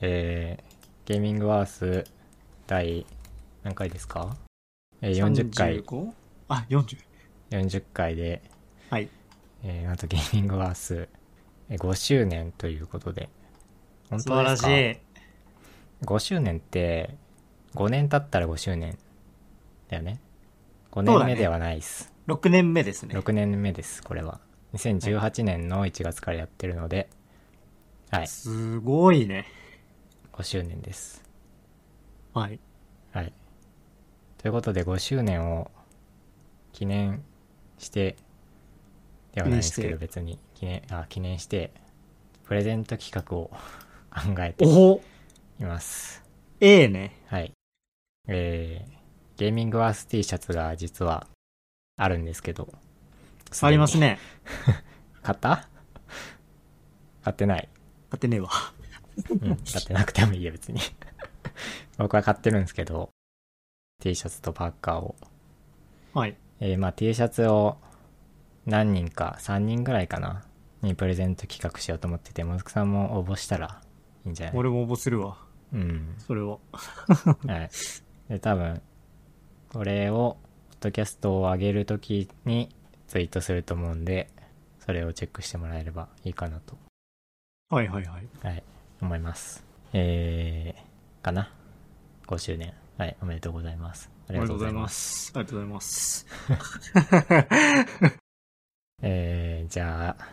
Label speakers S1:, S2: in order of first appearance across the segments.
S1: えーゲーミングワース第何回ですか、えー、40回
S2: 35? あ、40。
S1: 40回で、
S2: はい。
S1: えーなんとゲーミングワースえー5周年ということで本
S2: 素
S1: 当
S2: 晴
S1: で
S2: ら
S1: す
S2: し
S1: か
S2: い。
S1: 5周年って5年経ったら5周年だよね5
S2: そうだ
S1: 年
S2: ね
S1: 目ではないです、
S2: 6年目ですね。
S1: 6年目ですこれは2018年の1月からやってるのではい
S2: すごいね。
S1: 5周年です
S2: はい。
S1: はいということで5周年を記念してではないですけど
S2: 記
S1: 別に記念あ記念してプレゼント企画を 考えて
S2: お
S1: います
S2: ええね。
S1: はいえー、ゲーミングワース T シャツが実はあるんですけど
S2: ありますね。
S1: 買った買ってない
S2: 買ってねえわ。
S1: うん、買ってなくてもいいよ、別に。僕は買ってるんですけど、T シャツとパーカーを。
S2: はい。
S1: えーまあ T シャツを何人か、3人ぐらいかな、にプレゼント企画しようと思ってて、もずくさんも応募したらいいんじゃない
S2: 俺も応募するわ。
S1: うん。
S2: それは。
S1: はい。で、多分、これを、ポッドキャストを上げるときにツイートすると思うんで、それをチェックしてもらえればいいかなと
S2: はいはいはい。
S1: 思います。えー、かな。5周年。はい、おめでとうございます。あ
S2: あ
S1: り
S2: り
S1: が
S2: が
S1: とう
S2: とう
S1: ござ
S2: ござ
S1: い
S2: い
S1: ま。
S2: ますす。ありがとうございます。
S1: えー、じゃあ、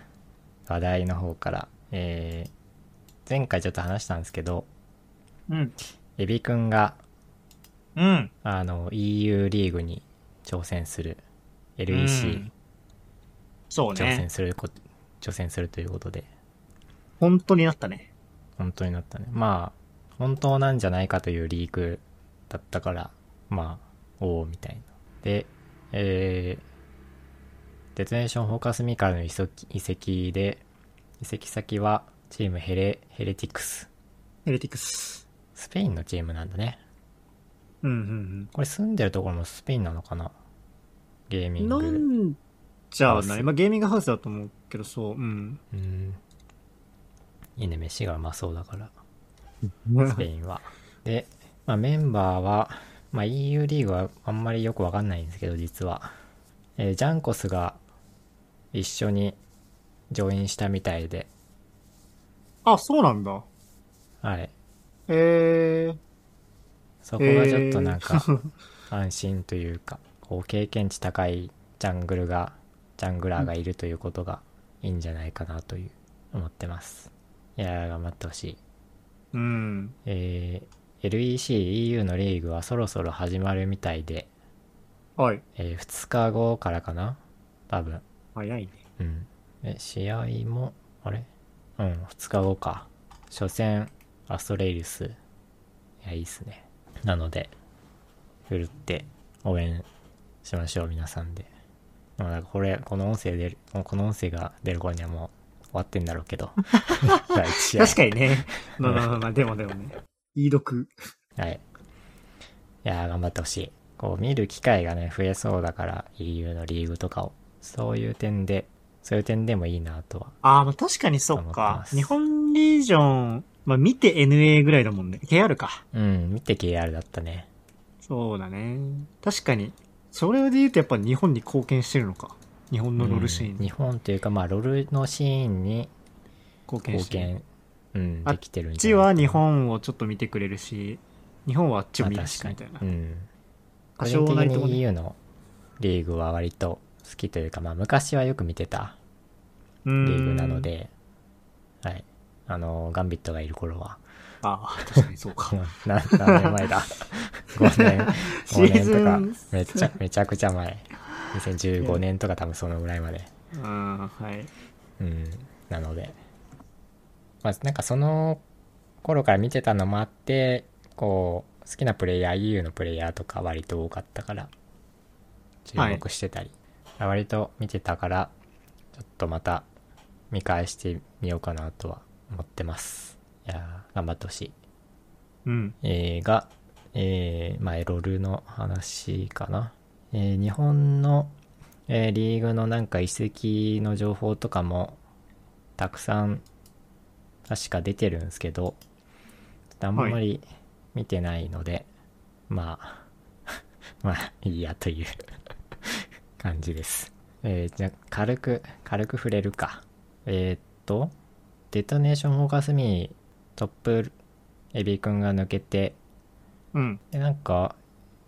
S1: 話題の方から。えー、前回ちょっと話したんですけど、
S2: うん。
S1: エビくんが、
S2: うん。
S1: あの、EU リーグに挑戦する、
S2: う
S1: LEC
S2: んそう
S1: 挑戦
S2: ね。
S1: するこ、挑戦するということで、
S2: 本当になったね。
S1: 本当になったね。まあ、本当なんじゃないかというリークだったから、まあ、おおみたいな。で、えー、デトネーションフォーカスミカルの移籍移籍で、移籍先はチームヘレ、ヘレティクス。
S2: エレティクス。
S1: スペインのチームなんだね。
S2: うんうん
S1: これ住んでるところもスペインなのかなゲー
S2: う
S1: ミン
S2: ん。
S1: グ。
S2: なんじゃ
S1: ハ
S2: あ
S1: ウス
S2: ない。まあ、ゲーミングハウスだと思うけど、そう。うん。
S1: うん。いいね、飯がうまそうだ から。スペインは。で、まあ、メンバーは、まあ、EU リーグはあんまりよくわかんないんですけど、実は。えージャンコスが一緒に上院したみたいで、
S2: あ、そうなんだ。
S1: はい。
S2: えー。
S1: そこがちょっとなんか、 安心というか、こう、経験値高いジャングルが、ジャングラーがいるということがいいんじゃないかなという、思ってます。いやー、頑張ってほしい。
S2: うん。
S1: えー LEC、EU のリーグはそろそろ始まるみたいで、
S2: はい。
S1: え2日後からかな多分。
S2: 早いね。
S1: うん。え、試合も、あれうん、2日後か。初戦、アストレイルス。いや、いいっすね。なので、ふるって応援しましょう、皆さんで。まあ、なんかこれ、この音声出る、この音声が出る頃にはもう終わってんだろうけ ど。第一試合
S2: 確かに ね。まあまあまあまあ、でもでも ね。い読。
S1: はい。いやー、頑張ってほしい。こう、見る機会がね、増えそうだから、EU のリーグとかを。そういう点で、そういう点でもいいなとは。
S2: ああ、まあ確かにそ
S1: 頑張
S2: っ
S1: ってま
S2: か。
S1: す
S2: 日本リージョン、まあ見て NA ぐらいだもんね。KR か。
S1: うん、見て KR だったね。
S2: そうだね。確かに。それで言うとやっぱ日本に貢献してるのか。日本のロールシーン
S1: うん日
S2: に
S1: 本というか、まあ、ロールのシーンに
S2: 貢献
S1: 貢
S2: してる。こ
S1: 献、うん、
S2: あ
S1: できてるん
S2: っ
S1: じ
S2: ち
S1: ゃな
S2: はい日
S1: かな
S2: 本をちょっと見てくれるし、日本はあっちを見るし、
S1: まあ
S2: みた
S1: 確
S2: いな
S1: か。にうん。
S2: 多
S1: 個
S2: 少
S1: 人
S2: なり
S1: 的
S2: とも
S1: に
S2: ね。
S1: EU のリーグは割と好きというか、まあ、昔はよく見てた
S2: リ
S1: リーグなの。で、はい。あの、ガンビットがいる頃は。
S2: ああ、確かにそう か。
S1: な何年前 だ5年
S2: シ
S1: 5
S2: ーズン
S1: 年とかめっちゃめちゃくちゃ前2015年とか多分そのぐらいまで
S2: うん、はい。
S1: うんなのでまあなんかその頃から見てたのもあってこう好きなプレイヤー EU のプレイヤーとか割と多かったから注目してたり、割と見てたからちょっとまた見返してみようかなとは思ってますいやー頑張ってほしい
S2: うん。
S1: えーが、えーまあ、エロルの話かな。えー日本の、えーリーグのなんか遺跡の情報とかもたくさん確か出てるんですけど、とあんまり見てないので、まあ まあいいやという 感じですえーじゃあ軽く軽く触れるかえーっとデトネーションフォーカスミートップエビくんが抜けて
S2: うん。
S1: でなんか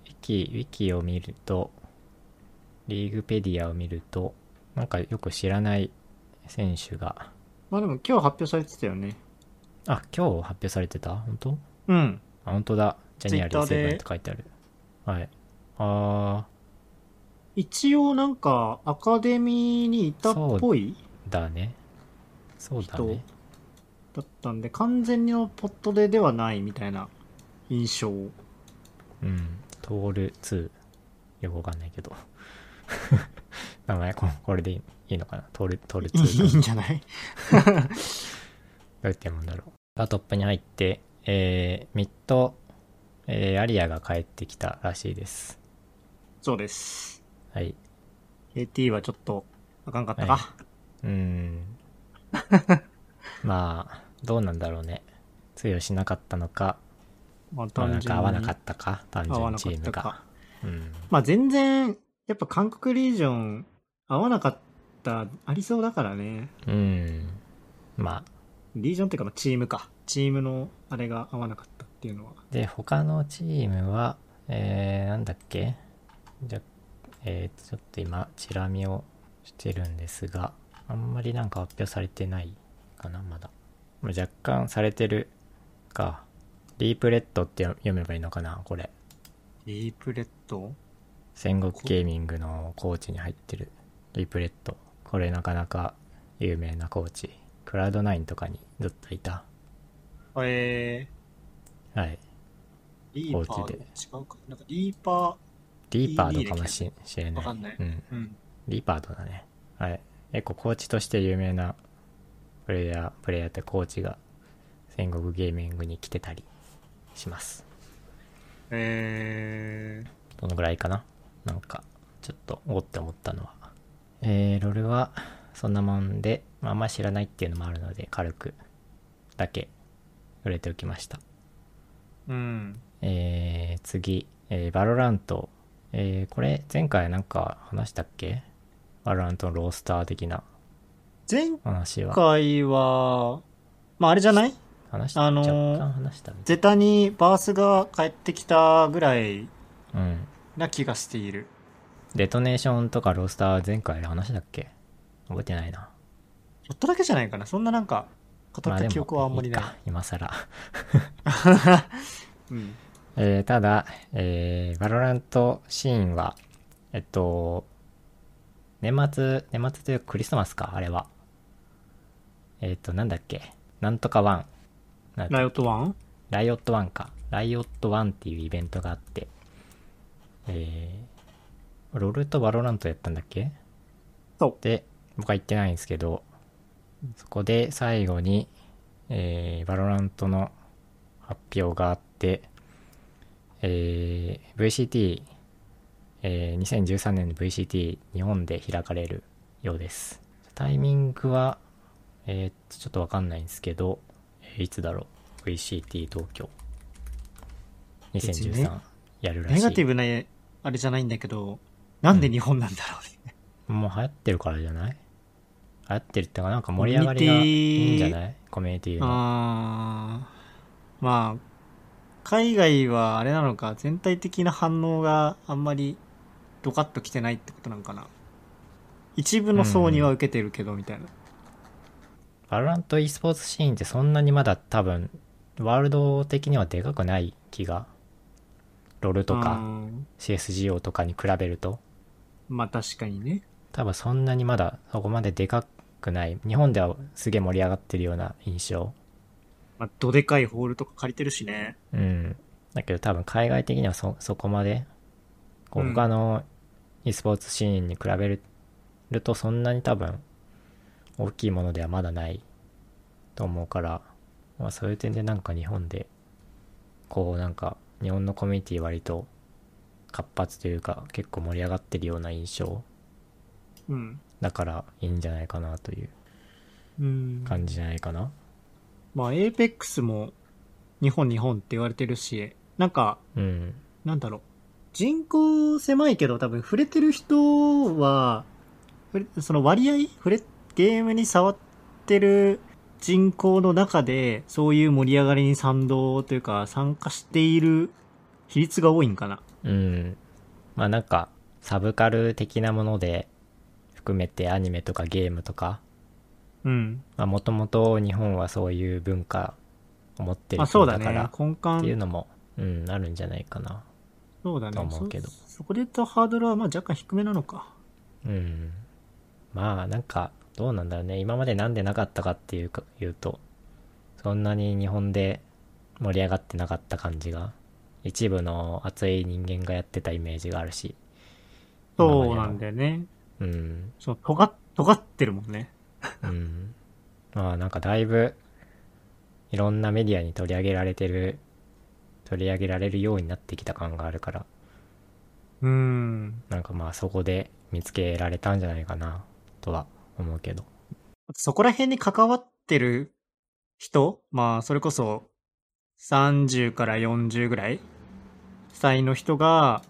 S1: ウィキウィキを見るとリーグペディアを見るとなんかよく知らない選手が
S2: まあでも今日発表されてたよね。
S1: あ今日発表されてた本当
S2: うん。
S1: あ本当だジャニアル
S2: Twitter
S1: 7
S2: で
S1: って書いてあるはいあ
S2: 一応なんかアカデミーにいたっぽい
S1: ーだねそうだ
S2: 人
S1: ね
S2: だったんで、完全にのポットでではないみたいな印象。
S1: うんトール2よくわかんないけど 名前ここれでいいいいのかなトールトール
S2: いいいいん
S1: 2ど
S2: じゃないう
S1: やってやるんだろうがトップに入って、えー、ミッド、えーアリアが帰ってきたらしいです
S2: そうです。
S1: はい
S2: AT はちょっと、あかんかったか。
S1: はうー んまあどうなんだろうね通用しなかったのか、
S2: まあ
S1: まあ、なんか合わなか
S2: か
S1: っ
S2: った
S1: か単
S2: 合わ
S1: 純チー
S2: なかっ
S1: ム
S2: た
S1: が
S2: か。
S1: うん
S2: まあ全然、やっぱ韓国リージョン、合わなかった、ありそうだからね。
S1: うんまあ
S2: リージョンっていうか、まあチームか。チームのあれが合わなかったっていうのは。
S1: で他のチームはえー、なんだっけじゃえー、ちょっと今チラ見をしてるんですがあんまりなんか発表されてないかなまだまあ若干されてるかリープレッドって読めばいいのかなこれ
S2: リープレッド
S1: 戦国ゲーミングのコーチに入ってるリプレットこれなかなか有名なコーチクラウドナインとかにずっといた
S2: え
S1: はい
S2: ー、リ
S1: ーパーと違
S2: うか。なんかリーパー、
S1: リーパードかもししれない
S2: わかんない
S1: うん、
S2: うん。
S1: リーパードだねはい結構コーチとして有名なプレイヤープレイヤーってコーチが戦国ゲーミングに来てたりします
S2: え
S1: どのぐらいかななんかちょっとおって思ったのはえー、ロールはそんなもんで、まあ、あんま知らないっていうのもあるので軽くだけ触れておきました
S2: ー、うん。
S1: えー、次、えーバロラント、えーこれ前回なんか話したっけバロラントのロースター的な
S2: 前
S1: 話は
S2: 回は、まああれじゃない
S1: 話した、
S2: あのー
S1: 若干話したね
S2: ゼタにバースが帰ってきたぐらい
S1: うん
S2: な気がしている。
S1: デトネーションとかロースター前回話したっけ覚えてないな
S2: ちょっとだけじゃないかな。そんななんか、語った記憶はあんまりない。
S1: いか今更
S2: うん。
S1: えーただ、えーバロラントシーンは、えっと、年末、年末というかクリスマスか、あれは。えっと、なんだっけ、なんとかワン。なん
S2: ライオットワン
S1: ライオットワンか。ライオットワンっていうイベントがあって、えーロルとバロラントやったんだっけ
S2: そ
S1: で、僕は行ってないんですけど、そこで最後に、えーバロラントの発表があって、えー VCT、えー2013年の VCT 日本で開かれるようです。タイミングは、えーっとちょっとわかんないんですけど、えーいつだろう ?VCT 東京。
S2: 別にね
S1: 2013やる
S2: う。
S1: らしい。
S2: ネガティブな、あれじゃないんだけど、なんで日本なんだろうね。
S1: もう流行ってるからじゃない流行ってるってかなんか盛り上がりがいいんじゃないコミュニティの。
S2: あーまあ、海外はあれなのか、全体的な反応があんまりドカッと来てないってことなんかな。一部の層には受けてるけど、みたいな。
S1: バロラント e スポーツシーンってそんなにまだ多分、ワールド的にはでかくない気が。ロルと
S2: う
S1: か
S2: ん
S1: CSGO とかに比べると、
S2: まあ確かにね。
S1: 多分そんなにまだそこまででかくない。日本ではすげえ盛り上がってるような印象。
S2: まあ、どでかいホールとか借りてるしね。
S1: うん。だけど多分海外的にはそ、そこまで、こう
S2: うん
S1: 他の e スポーツシーンに比べるとそんなに多分大きいものではまだないと思うから、まあそういう点でなんか日本で、こうなんか日本のコミュニティ割と活発というか結構盛り上がってるような印象
S2: うん。
S1: だからいいんじゃないかなという
S2: うん。
S1: 感じじゃないかな。
S2: まあ、エーペックスも、日本日本って言われてるし、なんか、
S1: うん。
S2: なんだろう。人口狭いけど多分触れてる人は、触れその割合触れ、ゲームに触ってる人口の中で、そういう盛り上がりに賛同というか、参加している比率が多いんかな。
S1: うん。まあなんか、サブカル的なもので、含めてアニメとかゲームとか、
S2: うん。
S1: まあもともと日本はそういう文化を持って
S2: まあ
S1: る
S2: そう
S1: 国
S2: だ
S1: だ
S2: ね
S1: から。っ
S2: 根
S1: ていう
S2: 幹、
S1: のも、うん、あるんじゃないかな。
S2: そうだね。
S1: と思うけど
S2: そそこで言ったハードルはまあ若干低めなのか。
S1: うん。まあなんか、どうなんだろうね。今までなんでなかったかっていうか、言うと、そんなに日本で盛り上がってなかった感じが、一部の熱い人間がやってたイメージがあるし。
S2: そうなんだよね。
S1: うん。
S2: そう、尖っ、尖ってるもんね。
S1: うん。まあなんかだいぶいろんなメディアに取り上げられてる、取り上げられるようになってきた感があるから、
S2: うん。
S1: なんかまあそこで見つけられたんじゃないかなとは思うけど。
S2: そこら辺に関わってる人まあ、それこそ30から40ぐらい歳の人が、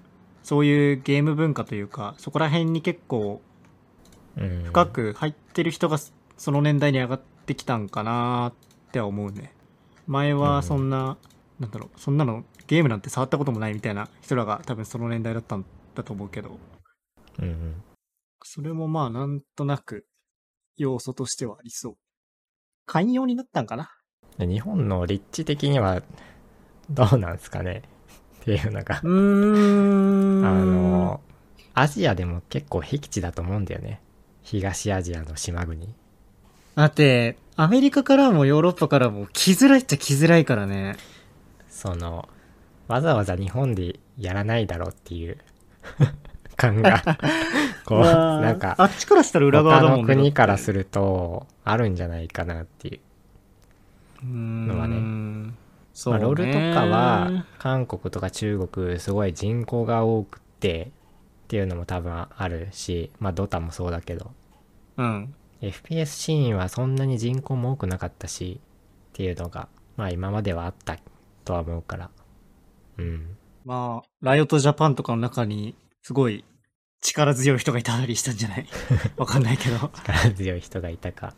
S2: そういうゲーム文化というか、そこら辺に結構
S1: うん。
S2: 深く入ってる人がそその年代に上がってきたんかなっては思うね。前はそんな、なんだろう、そんなのゲームなんて触ったこともないみたいな人らが多分その年代だったんだと思うけど、
S1: うんうん。
S2: それもまあなんとなく要素としてはありそう。寛容になったんかな
S1: で日本の立地的には どうなんですかねっていうのが、
S2: う
S1: あ
S2: ーん。
S1: の、アジアでも結構僻地だと思うんだよね。東アジアの島国。
S2: だって、アメリカからもヨーロッパからも来づらいっちゃ来づらいからね。
S1: そのわざわざ日本でやらないだろうっていう 感がこう
S2: まあ
S1: なんか
S2: あっちからしたら裏側
S1: 他
S2: だも
S1: の
S2: ん
S1: 国からす
S2: る
S1: るとあるんじゃないかなっていう
S2: の
S1: のはね
S2: ね。そう
S1: まあ、
S2: ね。
S1: ロールとかは韓国とか中国すごい人口が多くてっていうのも多分あるしまあドタもそうだけど
S2: うん。
S1: FPS シーンはそんなに人口も多くなかったしっていうのがまあ今まではあったとは思うからうん
S2: まあ、ライオットジャパンとかの中に、すごい力強い人がいたりしたんじゃない わかんないけど。
S1: 力強い人がいたか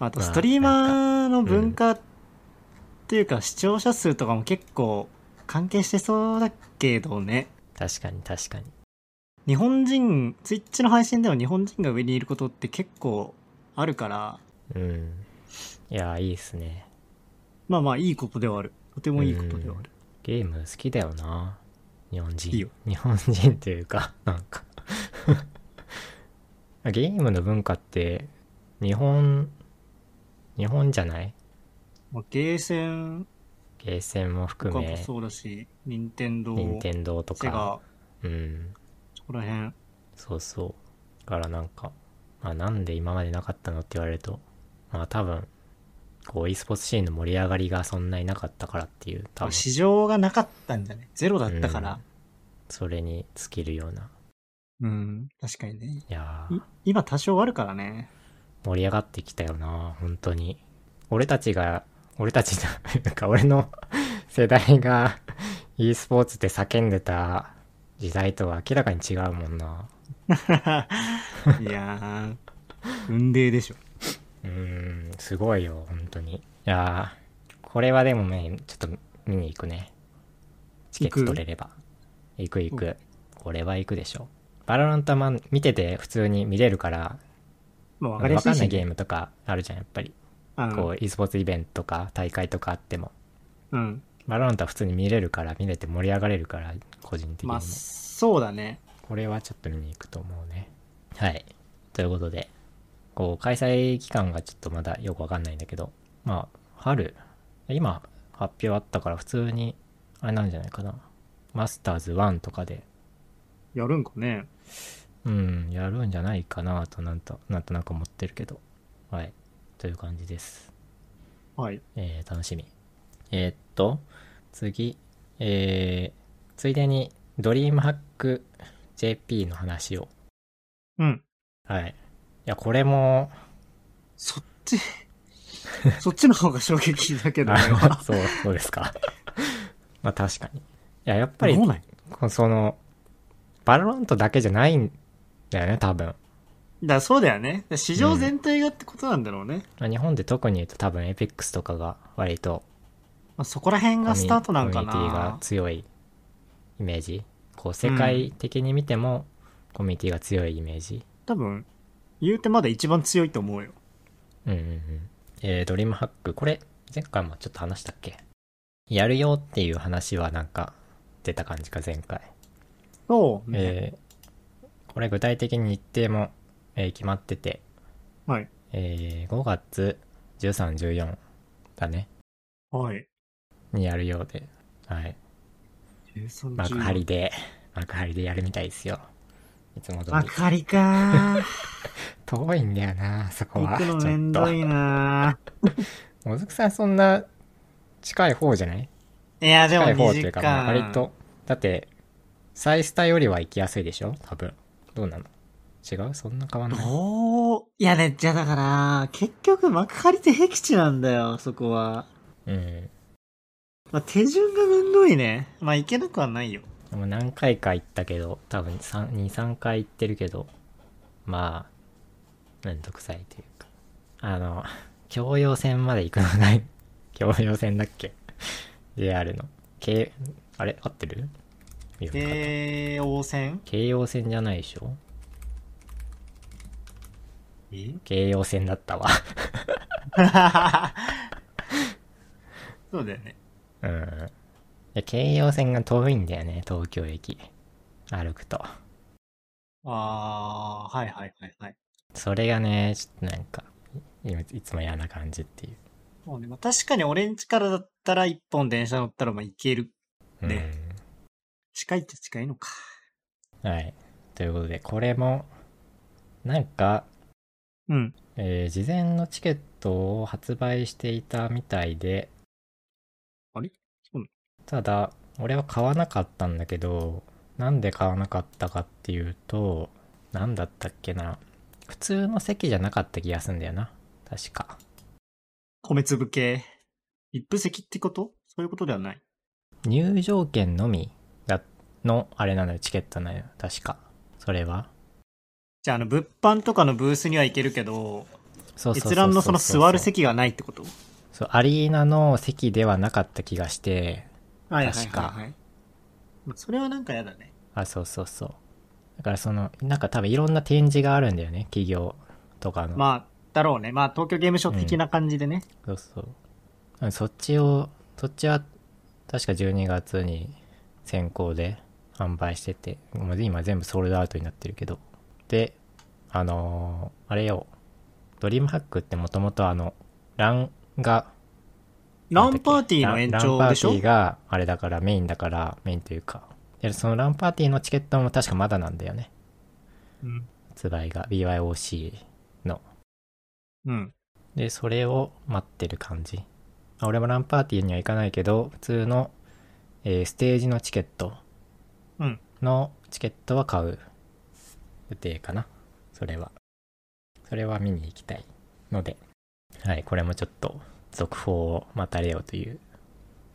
S2: あと、
S1: まあ
S2: ストリーマーの文化っていうか、視聴者数とかも結構関係してそうだけどね。
S1: 確かに確かに
S2: 日本人、ツイッチの配信でも日本人が上にいることって結構あるから、
S1: うん。いや、いいっすね。
S2: まあまあいいことではある。とてもいいことではある。
S1: ゲーム好きだよな。日本人。
S2: いいよ
S1: 日本人というか、 なんか。ゲームの文化って、日本、日本じゃない
S2: まあ、ゲーセン
S1: ゲーセンも
S2: と
S1: 含
S2: かも
S1: め、
S2: そうだし、任天堂
S1: 任天堂と
S2: セ
S1: か。
S2: ガ、
S1: うん。
S2: そこら辺。
S1: そうそう。だからなんか、まあなんで今までなかったのって言われると、まあ多分、こう e スポーツシーンの盛り上がりがそんなになかったからっていう、多分、
S2: 市場がなかったんじゃないゼロだったから。
S1: それに尽きるような。
S2: うん、確かにね。
S1: いやー
S2: い今多少あるから ね。
S1: 盛り上がってきたよな本当に俺たちが俺たちじゃ なんか俺の世代が e スポーツで叫んでた時代とは明らかに違うもんない
S2: やー、運命でしょ。
S1: うーんすごいよ本当にいやーこれはでもねちょっと見に行くねチケッ
S2: 行
S1: ト
S2: く
S1: 取れれば行く行く
S2: う
S1: これは行くでしょバロラントはまあ見てて普通に見れるから
S2: まあ分かりや
S1: 分
S2: す
S1: か
S2: い
S1: ん
S2: し、
S1: ないゲームとかあるじゃんやっぱり
S2: うん
S1: こう e スポーツイベントとか大会とかあっても
S2: うん。
S1: バロラントは普通に見れるから見れて盛り上がれるから個人的に
S2: ま
S1: も
S2: あ、そうだね。
S1: これはちょっと見に行くと思うねはいということでこう開催期間がちょっとまだよくわかんないんだけどまあ春今発表あったから普通にあれなんじゃないかなマスターズ1とかで
S2: やるんかね。
S1: うんやるんじゃないかなとなんとなんとなく思ってるけどはいという感じです
S2: はい。
S1: えー楽しみ。えーっと、次、えーついでに、ドリームハック JP の話を。
S2: うん。
S1: はい。いや、これも、
S2: そっち、 そっちの方が衝撃だけど、俺
S1: あ
S2: は。
S1: そう、そうですか。 まあ確かに。いや、やっぱり
S2: どう、なん
S1: このその、バロラントだけじゃないんだよね、多分。
S2: だそうだよね。だ市場全体がってことなんだろうね。
S1: まあ日本で特に言うと多分エペックスとかが割と
S2: まあ、そこら辺
S1: コミ
S2: がスタートなん
S1: コ
S2: か
S1: ミュニティが
S2: な。
S1: 強いイメージこう世界的に見てもコミュニティが強いイメージ、
S2: 多分、言うてまだ一番強いと思うよ。
S1: うんうんうんえー、ドリームハックこれ前回もちょっと話したっけやるよっていう話はなんか出た感じか前回、
S2: そう、
S1: えーこれ具体的に日程も、えー決まってて、
S2: はい。
S1: えー5月1314だね
S2: はい。
S1: にやるようではい
S2: 13
S1: 幕張で幕張でやるみたいですよいつも通り
S2: 幕張 か
S1: 遠いんだよなそこ
S2: ー。行
S1: は
S2: くの
S1: ち
S2: め
S1: ょ
S2: ん
S1: っ
S2: どい
S1: と
S2: な
S1: もずくさんそんな近い方じゃない
S2: ー。いや、でも
S1: 近い方
S2: 2
S1: っていう
S2: 時
S1: か
S2: 間。
S1: まあ割とだってサイスタよりは行きやすいでしょ多分どうなの違うそんな変わんない
S2: どういやね、じゃあだから、結局幕張って僻地なんだよ、そこは。
S1: うん
S2: まあ、手順がめんどいね。まあ、いけなくはないよ。
S1: でも何回か行ったけど多分23回行ってるけどまあめんどくさいというかあの 京葉線まで行くのない 京葉線だっけ JR の京あれ合ってる読み方
S2: えー、応戦
S1: 京葉線じゃないでしょ
S2: え
S1: 京葉線だったわ
S2: そうだよね。
S1: うんいや京葉線が遠いんだよね東京駅歩くと
S2: あー、はいはいはいはい。
S1: それがねちょっとなんかいいつも嫌な感じっていう
S2: そうね、まあ、確かに俺ん家からだったら一本電車乗ったらまあ行ける。ね
S1: うん
S2: 近いっちゃ近いのか。
S1: はい。ということで、これも、なんか、
S2: うん。
S1: えー事前のチケットを発売していたみたいで、
S2: あれそうなの
S1: ただ、俺は買わなかったんだけど、なんで買わなかったかっていうと、なんだったっけな。普通の席じゃなかった気がするんだよな。確か。
S2: 米粒系。一布席ってことそういうことではない。
S1: 入場券のみだ、の、あれなのよ、チケットなのよ。確か。それは。
S2: じゃあ、あの、物販とかのブースには行けるけ
S1: そうそう
S2: ど、
S1: そうそうそう
S2: 閲覧のその座る席がないってこと
S1: そう、アリーナの席ではなかった気がして、
S2: はいい。
S1: はいはい
S2: まあそれはなんかやだね。
S1: あ、そうそうそう。だからその、なんか多分いろんな展示があるんだよね、企業とかの。
S2: まあ、だろうね。まあ、東京ゲームショウ的な感じでね。
S1: そうそう。そっちを、そっちは、確か12月に先行で販売してて、もう今全部ソールドアウトになってるけど。で、あのーあれよ、ドリームハックってもともとあの、ランが、
S2: ランパーティーの延長でし
S1: ランラン
S2: ょ
S1: パーティーがあれだからメインだからメインというかでそのランパーティーのチケットも確かまだなんだよね
S2: うん。
S1: 発売が BYOC の
S2: うん。
S1: でそれを待ってる感じあ俺もランパーティーには行かないけど普通の、えーステージのチケット
S2: うん
S1: のチケットは買う予定かなそれはそれは見に行きたいのではいこれもちょっと続報を待たれよという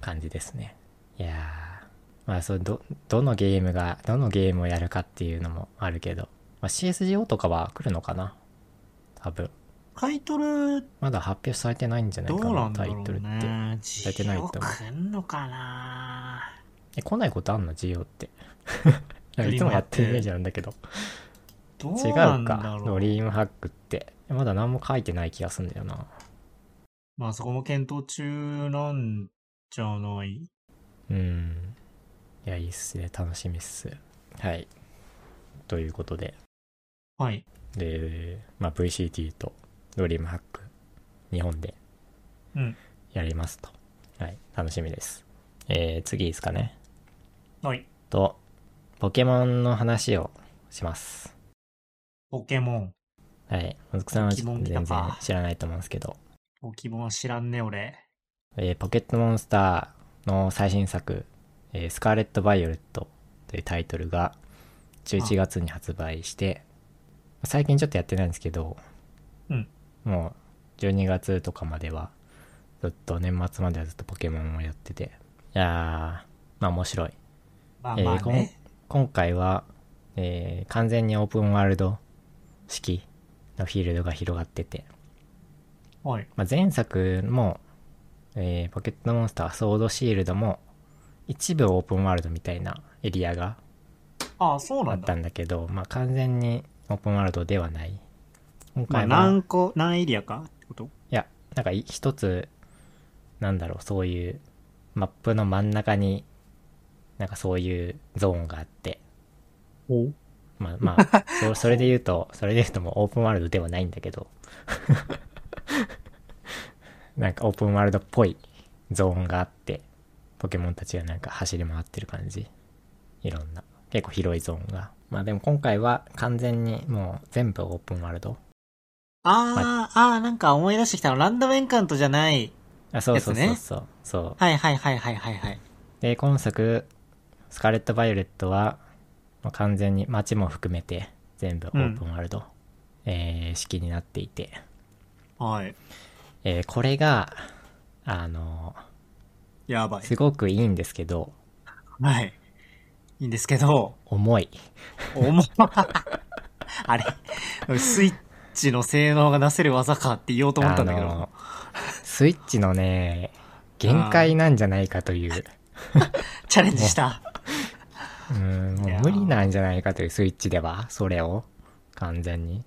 S1: 感じですねいやーまあそうどどのゲームがどのゲームをやるかっていうのもあるけど、まあ、CSGO とかは来るのかな多分
S2: タイトル、
S1: まだ発表されてないんじゃな
S2: ど
S1: いか
S2: うな、
S1: なん
S2: だ
S1: タイ
S2: ろ
S1: トル
S2: う
S1: って。
S2: ね。
S1: されてないと思う
S2: くんのかな
S1: え、来ないことあんの ?GO って。なんかいつもやってるイメージなんだけど。
S2: どう
S1: 違う
S2: なんだ
S1: か。
S2: ろ
S1: ド
S2: う。
S1: リームハックって。まだ何も書いてない気がすんだよな。
S2: まあ、そこも検討中なんじゃない
S1: うん。いや、いいっすね。楽しみっす。はい。ということで。
S2: はい。
S1: で、まあ、VCT とドリームハック、日本で
S2: うん。
S1: やりますと。はい。楽しみです。えー、次ですかね。
S2: はい。
S1: と、ポケモンの話をします。
S2: ポケモン。
S1: はい。もずくさんはちょっと
S2: ポケモン
S1: 全
S2: 見た
S1: 然
S2: か
S1: 知らないと思うんですけど、
S2: ポケモン知らんね、俺。
S1: えーポケットモンスターの最新作、えースカーレット・バイオレットというタイトルが11月に発売して、最近ちょっとやってないんですけど、
S2: うん
S1: もう12月とかまではずっと年末まではずっとポケモンをやってて。いやー、まあ面白い。
S2: まあ
S1: えー
S2: まあ
S1: こん
S2: ね。
S1: 今回は、えー完全にオープンワールド式のフィールドが広がってて、
S2: はい。
S1: まあ、前作も、えーポケットモンスターソードシールドも一部オープンワールドみたいなエリアが
S2: ああ、そう
S1: あ
S2: なん
S1: った
S2: だ。
S1: んだけど、まあ、完全にオープンワールドではない今
S2: まあ
S1: 回は、い
S2: 何個、何エリアかってこと
S1: やなんかい一つなんだろうそういうマップの真ん中になんかそういうゾーンがあって
S2: お
S1: まあまあ、そそれで言うと、それで言うともうオープンワールドではないんだけど、 なんかオープンワールドっぽいゾーンがあって、ポケモンたちがなんか走り回ってる感じ。いろんな。結構広いゾーンが。まあでも今回は完全にもう全部オープンワールド。
S2: ああ、ああ、なんか思い出してきたの。ランダムエンカウントじゃない。
S1: あ、そうそうそう
S2: やつ
S1: そう。そう。
S2: はいはいはいはいはいはい。
S1: で、今作、スカーレット・バイオレットは、まあ完全に街も含めて全部オープンワールド、えー式になっていて。
S2: はい。
S1: えーこれが、あの、
S2: やばい。
S1: すごくいいんですけど、
S2: はい。いいんですけど、
S1: 重い。
S2: 重っあれ、スイッチの性能が出せる技かって言おうと思ったんだけ
S1: あ
S2: ど
S1: の。、スイッチのね、限界なんじゃないかという、
S2: チャレンジした。
S1: うん、も
S2: いうやー
S1: 無理なんじゃないかというスイッチでは、それを、完全に。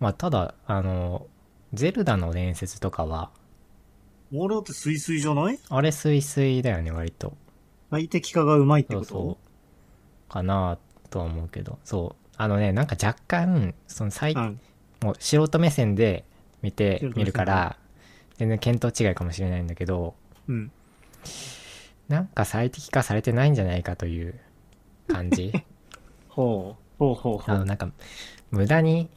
S1: まあ、ただ、あの、ゼルダの伝説とかは、
S2: 俺だってスイスイじゃない
S1: あれスイスイだよね、割と。
S2: 最適化がうまいって
S1: そ
S2: こ
S1: う
S2: と
S1: そう。かなとは思うけど、そう。あのね、なんか若干、その最
S2: うん。
S1: もう素人目線で見て
S2: 素人目線
S1: 見るから全然見当違いかもしれないんだけど
S2: うん。
S1: なんか最適化されてないんじゃないかという感 じ
S2: ほう。ほうほうほ
S1: あの
S2: う。
S1: なんか無駄に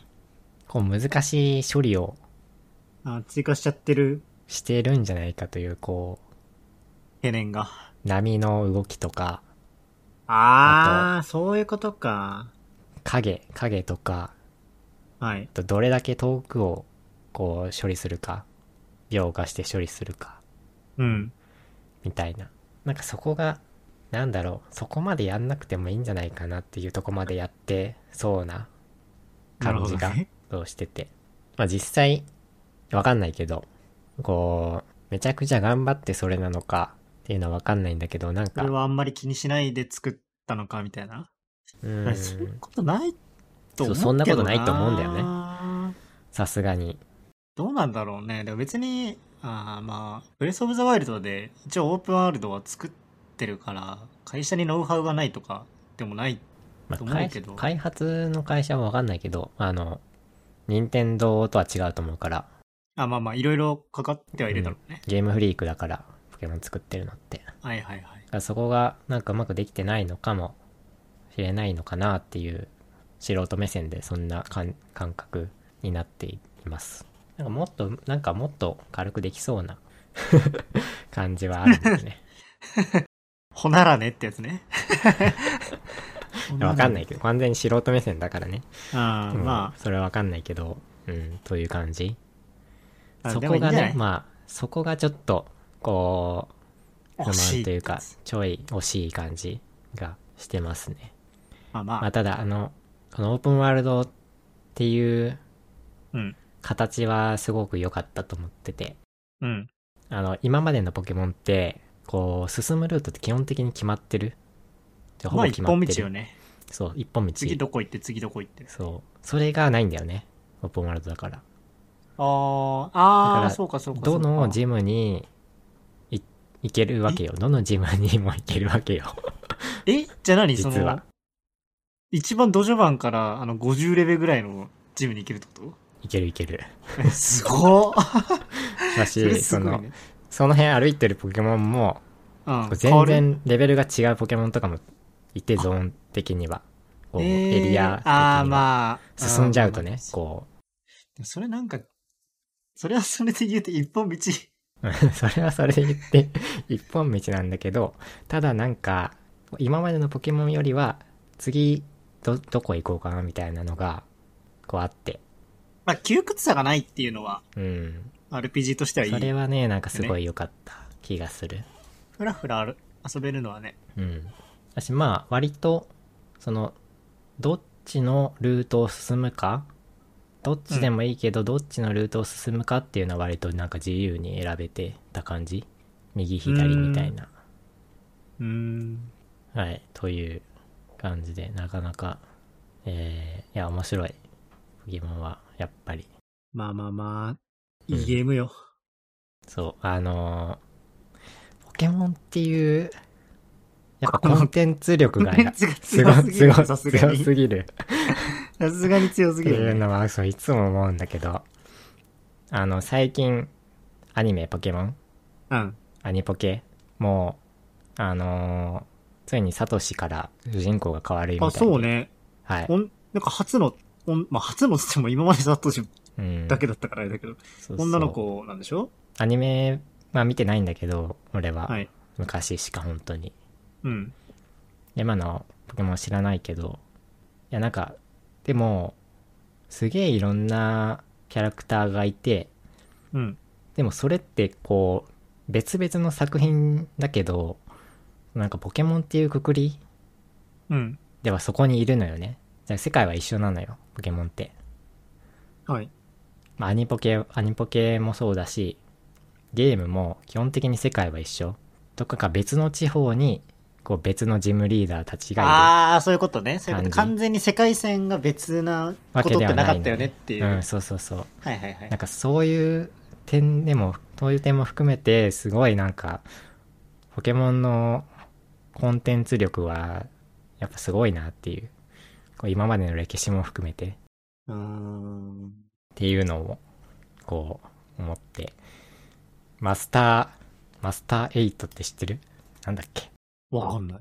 S1: こう難しい処理を
S2: あ追加しちゃってる
S1: してるんじゃないかというこ
S2: 懸念が。
S1: う波の動きとか
S2: あー、そういうことか。
S1: 影影とか
S2: はい。
S1: あとどれだけ遠くをこう処理するか描画して処理するか
S2: うん。
S1: みたいな。なんかそこが、なんだろう、そこまでやんなくてもいいんじゃないかなっていうとこまでやってそうな感じ
S2: なる
S1: が
S2: ほどね、
S1: そうしてて。まあ実際、わかんないけど、こう、めちゃくちゃ頑張ってそれなのかっていうのはわかんないんだけど、なん
S2: そ
S1: か、
S2: れ
S1: う
S2: はあんまり気にしないで作ったのか、みたいな。
S1: ーん
S2: そういうことないと思うけど
S1: そうそんなことないと思うんだよ
S2: ね。
S1: さすがに。
S2: どうなんだろうね。でも別に、あーまあ、ブレスオブザワイルドで一応オープンワールドは作ってるから、会社にノウハウがないとかでもない。
S1: まあ
S2: と思う
S1: 開
S2: けど
S1: 開発の会社はわかんないけど、あの、任天堂とは違うと思うから、
S2: あ、まあまあ、いろいろかかってはいるだろうね。
S1: ゲームフリークだから、ポケモン作ってるのって。
S2: はいはいはい
S1: だ。からそこがなんかうまくできてないのかもしれないのかなっていう素人目線でそんな感感覚になっていますなんかもっとなんかもっと軽くできそう な感じはあるんですね
S2: ほならねってやつね。。
S1: わかんないいけど完全に素人目線だからね、
S2: あー
S1: うん
S2: ま
S1: それはわかんないけどうんという感じ
S2: あ、
S1: そ
S2: で
S1: こ
S2: もいいん
S1: が
S2: じゃ
S1: ね
S2: ない
S1: まあそこがちょっとこう不
S2: 惜し
S1: 満
S2: い
S1: というかちょい惜しい感じがしてますね
S2: まあま
S1: まあ、
S2: あ、
S1: ただあのこのオープンワールドっていう
S2: うん。
S1: 形はすごく良かったと思ってて
S2: うん。
S1: あの今までのポケモンってこう進むルートって基本的に決まってるじゃほぼ
S2: まあ
S1: 決
S2: 一
S1: ま
S2: 本
S1: って
S2: 道
S1: る、
S2: よね。
S1: そう一本道
S2: 次どこ行って、次どこ行って。
S1: そうそれがないんだよねオープンワールドだから
S2: ああ、
S1: だ
S2: あ
S1: か
S2: あ、
S1: ら
S2: そうかそうかそ
S1: ど
S2: うか。
S1: のジムにい行けるわけよどのジムにも行けるわけよ
S2: えじゃあ何そ
S1: 実
S2: の
S1: は、
S2: 一番ド序盤から、あの、50レベルぐらいのジムに行けるってこ
S1: 行ける行ける
S2: とえすごっ
S1: だ
S2: そ
S1: し、
S2: れ す
S1: そ
S2: ごい
S1: の
S2: ね。
S1: その辺歩いてるポケモンも
S2: うん変
S1: 全
S2: わる
S1: 然レベルが違うポケモンとかもいてゾーン的にはこうエリア
S2: えー
S1: 的
S2: あー
S1: には
S2: まあ。
S1: 進んじゃうと
S2: あ
S1: ね
S2: ー
S1: こう
S2: でもそれなんか、それはそれで言うと一本道。
S1: うん それはそれで言って 一本道なんだけどただなんか今までのポケモンよりは次どどこ行こうかなみたいなのがこうあって
S2: まあ、窮屈さがないっていうのは
S1: うん
S2: RPG としてはいい
S1: それはねなんかすごい良かった気がする、
S2: ふらふらある遊べるのはね
S1: うん私まあ割とそのどっちのルートを進むかどっちでもいいけど、どっちのルートを進むかっていうのは割となんか自由に選べてた感じ右左みたいな
S2: うーん
S1: はいという感じでなかなかえー、いや面白いポケモンはやっぱり
S2: まあまあまあいいゲームよ、
S1: そう、あのーポケモンっていう、やっぱコンテンツ力が
S2: コンテンツが
S1: す
S2: 強
S1: ご
S2: すぎる
S1: すご
S2: さすが
S1: 強
S2: に
S1: すぎる
S2: さすがに強す
S1: って
S2: ぎ
S1: い
S2: る、
S1: う
S2: ね、
S1: のは、そういつも思うんだけど、あの、最近、アニメポケモン、
S2: うん
S1: アニポケ、もう、あのーついにサトシから主人公が変わるみたい
S2: あ
S1: で
S2: そう。ね
S1: はい。
S2: おんなんか初のおんまあ初のっつっても今までサトシ
S1: うん、
S2: だけだったからあれだけど、
S1: そうそう
S2: 女の。子なんでしょ
S1: アニメ、まあ見てないんだけど、俺は、
S2: はい
S1: 昔しか本当に。
S2: うん
S1: 今のポケモン知らないけどいやなんかでもすげえいろんなキャラクターがいて
S2: うん
S1: でもそれってこう別々の作品だけどなんかポケモンっていうくくり
S2: うん
S1: ではそこにいるのよねじゃあ世界は一緒なのよポケモンって、
S2: はい
S1: まあ、アニポケアニポケもそうだしゲームも基本的に世界は一緒どっかか別の地方にこう別のジムリーダーたちがいる
S2: ああそういうことねそういうこと
S1: 感じ
S2: 完全に世界線が別なことってなかったよねっていう
S1: うん、そうそうそう
S2: はいはいはい
S1: なんかそういう点でもそういう点も含めてすごいなんかポケモンのコンテンツ力はやっぱすごいなっていうこう今までの歴史も含めてっ
S2: うーん
S1: ていうのをこう思ってマスターマスター8って知ってるなんだっけ
S2: わかんない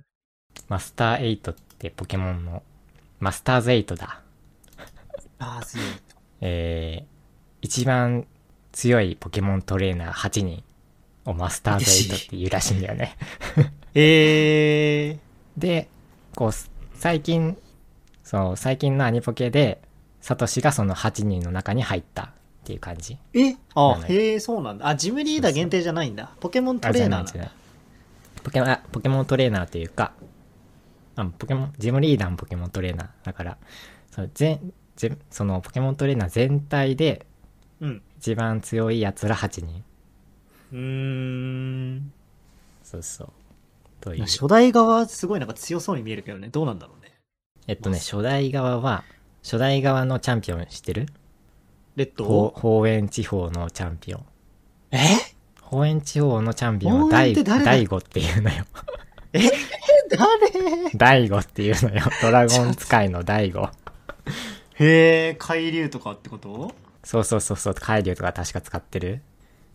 S1: マスター8ってポケモンのマスターズ8だ
S2: ああ強い
S1: えー、一番強いポケモントレーナー8人をマスターズ8っていうらしいんだよね。
S2: ええ
S1: で、こう、最近、そう、最近のアニポケで、サトシがその8人の中に入ったっていう感じ。
S2: ー、えあ
S1: な、んだ
S2: へえ、そうなんだ。あ、ジムリーダー限定じゃないんだ。ポケモントレーナ
S1: あ
S2: ー
S1: じゃ
S2: な
S1: ない
S2: んだ。
S1: 違うポケモン、あポケモントレーナーというか、あポケモン、ジムリーダーもポケモントレーナーだから、その全、全そのポケモントレーナー全体で
S2: うん。
S1: 一番強い奴ら8人。
S2: うーん。
S1: そうそう。という。
S2: 初代側、すごいなんか強そうに見えるけどね。どうなんだろうね。
S1: えっとね、初代側は、初代側のチャンピオン知ってる
S2: レッド
S1: ほ
S2: を
S1: う方園地方のチャンピオン。
S2: え
S1: 方園地方のチャンピオンは
S2: 方園っ
S1: 大
S2: て誰だ
S1: 大悟っていうの よ。
S2: 誰
S1: 大悟っていう のよ。ドラゴン使いの大悟。
S2: へえ、海流とかってこと
S1: そうそうそうそう、海流とか確か使ってる。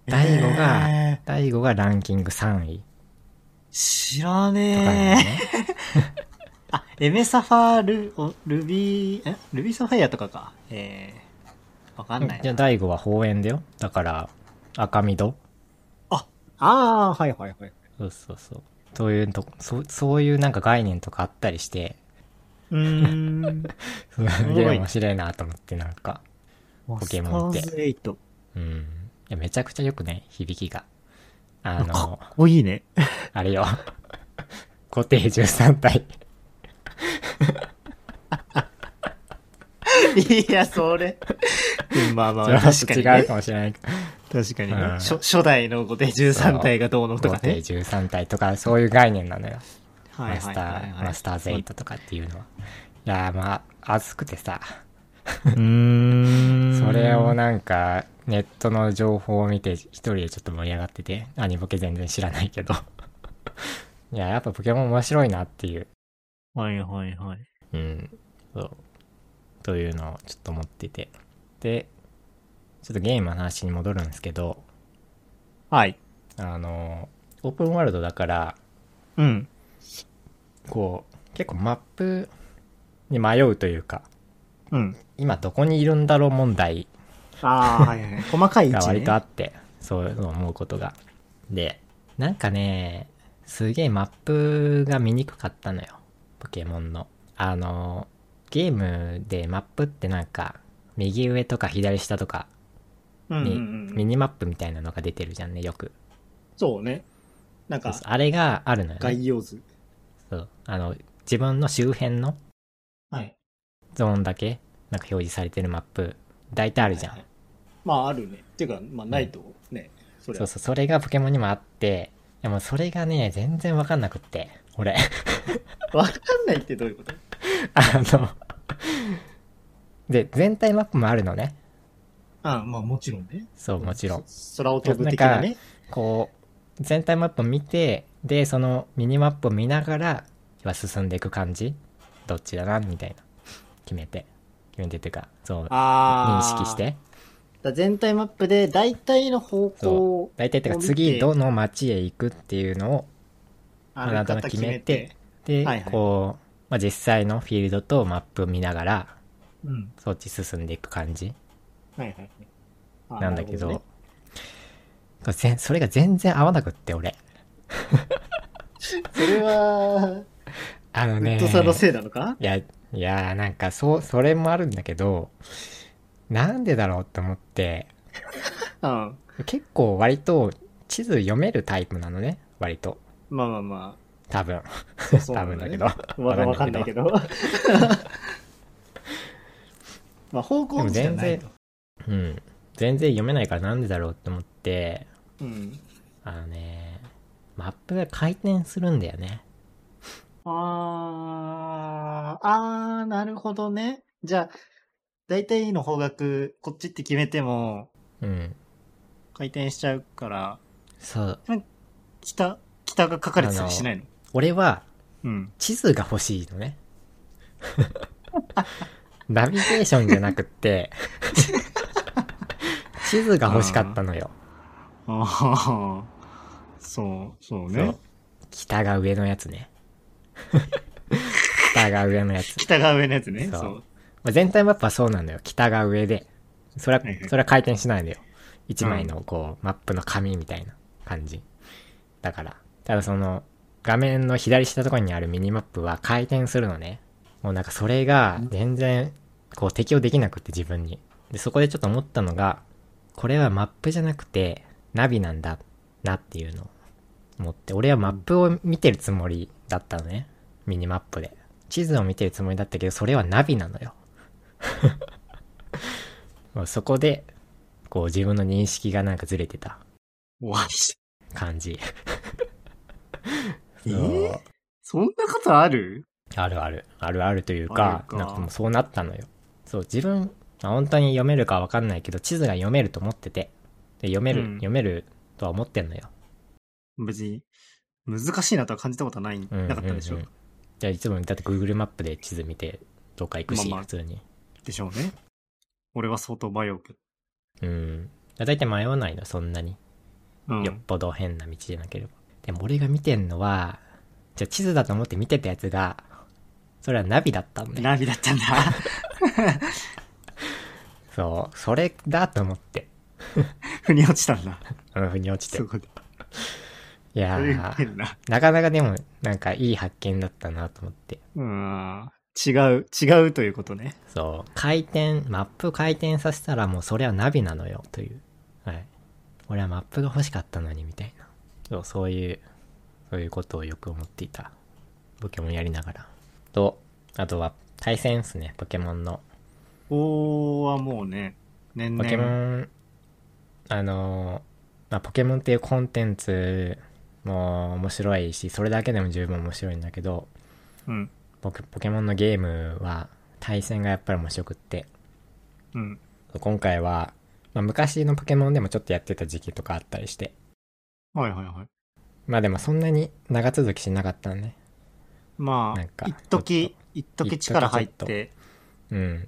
S1: 大悟が、
S2: えー
S1: 大悟がランキング3位
S2: 知ら
S1: とかなの
S2: ねえ。
S1: ね。
S2: あ、エメサファール、おルビー、えルビーサファイアとかか。えー、わかんない
S1: じゃあ
S2: な。
S1: 大悟は方園だよ。だから、赤身戸
S2: あ、あー、はいはいはい。
S1: そうそうそう。そういうとこ、そう、そういうなんか概念とかあったりして、
S2: うー ん。
S1: すげえ面白いなと思ってなんか。
S2: ポ
S1: ケモンって
S2: スターズエイト。
S1: うん。いや、めちゃくちゃよくね、響きが。あ
S2: か
S1: の、
S2: っこいいね。
S1: あれよ。固定13体。
S2: いや、それ。うんまあま
S1: それ
S2: あ、
S1: は
S2: 確かに、ね。
S1: 違うかもしれない。
S2: 確かにね、
S1: うん
S2: 初。初代の後手13体がどうのと
S1: 固
S2: か
S1: 定
S2: ね。
S1: 13体とか、そういう概念なのよ。
S2: は
S1: マ
S2: いは
S1: ス
S2: い
S1: タ
S2: はい
S1: ー、
S2: はい。
S1: マスターズ8とかっていうのは。いやー、まあ、熱くてさ。
S2: うーん。
S1: それをなんか、ネットの情報を見て、一人でちょっと盛り上がってて、アニボケ全然知らないけ ど。いや、やっぱポケモン面白いなっていう。
S2: はいはいはい。
S1: うん。そう。というのをちょっと思ってて。で、ちょっとゲームの話に戻るんですけど、
S2: はい。
S1: あの、オープンワールドだから、
S2: うん。
S1: こう、結構マップに迷うというか、
S2: うん。
S1: 今どこにいるんだろう問題
S2: ああ、はいはいはい。細かい位
S1: が
S2: 置、
S1: 割
S2: ね
S1: とあ。って、そう思うことが。で、なんかね、すげえマップが見にくかったのよ。ポケモンの。あの、ゲームでマップってなんか、右上とか左下とか、
S2: うんうん
S1: に
S2: う
S1: ミ
S2: ん。
S1: ニマップみたいなのが出てるじゃんね、よく。
S2: そうね。なん
S1: そう
S2: か
S1: そう、あれがあるのよね。
S2: 概要図。
S1: そうあの、自分の周辺の
S2: はい。
S1: ゾーンだけ、なんか表示されてるマップ、大体あるじゃん。
S2: はいはいまあ、あるね。っていうか、まあ、ないとね、それ
S1: そう
S2: は。
S1: そう、それがポケモンにもあって、でもそれがね、全然わかんなくって、 俺。
S2: わかんないってどういうこと
S1: あの、で、全体マップもあるのね。
S2: ああまあ、もちろんね。
S1: そう、もちろん。
S2: 空を飛ぶ的なね。
S1: こう、全体マップ見て、で、そのミニマップを見ながら、要は進んでいく感じどっちだな、みたいな。決めて。決めてっていうか、そう、認
S2: ああ。
S1: 識し。て。
S2: だ全体マップで大体の方向
S1: そ
S2: を
S1: う。大体っていうか、
S2: こう見て
S1: 次どの町へ行くっていうのを、
S2: 歩
S1: なん
S2: き
S1: となく
S2: 方決
S1: 決
S2: め
S1: め
S2: て
S1: て。、で、
S2: はいはい
S1: こう、まあ、実際のフィールドとマップ見ながら、
S2: うん。
S1: そっち進んでいく感じ
S2: はいはいはいあー。
S1: なんだけど、
S2: なるほ
S1: これぜんそれが全然合わなくって、俺。
S2: ねそれは、
S1: あの
S2: ウ
S1: ね。
S2: ッドさんのせいなのか
S1: いや、いやー、なんか、そう、それもあるんだけど、なんでだろうって思って、
S2: うん。
S1: 結構割と地図読めるタイプなのね、割と。
S2: まあまあま
S1: 多分。
S2: あ。そうそう
S1: 多分だけど。わ
S2: わわかんないけ
S1: ど。
S2: ど。 まあ方向音痴じゃないと。
S1: うん。全然読めないからなんでだろうって思って、
S2: うん。
S1: あのね、マップが回転するんだよね。
S2: あー、あー、なるほどね。じゃあ、大体の方角、こっちって決めても、
S1: うん。
S2: 回転しちゃうから、
S1: そう。
S2: 北、北が書かれてたりしないの
S1: 俺は
S2: うん。
S1: 地図が欲しいの ね。ナビゲーションじゃなく って、地図が欲しかったのよ。
S2: ああ、そう、そ
S1: そ
S2: う
S1: う
S2: ね。
S1: 北が上のやつね。北が上のやつ。
S2: 北が上のやつね。
S1: そう
S2: そう。
S1: まあ全体マップはそうなんだよ。北が上で。それは
S2: はいは、い
S1: それは回転しないのよ。一枚のこう、マップの紙みたいな感じ。だから。ただその、画面の左下とかにあるミニマップは回転するのね。もうなんかそれが全然、こう適応できなくて自分に。で、そこでちょっと思ったのが、これはマップじゃなくて、ナビなんだなっていうのを思って、俺はマップを見てるつもりだったのね。ミニマップで。地図を見てるつもりだったけど、それはナビなのよ。 もうそこで、こう自分の認識がなんかずれてた
S2: 終わりし
S1: 感じ。
S2: え
S1: そう
S2: そんなことある
S1: あるある。あるあるという
S2: あ
S1: か、
S2: るか
S1: なんかもうそうなったのよ。そう、自分、まあ本当に読めるかわかんないけど、地図が読めると思ってて。で読める、
S2: うん
S1: 読めるとは思ってんのよ。
S2: 別に、難しいなとは感じたことはない、
S1: うんうんうん
S2: なかったでしょ
S1: じゃあいつも、だって Google マップで地図見て、どっか行くし、
S2: まあまあ
S1: 普通に。
S2: でしょうね。俺は相当迷うけど。
S1: うん。だいたい迷わないの、そんなに。
S2: う
S1: よっ
S2: ん。
S1: ぽど変な道じゃなければ。でも俺が見てんのは、じゃあ地図だと思って見てたやつが、それはナビだったんだよ。
S2: ナビだったんだ。
S1: そう、それだと思って、
S2: 腑に落ちたんだ。
S1: あの、腑に落ちて
S2: す。ごい。
S1: いや
S2: それ
S1: ー、
S2: 変な。
S1: なかなかでも、なんかいい発見だったなと思って。
S2: うん。違う、違うということね。
S1: そう、回転、マップ回転させたらもうそれはナビなのよ、という。はい。俺はマップが欲しかったのに、みたいな。そう、そういう、そういうことをよく思っていた。ポケモンやりながら。と、あとは、対戦っすね、ポケモンの。
S2: おーはもうね、年
S1: ポ
S2: 々。
S1: ケモン、あの、まあ、ポケモンっていうコンテンツも面白いし、それだけでも十分面白いんだけど、
S2: うん。
S1: 僕、ポケモンのゲームは対戦がやっぱり面白くって、
S2: うん。
S1: 今回は、まあ、昔のポケモンでもちょっとやってた時期とかあったりして、
S2: はいはいはい。
S1: まあでもそんなに長続きしなかったんね。
S2: ま
S1: なん
S2: あ、
S1: か
S2: 一時一時力入って、
S1: うん。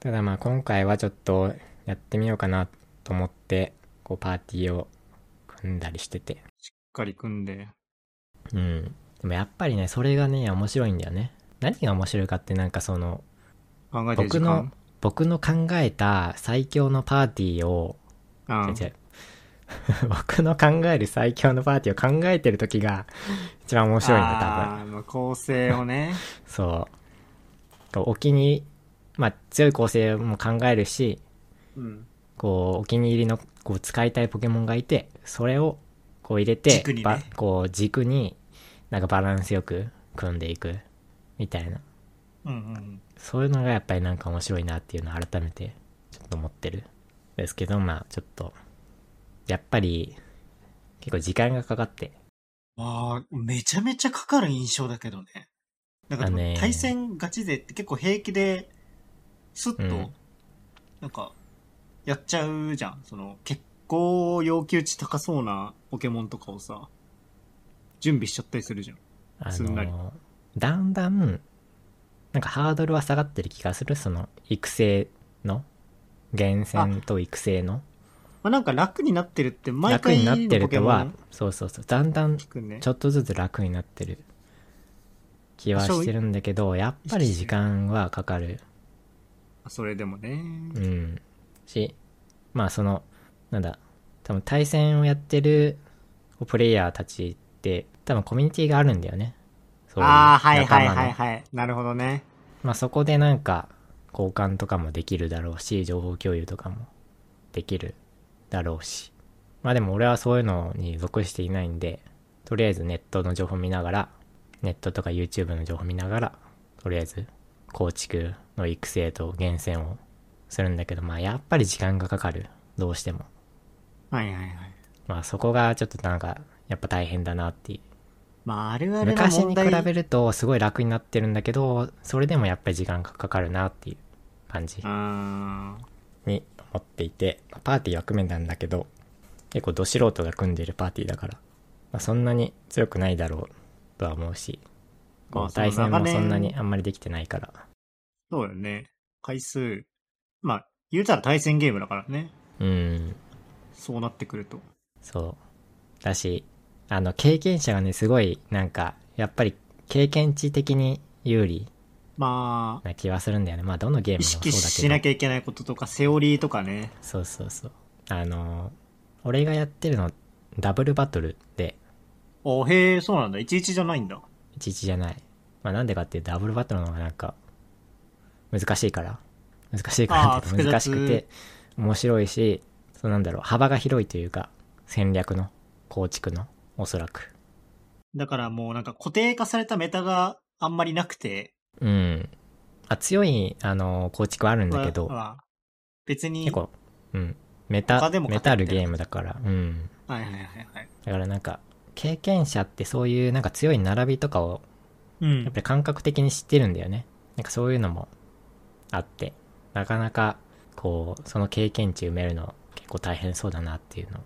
S1: ただまあ今回はちょっとやってみようかなと思って、こうパーティーを組んだりしてて。
S2: しっかり組んで。
S1: うん。でもやっぱりね、それがね、面白いんだよね。何が面白いかってなんかその、
S2: 考えてる時
S1: 僕の
S2: 間、
S1: 僕の考えた最強のパーティーを、
S2: うん
S1: 違う違 う僕の考える最強のパーティーを考えてる時が一番面白いんだよ、多分。
S2: あーまあ構成 をね。
S1: そう。こうお気に、まあ強い構成も考えるし、
S2: うん。
S1: こう、お気に入りの、こう、使いたいポケモンがいて、それを、こう入れて、
S2: 軸にね
S1: ばこう、軸に、なんかバランスよく組んでいく、みたいな。
S2: うんうん
S1: そういうのがやっぱりなんか面白いなっていうのを改めて、ちょっと思ってる。ですけど、まあ、ちょっと、やっぱり、結構時間がかかって、
S2: まあ、めちゃめちゃかかる印象だけどね。なんか
S1: だね
S2: 対戦ガチ勢って結構平気で、スッ
S1: う
S2: と
S1: ん、
S2: なんか、やっちゃうじゃん。その、結構要求値高そうなポケモンとかをさ、準備しちゃったりするじゃん。
S1: あ
S2: すんなり
S1: のだんだんなんかハードルは下がってる気がするその育成の厳選と育成の
S2: まあなんか楽になってるって、毎
S1: 楽
S2: 回
S1: になって
S2: の
S1: る
S2: ポケ
S1: と
S2: モ
S1: は
S2: ン
S1: そうそうそうだんだん
S2: 聞くね
S1: ち。ょっとずつ楽になってる気はしてるんだけどやっぱり時間はかかる
S2: それでもね。
S1: うんしまあそのなんだ多分対戦をやってるプレイヤーたちって多分コミュニティがあるんだよねそういう
S2: ああ、はいはい
S1: 仲間
S2: は
S1: の
S2: いはい。なるほどね。
S1: まあ、そこでなんか交換とかもできるだろうし情報共有とかもできるだろうしまあでも俺はそういうのに属していないんでとりあえずネットの情報見ながらネットとか YouTube の情報見ながらとりあえず構築の育成と厳選をするんだけどまあやっぱり時間がかかるどうしても
S2: はいはいはい。
S1: まあそこがちょっとなんかやっぱ大変だなっていう
S2: まあ、あるあるな
S1: 昔
S2: 問
S1: に
S2: 題
S1: 比べるとすごい楽になってるんだけどそれでもやっぱり時間がかかるなっていう感じ
S2: あー
S1: に思っていてパーティーは組めたんだけど結構ど素人が組んでるパーティーだから、まあ、そんなに強くないだろうとは思うしこ
S2: まあ
S1: う対戦もそんな
S2: 長
S1: に
S2: 年
S1: あんまりできてないから
S2: そうよね。回数。まあ、言うたら対戦ゲームだからね。
S1: うん
S2: そうなってくると。
S1: そうだしあの経験者がねすごいなんかやっぱり経験値的に有利
S2: まあ、
S1: な気はするんだよねまあどのゲームも
S2: 意
S1: そうだけ
S2: 識
S1: ど
S2: しなきゃいけないこととか、セオリーとかね。
S1: そうそうそうあの俺がやってるのダブルバトルで
S2: おへえ、そうなんだ。いちいちじゃないんだ。
S1: 11じゃないまあなんでかっていうとダブルバトルの方がなんか難しいから難しいからっていうか
S2: あー
S1: 難しく
S2: 複
S1: て面白いしそうなんだろう幅が広いというか戦略の構築のおそらく
S2: だからもうなんか固定化されたメタがあんまりなくて。
S1: うんあ強いあの構築はあるんだけど
S2: まあまあ別に。
S1: 結構うんメタ
S2: 他でも
S1: メ
S2: 勝て
S1: タ
S2: る
S1: ルゲームだからうん
S2: はいはいはいはい。
S1: だからなんか経験者ってそういうなんか強い並びとかを
S2: うん
S1: やっぱり感覚的に知ってるんだよね。なんかそういうのもあって、なかなか、こう、その経験値埋めるの結構大変そうだなっていうのを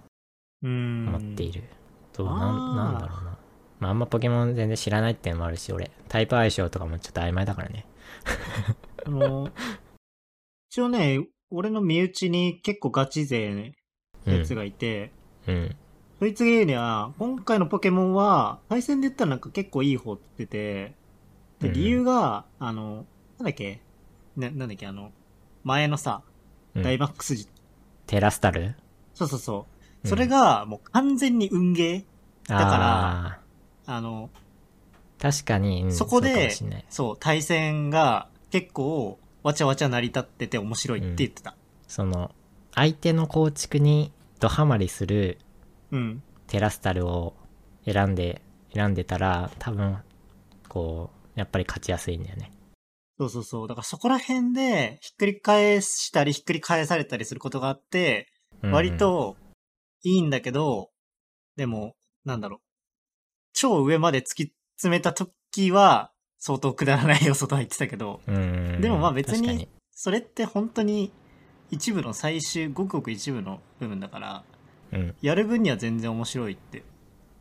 S2: うん。
S1: 思っている。と、
S2: あー
S1: なん、なんだろうな。まああんまポケモン全然知らないっていうのもあるし、俺、タイプ相性とかもちょっと曖昧だからね。
S2: あの、一応ね、俺の身内に結構ガチ勢
S1: う
S2: のやつ
S1: ん。
S2: がいて、
S1: うん。
S2: そいつが言うには、今回のポケモンは、対戦で言ったらなんか結構いい方って言ってて、
S1: うん
S2: で、理由が、あの、なんだっけな、なんだっけ、あの、前のさ、
S1: うん
S2: ダイマックス時、
S1: テラスタル
S2: そうそうそうう。
S1: ん
S2: それが、もう完全に運ゲー
S1: だ
S2: からあの、
S1: 確かに、うん
S2: そこ
S1: うかも
S2: で
S1: しんない、
S2: そう、対戦が結構、わちゃわちゃ成り立ってて面白いって言ってた。
S1: その、相手の構築にドハマりする
S2: うん。
S1: テラスタルを選んで選んでたら多分こうやっぱり勝ちやすいんだよね
S2: そうそうそう。だからそこら辺で、ひっくり返したり、ひっくり返されたりすることがあって、
S1: うん
S2: 割といいんだけど、でも、なんだろう。超上まで突き詰めた時は、相当くだらない要素とは言ってたけど、
S1: うん
S2: でもまあ別
S1: 確
S2: に
S1: かに
S2: それって本当に一部の最終、ごくごく一部の部分だから、
S1: うん
S2: やる分には全然面白いって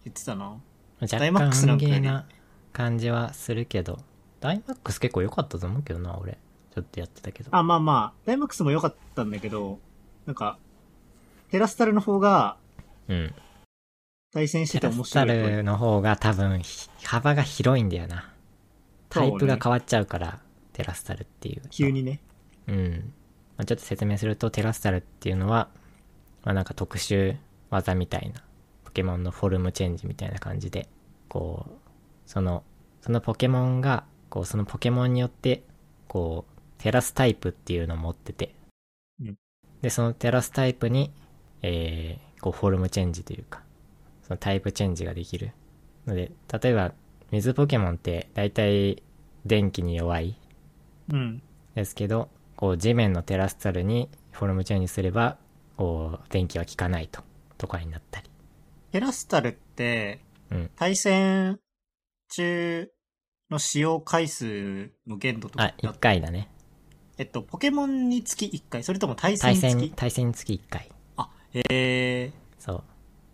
S2: 言ってたな。
S1: 若
S2: ダイマック
S1: 干
S2: スな
S1: 運
S2: んか
S1: ゲ
S2: より
S1: ーな感じはするけどダイマックス結構良かったと思うけどな俺ちょっとやってたけど
S2: あ、まあまあ、ダイマックスも良かったんだけど、なんか、テラスタルの方が
S1: うん
S2: 対戦して
S1: テ
S2: て
S1: ラ
S2: 面
S1: スタ
S2: 白いと。
S1: ルの方が多分ひ幅が広いんだよなタイプが変わっちゃうからテラスタルっていう
S2: 急にね。
S1: うん、まあ、ちょっと説明するとテラスタルっていうのは、まあ、なんか特殊技みたいなポケモンのフォルムチェンジみたいな感じでこうそのそのポケモンがこうそのポケモンによってこうテラスタイプっていうのを持ってて、
S2: うん
S1: で、そのテラスタイプに、えーこうフォルムチェンジというか、そのタイプチェンジができる。ので、例えば、水ポケモンって大体電気に弱い
S2: うん。
S1: ですけど、こう地面のテラスタルにフォルムチェンジすれば、こう電気は効かないと、とかになったり。
S2: テラスタルって
S1: うん、
S2: 対戦中の使用回数の限度とか
S1: あ
S2: っ、てあっ
S1: 1回だね。
S2: えっと、ポケモンにつき1回、それとも対戦
S1: 対
S2: につ
S1: 戦
S2: き、
S1: 対戦につき1回。
S2: え
S1: そう。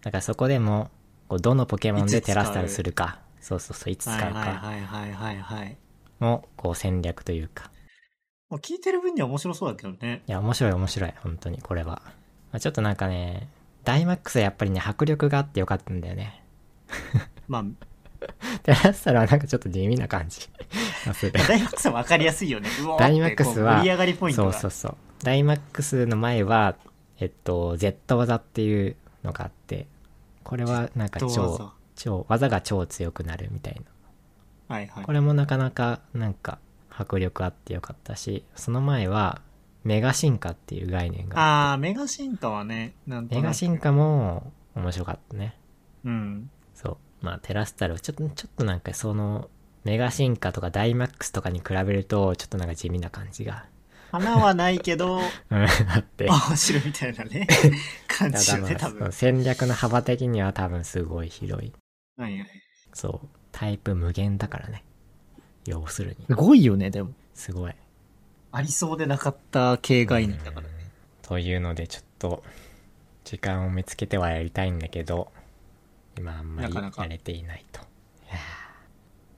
S1: だからそこでも、こうどのポケモン
S2: い
S1: で
S2: つ使
S1: テ
S2: う
S1: ラスタルするか、そうそうそう、いつ
S2: ー、
S1: 使う
S2: はいはい
S1: か
S2: はいはいはいはい。
S1: の、こう戦略というか。
S2: もう聞いてる分には面白そうだけどね。
S1: いや、面白い面白い、本当に、これは。まあ、ちょっとなんかね、ダイマックスはやっぱりね、迫力があってよかったんだよね。
S2: まあ、
S1: テラスタルはなんかちょっと地味な感じ がする。
S2: ダイマックスは分かりやすいよね。 うお ーって
S1: ダイマックスは
S2: こう盛り上がりポイント
S1: そう
S2: が。
S1: そうそう。ダイマックスの前は、えっと、Z 技っていうのがあって、これはなんか
S2: どう
S1: 超、
S2: ぞ。
S1: 超、技が超強くなるみたいな。
S2: はいはい
S1: こ。れもなかなかなんか迫力あってよかったしその前はメガ進化っていう概念が
S2: あー、メガ進化はね、なんとな
S1: メ
S2: く
S1: ガ進化も面白かったね
S2: うん。
S1: そうまあテラスタルはちょっとちょっとなんかそのメガ進化とかダイマックスとかに比べるとちょっとなんか地味な感じが
S2: 花はないけ ど、
S1: うんあって
S2: 面白いみたいな ね、感じ
S1: た
S2: よ
S1: だ
S2: ね、
S1: ま
S2: 多分
S1: あ。戦略の幅的には多分すごい広い
S2: はいはい。
S1: そうタイプ無限だからね要するに
S2: すごいよね、でも。
S1: すごい
S2: ありそうでなかった系概念だから。
S1: というのでちょっと時間を見つけてはやりたいんだけど今あんまり
S2: なかな
S1: や
S2: か
S1: れていないといやー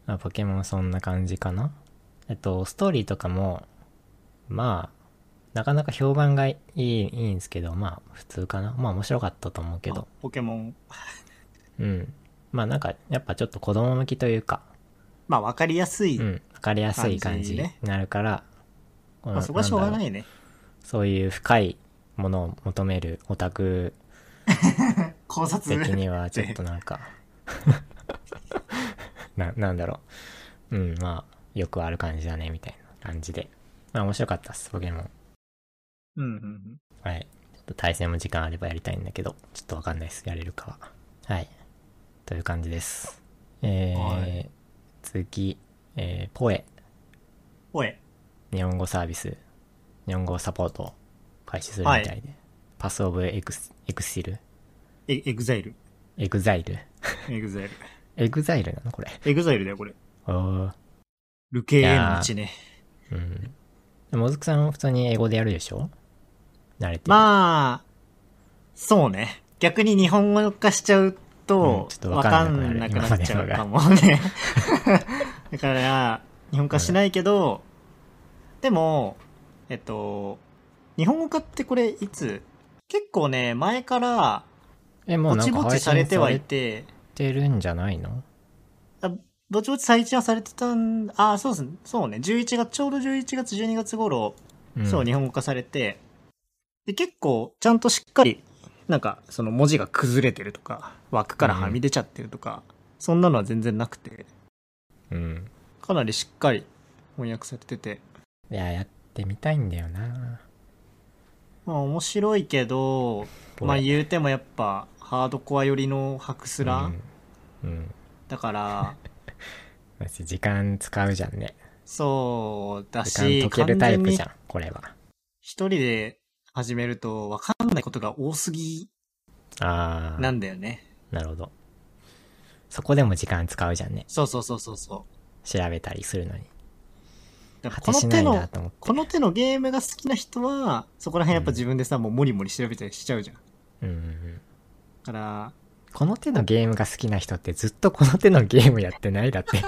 S1: まあポケモンそんな感じかなえっとストーリーとかもまあなかなか評判がいいいいんですけどまあ普通かなまあ面白かったと思うけ
S2: あ
S1: ど
S2: ポケモン。
S1: うんまあなんかやっぱちょっと子供向きというか
S2: まあ、わかりやすい。
S1: うん分かりやすい感じに
S2: 感
S1: なるから、この
S2: まあ、そこはしょうが
S1: なんだろ
S2: ないね。
S1: そういう深いものを求めるオタク
S2: 考察。
S1: 的にはちょっとなんか ななんだろううんまあよくある感じだねみたいな感じでまあ面白かったっすポケモン
S2: うんうんうん。
S1: はいちょっと対戦も時間あればやりたいんだけどちょっとわかんないですやれるかははいという感じですえー
S2: はい
S1: 次えーポエ
S2: おい。
S1: 日本語サービス日本語サポートを開始するみたいで、
S2: は
S1: パスオブエクスエクシル
S2: エエグザイル。
S1: エグザイル
S2: エグザイル。
S1: エグザイルなのこれ
S2: エグザイルだよ、これ。
S1: おー
S2: ルケーエの道ね。
S1: うん。でもずくさんは普通に英語でやるでしょ慣れてる。あ、
S2: まあ、そうね。逆に日本語化しちゃう
S1: うん
S2: と
S1: ちょっ、とわ
S2: わ
S1: か
S2: か
S1: ん
S2: ん
S1: な
S2: な
S1: く
S2: く
S1: な
S2: な
S1: る
S2: っちゃうかも ね。だから、日本化しないけど、でも、えっと、日本語化ってこれいつ結構ね、前から、
S1: え、もう
S2: ぼ
S1: なん
S2: ち
S1: か
S2: ぼ
S1: 配信
S2: ちさ
S1: さ
S2: れ
S1: れ
S2: てはいて、
S1: てるんじゃないの
S2: ぼちぼち最近はされてたん、あ、そうですね、そうね、11月、ちょうど11月、12月頃、
S1: ん
S2: そう、日本語化されて、で、結構、ちゃんとしっかり、なんか、その文字が崩れてるとか、枠からはみ出ちゃってるとか、そんなのは全然なくて、
S1: うん。
S2: かなりしっかり翻訳されてて、
S1: いや、やってみたいんだよな。
S2: まあ面白いけど、
S1: これ
S2: まあ言うてもやっぱ、ハードコア寄りの白スラ、
S1: うん。うん。
S2: だから、
S1: 私時間使うじゃんね。
S2: そうだ
S1: 時間
S2: し、
S1: 解けるタイプじゃ
S2: 完全に
S1: ん、これは。
S2: 一人で始めると、わかんないことが多すぎ
S1: あー。
S2: なんだよね。
S1: なるほど。そこでも時間使うじゃんね。
S2: そうそうそうそうそう。
S1: 調べたりするのに。
S2: だから
S1: 果て
S2: この
S1: しな
S2: 手
S1: い
S2: の
S1: なと思って。
S2: この手のゲームが好きな人は、そこら辺やっぱ自分でさ、もうモリモリ調べたりしちゃうじゃん。だ
S1: うんうんうん。
S2: から、
S1: この手のゲームが好きな人ってずっとこの手のゲームやってないだ って。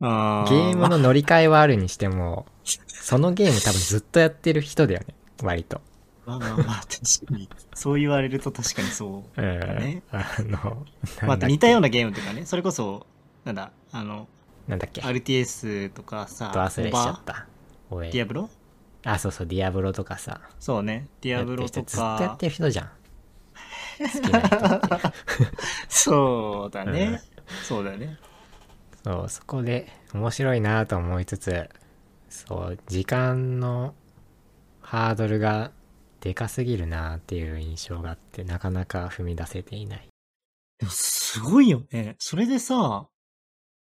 S2: あ
S1: ゲーム
S2: ま
S1: の乗り換えはあるにしても、そのゲーム多分ずっとやってる人だよね。割と。
S2: あまあまあまあ、確かに。そう言われると確かにそう。
S1: うん。
S2: ね
S1: あの、
S2: ま
S1: な
S2: あ、
S1: んだっ
S2: 似
S1: け
S2: たようなゲームとかね、それこそ、なんだ、あの、
S1: なんだっけちょっ
S2: RTS とかさ、
S1: と忘れしちゃっ
S2: モ
S1: た。お
S2: バ
S1: い
S2: ディアブロ
S1: あ、そうそう、ディアブロとかさ。
S2: そうね、ディアブロと
S1: やってる人ずっとやっ
S2: か、
S1: てる人 じゃん。好きな人って。
S2: そうだね、そうだね。
S1: そう、そこで面白いなと思いつつ、そう、時間のハードルがでかすぎるなっていう印象があって、なかなか踏み出せていない。
S2: でもすごいよね。それでさ、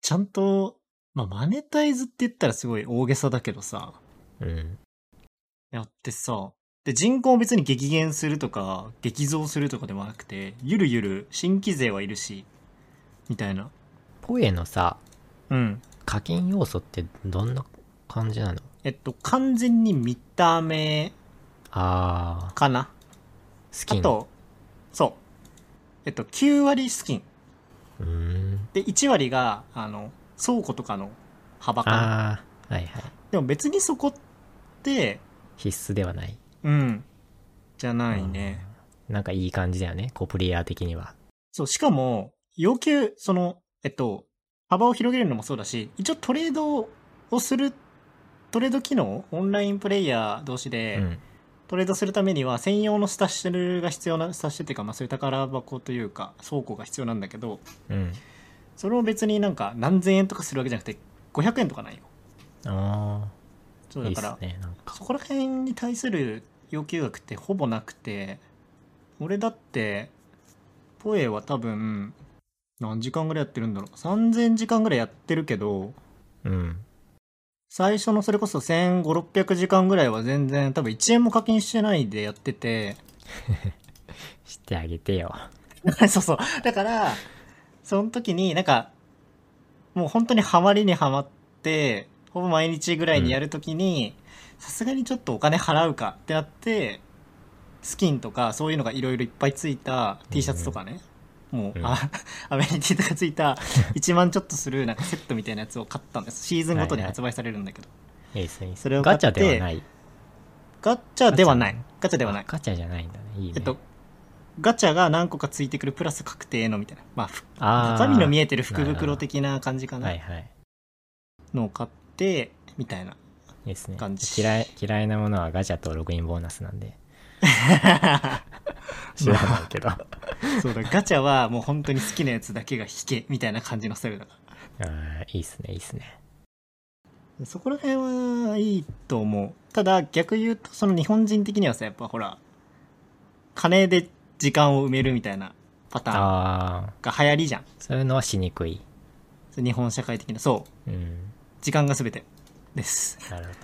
S2: ちゃんと、まあ、マネタイズって言ったらすごい大げさだけどさ、
S1: うん。
S2: やってさ、で、人口を別に激減するとか、激増するとかではなくて、ゆるゆる新規勢はいるし、みたいな。
S1: ポエのさ、
S2: うん。
S1: 課金要素ってどんな感じなの
S2: えっと、完全に見た目
S1: あ
S2: かな。
S1: ー、ス
S2: あ
S1: キン。
S2: と、そう。えっと、9割スキン。
S1: うーん。
S2: で、1割が、あの、倉庫とかの幅かな。
S1: あー、はいはい。
S2: でも別にそこって、
S1: 必須ではない。
S2: うん。じゃないね。
S1: なんかいい感じだよね、こうプレイヤー的には。
S2: そう、しかも、要求、その、えっと、幅を広げるのもそうだし、一応トレードをする、トレード機能オンラインプレイヤー同士で、
S1: うん。
S2: トレードするためには専用のスタッシュが必要な、スタッシュっていうか、まあそういう宝箱というか、倉庫が必要なんだけど、
S1: うん。
S2: それを別になんか何千円とかするわけじゃなくて、500円とかないよ。
S1: あ
S2: そ
S1: あ、
S2: う
S1: いい
S2: だ
S1: っ
S2: から
S1: す、ね、なんか。
S2: そこら辺に対する要求額ってほぼなくて俺だってポエは多分何時間ぐらいやってるんだろう3000時間ぐらいやってるけど
S1: うん。
S2: 最初のそれこそ1500600時間ぐらいは全然多分1円も課金してないでやってて
S1: してあげてよ。
S2: そうそうだからその時になんかもう本当にハマりにハマってほぼ毎日ぐらいにやるときにさすがにちょっとお金払うかってなってスキンとかそういうのがいろいろいっぱいついた T シャツとかね、もう、
S1: うん
S2: あ アメニティとかついた1万ちょっとするなんかセットみたいなやつを買ったんですシーズンごとに発売されるんだけど、
S1: いいっすね。
S2: それを買
S1: ガ
S2: っ
S1: チ
S2: て
S1: ャではない。
S2: ガチャではないガチャではな
S1: あ
S2: い
S1: ガチャじゃないんだね。いいね。
S2: えっとガチャが何個かついてくるプラス確定のみたいなまあふ
S1: あー
S2: 中身の見えてる福袋的な感じかな
S1: はいはい。
S2: のを買ってみたいない
S1: いですね
S2: 感じ。
S1: 嫌い、嫌いなものはガチャとログインボーナスなん で。知ら
S2: まあ
S1: ないけど。あ
S2: そうだ ガチャはもう本当に好きなやつだけが引けみたいな感じのスタイルだか
S1: ーいいっすね、いいっすね。
S2: らそこら辺はいいと思うただ逆言うとその日本人的にはさやっぱほら金で時間を埋めるみたいなパターン
S1: ああ、
S2: が流行りじゃん
S1: そういうのはしにくい。
S2: それ日本社会的なそう
S1: うん、
S2: 時間が全てです
S1: なるほど。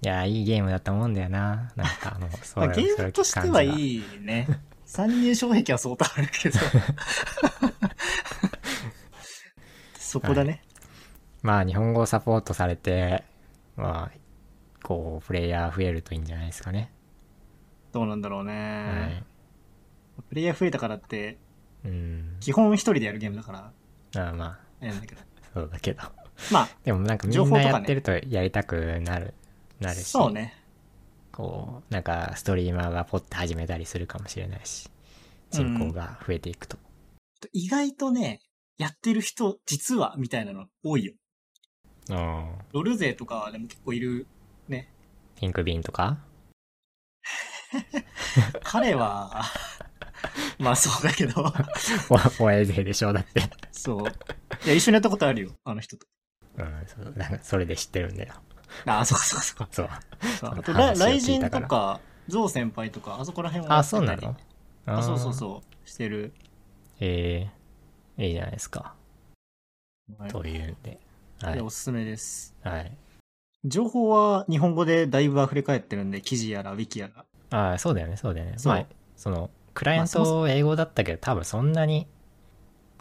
S1: いやー、いいゲームだと思うんだよな。なんか、 あの、そ
S2: ま
S1: う
S2: あ、ゲームとしてはい
S1: い。
S2: いね 参入障壁は相当ある けどそこだね、
S1: まあ、日本語をサポートされて、まあ、こう、プレイヤー増えるといいんじゃないですかね。
S2: どうなんだろうね、
S1: はい。
S2: プレイヤー増えたからって
S1: うん。
S2: 基本一人でやるゲームだから
S1: まあまあ、
S2: あれなんだけど
S1: そうだけど。
S2: まあ
S1: でもなんかみ
S2: 情
S1: ん
S2: 報と
S1: な
S2: かね
S1: やってるとやりたくなる、なるし。
S2: そうね
S1: こうなんかストリーマーがポッて始めたりするかもしれないし人口が増えていくと、
S2: 意外とねやってる人実はみたいなの多いよ
S1: うん、
S2: ロル勢とかでも結構いる
S1: ピンクビーンとか
S2: 彼は まあそうだ けど
S1: おえ勢でしょだって、
S2: そういや一緒にやったことあるよあの人と
S1: うん、そうなんかそれで知ってるんだよ
S2: ああそうかそうかそうか
S1: そう
S2: そう
S1: そ
S2: あ
S1: う
S2: とラ
S1: 話を聞
S2: 雷
S1: い
S2: 神
S1: たか
S2: と
S1: ら
S2: かゾウ先輩とかあそこら辺は
S1: あそうなの
S2: あそうそう
S1: う
S2: そうしてる
S1: ええいいじゃないですか
S2: はい
S1: というんでは
S2: で
S1: い
S2: お、すすめです
S1: はい、
S2: 情報は日本語でだいぶ溢れ返ってるんで記事やらウィキやら
S1: あそうだよねそうだよね
S2: そう
S1: まあそのクライアン
S2: まあそ
S1: ト英語だったけど多分そんなに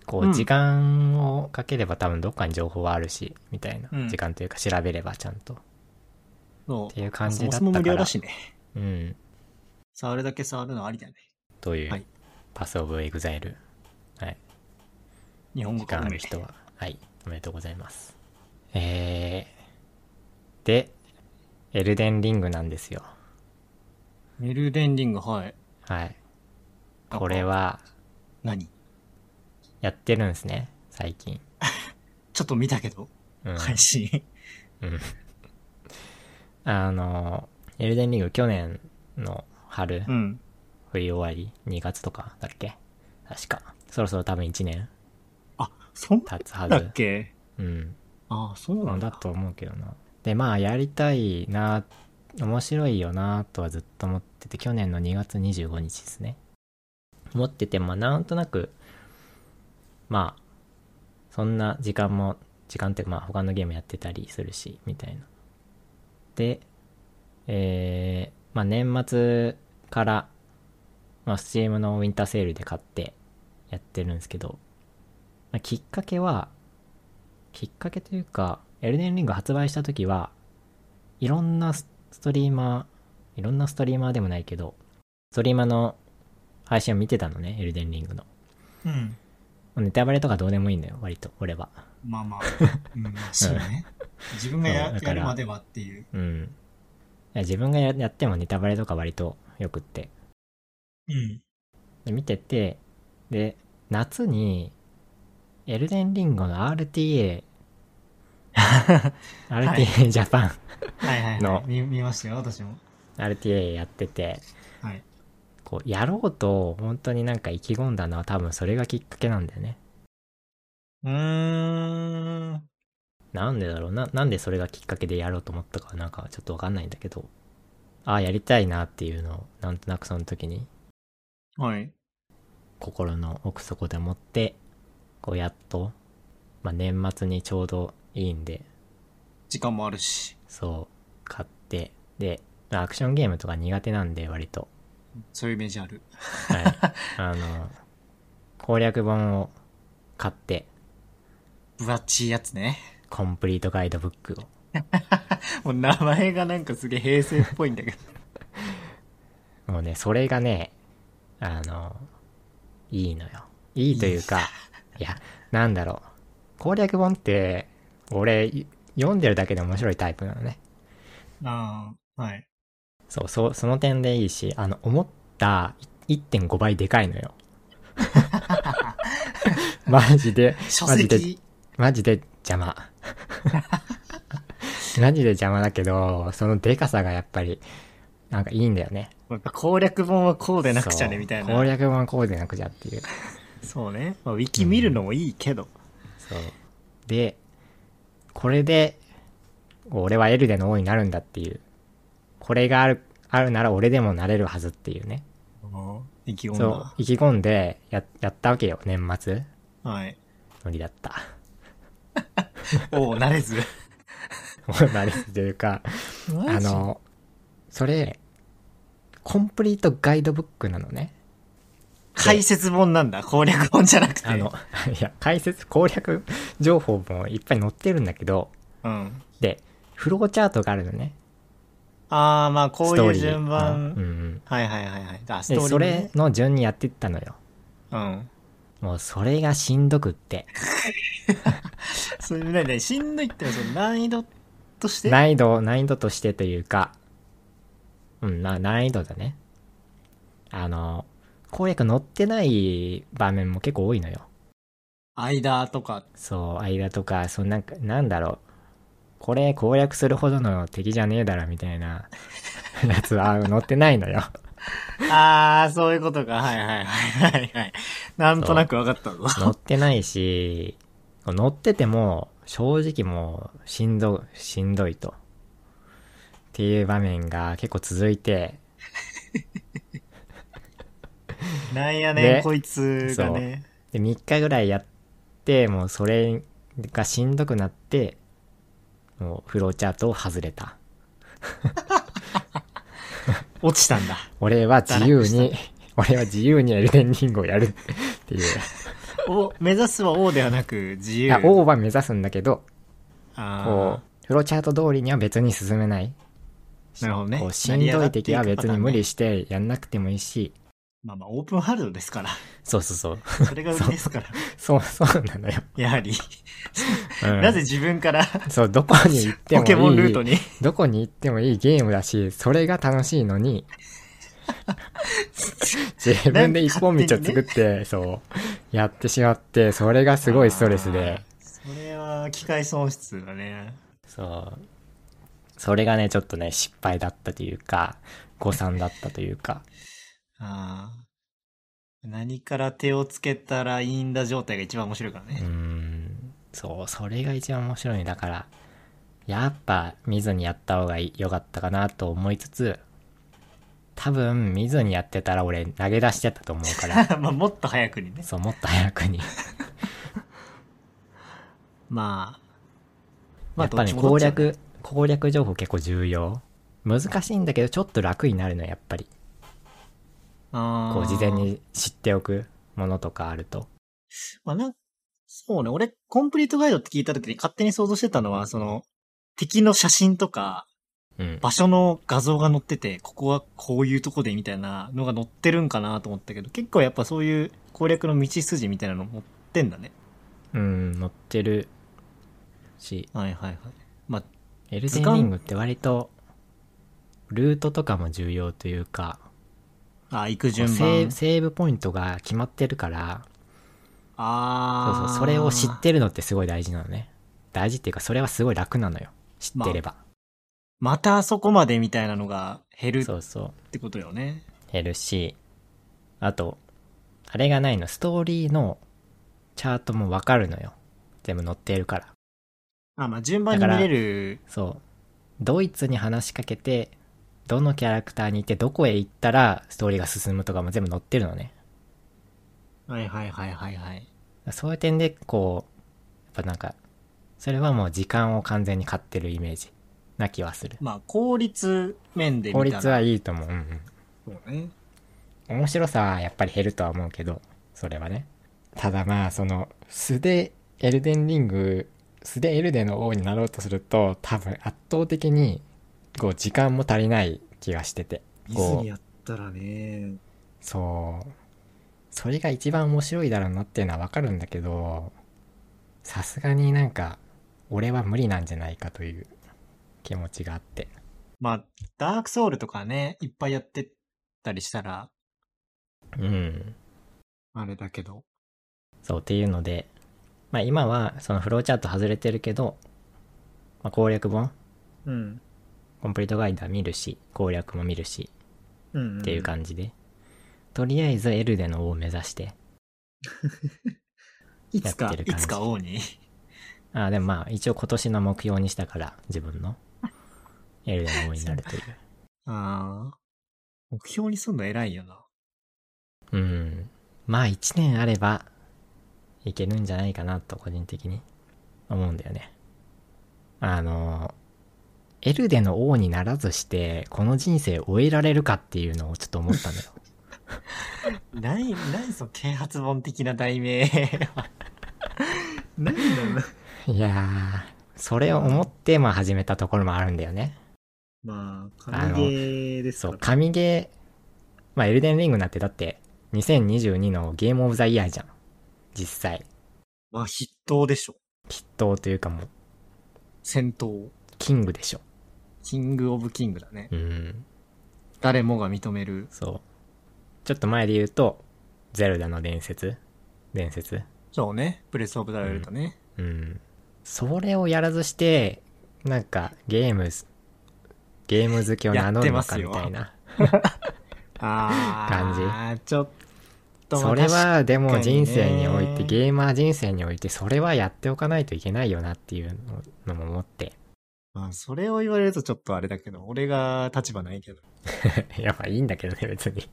S1: こう
S2: う
S1: ん時間をかければ多分どっかに情報はあるしみたいな、
S2: うん
S1: 時間というか調べればちゃんと
S2: の
S1: っていう感じだった
S2: そもそも無
S1: か
S2: 料
S1: ら
S2: だしね
S1: うん
S2: 触るだけ触るのありだね
S1: とい
S2: は
S1: う
S2: い
S1: パスオブエグザイル
S2: 日本語
S1: 時間ある人ははいおめでとうございますえー、でエルデンリングなんですよ
S2: メルデンリングはい
S1: はいこれは
S2: 何
S1: やってるんですね最近
S2: ちょっと見たけど
S1: うん、
S2: 配信
S1: あのエルデンリング去年の春、
S2: うん
S1: 冬終わり2月とかだっけ確かそろそろ多分1年
S2: あそん
S1: 経つは
S2: だ
S1: ず
S2: っけ
S1: うん
S2: ああそうな
S1: なんんだ
S2: だ
S1: と思うけどな。で、まあ、やりたいな、面白いよなとはずっと思ってて去年の2月25日ですね思っててまあなんとなくまあそんな時間も時間ってまあ他のゲームやってたりするしみたいなでえーまあ年末からまあ Steam のウィンターセールで買ってやってるんですけど、まあ、きっかけはきっかけというかエルデンリング発売した時はいろんなスストリーマーいろんなストリーマーでもないけどストリーマーの配信を見てたのねエルデンリングの
S2: うん。
S1: ネタバレとかどうでもいいんだよ割と俺は
S2: まあまあ、う ん、まあそうね。自分がや
S1: そうだから
S2: やるまではっていう。
S1: うんいや自分がややってもネタバレとか割とよくって
S2: うん。
S1: で見ててで夏にエルデンリンゴの RTA RTA ジャパン
S2: はいはい、は
S1: の
S2: い見。見ましたよ、私も。
S1: RTA やってて
S2: はい。
S1: こうやろうと本当になんか意気込んだのは多分それがきっかけなんだよね
S2: うーん。
S1: なんでだろうななんでそれがきっかけでやろうと思ったかはなんかちょっとわかんないんだけどああやりたいなっていうのをなんとなくその時に
S2: はい。
S1: 心の奥底でもってこうやっと、まあ、年末にちょうどいいんで
S2: 時間もあるし。
S1: そう買ってでまあアクションゲームとか苦手なんで割と
S2: そういうイメージある。
S1: はいあの攻略本を買って
S2: 分厚いやつね。
S1: コンプリートガイドブックを
S2: もう名前がなんかすげえ平成っぽい んだけど。
S1: もうね、それがね、あの、いいのよ。いいというか、いや、なんだろう。攻略本って、俺、い読んでるだけで面白いタイプなのね。
S2: ああ、はい。
S1: そう、そう、その点でいいし、あの、思った1.5倍でかいの よ。マジで、
S2: 書
S1: マジで
S2: 籍。
S1: マジで邪 魔。マジで邪魔だけど、そのでかさがやっぱり、なんかいいんだよね。
S2: やっぱ攻略本はこうでなくちゃね、
S1: そう
S2: みたい
S1: 攻
S2: な。
S1: 略本はこうでなくちゃっていう。
S2: そうね。まあ、ウィキ見るのもいいけど。
S1: そう。で、これで、俺はエルデの王になるんだっていう。これがある、あるなら俺でもなれるはずっていうね。
S2: もう意気込ん
S1: そう
S2: だ。。
S1: 意気込んでや、やったわけよ、年末。
S2: はい。
S1: 無理だった。
S2: おお、なれず。
S1: もうなれずというか、あ
S2: あ、
S1: の、それ、コンプリートガイドブックなのね。
S2: 解説本なんだ。攻略本じゃなくて。
S1: あの、 いや、解説、攻略情報もいっぱい載ってるんだけど、
S2: うん。
S1: で、フローチャートがあるのね。
S2: ああ、まあ、こ
S1: ス
S2: う
S1: ト
S2: い
S1: ー
S2: う
S1: リー
S2: 順番。
S1: うんうん。
S2: はいはいはいはい。あ、スト
S1: で、
S2: ーリ
S1: そ
S2: ーね、
S1: れの順にやってったのよ。
S2: うん。
S1: もうそれがしんどくって。
S2: それ、なになにしんどいってのはその難易度として
S1: 難易度、難易度としてというか、うん、な難易度だね。あの、攻略乗ってない場面も結構多いのよ。
S2: 間とか。
S1: そう、間とか、そうなんか、なんだろう。これ攻略するほどの敵じゃねえだろ、みたいなやつは乗ってないのよ。
S2: ああ、そういうことか。はいはいはいはいはい。なんとなく分かったぞ。
S1: 乗ってないし、乗ってても、正直もう、しんど、しんどいと。っていう場面が結構続いて、
S2: なんやね
S1: ね
S2: ん、こいつがね。
S1: で3日ぐらいやってもうそれがしんどくなってもうフローチャートを外れた
S2: 落ちたんだ。
S1: 俺は自由に 俺は自由にエルデンリングをやるっていう
S2: お、目指すは王ではなく、自由。
S1: あ王は目指すんだけどこ
S2: あ
S1: うフローチャート通りには別に進めない
S2: あ、なるほどね。
S1: こうしんどい敵は別に無理
S2: し。
S1: してやんなくてもいいし
S2: まあまあ、オープンハールドで すから。
S1: そうそうそう
S2: それが売りですから。
S1: そうそうなのよ、
S2: やはり。
S1: うん
S2: なぜ自分から、
S1: そうどこに行って
S2: ポ
S1: も
S2: ケモンル
S1: い
S2: ー
S1: い
S2: トに。
S1: どこに行ってもいいゲームだし、それが楽しいの に、自分で一本道を作って、そう、やってしまって、それがすごいストレスで、
S2: それは、機械損失だね。
S1: そう。それがね、ちょっとね、失敗だったというか、誤算だったというか、
S2: ああ。何から手をつけたらいいんだ状態が一番面白いから
S1: うー
S2: ね。
S1: ん、そう、それが一番面白いね。だから、やっぱ見ずにやった方が良かったかなと思いつつ、多分見ずにやってたら俺投げ出してたと思う から、
S2: まあもっと早くにね
S1: そう、もっと早くに。
S2: まあ
S1: や
S2: まあ
S1: っぱね、
S2: どっちもど
S1: 攻
S2: っちだ
S1: 略、攻略情報結構重要。難しいんだけど、ちょっと楽になるのはやっぱり。
S2: あ
S1: こう、
S2: ー
S1: 事前に知っておくものとかあると。
S2: まあなんそうね、俺、コンプリートガイドって聞いた時に勝手に想像してたのは、その、敵の写真とか、
S1: うん。
S2: 場所の画像が載ってて、ここはこういうとこでみたいなのが載ってるんかなと思ったけど、結構やっぱそういう攻略の道筋みたいなの持ってんだね。
S1: うん、載ってるし、
S2: はいはいはい。まあ、
S1: エルデンリングって割と、ルートとかも重要というか、
S2: あ、行く
S1: こう
S2: 順
S1: セー
S2: 番
S1: ブ。セーブポイントが決まってるから、そう
S2: あ
S1: そ
S2: あ。
S1: う、それを知っ。てるのってすごい大事なのね。大事っていうか、それはすごい楽なのよ。知ってれば。
S2: またあそこまでみたいなのが減るっ
S1: そうそう。
S2: てことよね。
S1: 減るし、あと、あれがないの、ストーリーのチャートもわかるのよ。全部載っているから。
S2: あ、まあ順番に見れる。
S1: そう。ドイツに話しかけて、どのキャラクターにいて、どこへ行ったらストーリーが進むとかも全部載ってるのね。
S2: はいはいはいはいはい。
S1: そういう点で、こう、やっぱなんか、それはもう時間を完全に買ってるイメージな気はする。
S2: まあ効率面で見た
S1: 効
S2: ら。
S1: 率はいいと思う。うんうん。
S2: そうね。
S1: 面白さはやっぱり減るとは思うけどそれはねただまあその素でエルデンリング素でエルデンの王になろうとすると多分圧倒的にこう時間も足りない気がしてて
S2: 見ず
S1: こ
S2: に
S1: う
S2: やったらね。
S1: そうそれが一番面白いだろうなっていうのはわかるんだけどさすがになんか俺は無理なんじゃないかという気持ちがあって
S2: まあ、ダークソウルとかね、いっぱいやってったりしたら、
S1: うん
S2: あれだけど。
S1: そうっていうので、まあ、今はそのフローチャート外れてるけど、まあ、攻略本
S2: うん。
S1: コンプリートガイダー見るし攻略も見るし
S2: うん、
S1: っていう。感じで、とりあえずエルデの王を目指して
S2: いつ
S1: やっ
S2: か、
S1: てる
S2: い
S1: 感じ
S2: つか王に。
S1: ああでもまあ一応今年の目標にしたから自分のエルデの王になるという
S2: ああ。目標にすんの偉いよな。
S1: うんまあ1年あればいけるんじゃないかなと個人的に思うんだよねあのエルデの王にならずしてこの人生を終えられるかっていうのをちょっと思ったんだよ
S2: ない、ないその啓発本的な題名。ないんだよな。
S1: いやーそれを思ってまあ始めたところもあるんだよね
S2: まあ、
S1: あの
S2: 神ゲーです
S1: そ
S2: か
S1: う、
S2: ら。
S1: 神ゲー、まあ、エルデンリングなんてだって、2022のゲームオブザイヤーじゃん。実際。
S2: まあ、筆頭でしょ。
S1: 筆頭というかもう、
S2: 戦闘。
S1: キングでしょ。
S2: キングオブキングだね。
S1: うん。
S2: 誰もが認める。
S1: そう。ちょっと前で言うと、ゼルダの伝説伝説
S2: そうね。プレスオブダイオレットね。
S1: うん。それをやらずして、なんか、ゲームズ、ゲーム好きを名乗るのかみたいな。
S2: ああちょっとま
S1: そ
S2: あ
S1: れは、でも
S2: 確かにね
S1: 人生において、ゲーマー人生において、それはやっておかないといけないよなっていうのも思って。
S2: まあ、それを言われるとちょっとあれだけど、俺が立場ないけど。
S1: いや、まあいいんだけどね、別に。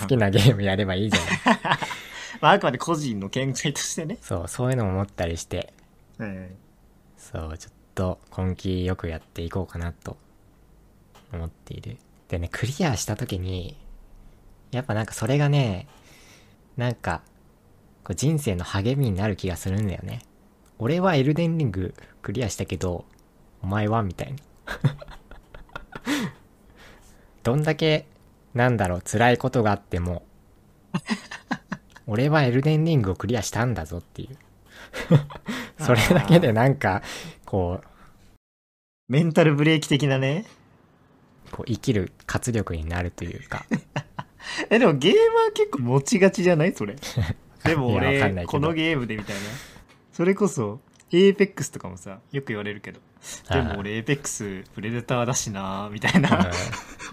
S1: 好きなゲームやればいいじゃない。
S2: まあ、あくまで個人の見解としてね。
S1: そう、そういうのも思ったりして、
S2: はい。
S1: そう、ちょっと根気よくやっていこうかなと思っている。でね、クリアした時に、やっぱなんかそれがね、なんか、こう人生の励みになる気がするんだよね。俺はエルデンリングクリアしたけど、お前はみたいな。 どんだけ、なんだろう、辛いことがあっても、俺はエルデンリングをクリアしたんだぞって いう。それだけでなんか、こ
S2: メンタルブレーキ的なね。
S1: う、こう生きる活力になるというか。
S2: え、でもゲーマー結構持ちがちじゃない それ。でも
S1: いやわかんな
S2: 俺、
S1: いけど
S2: このゲームでみたいな。それこそ、エーペックスとかもさ、よく言われるけど。 でも俺、エーペックス、プレデターだしなーみたい
S1: あー、
S2: な、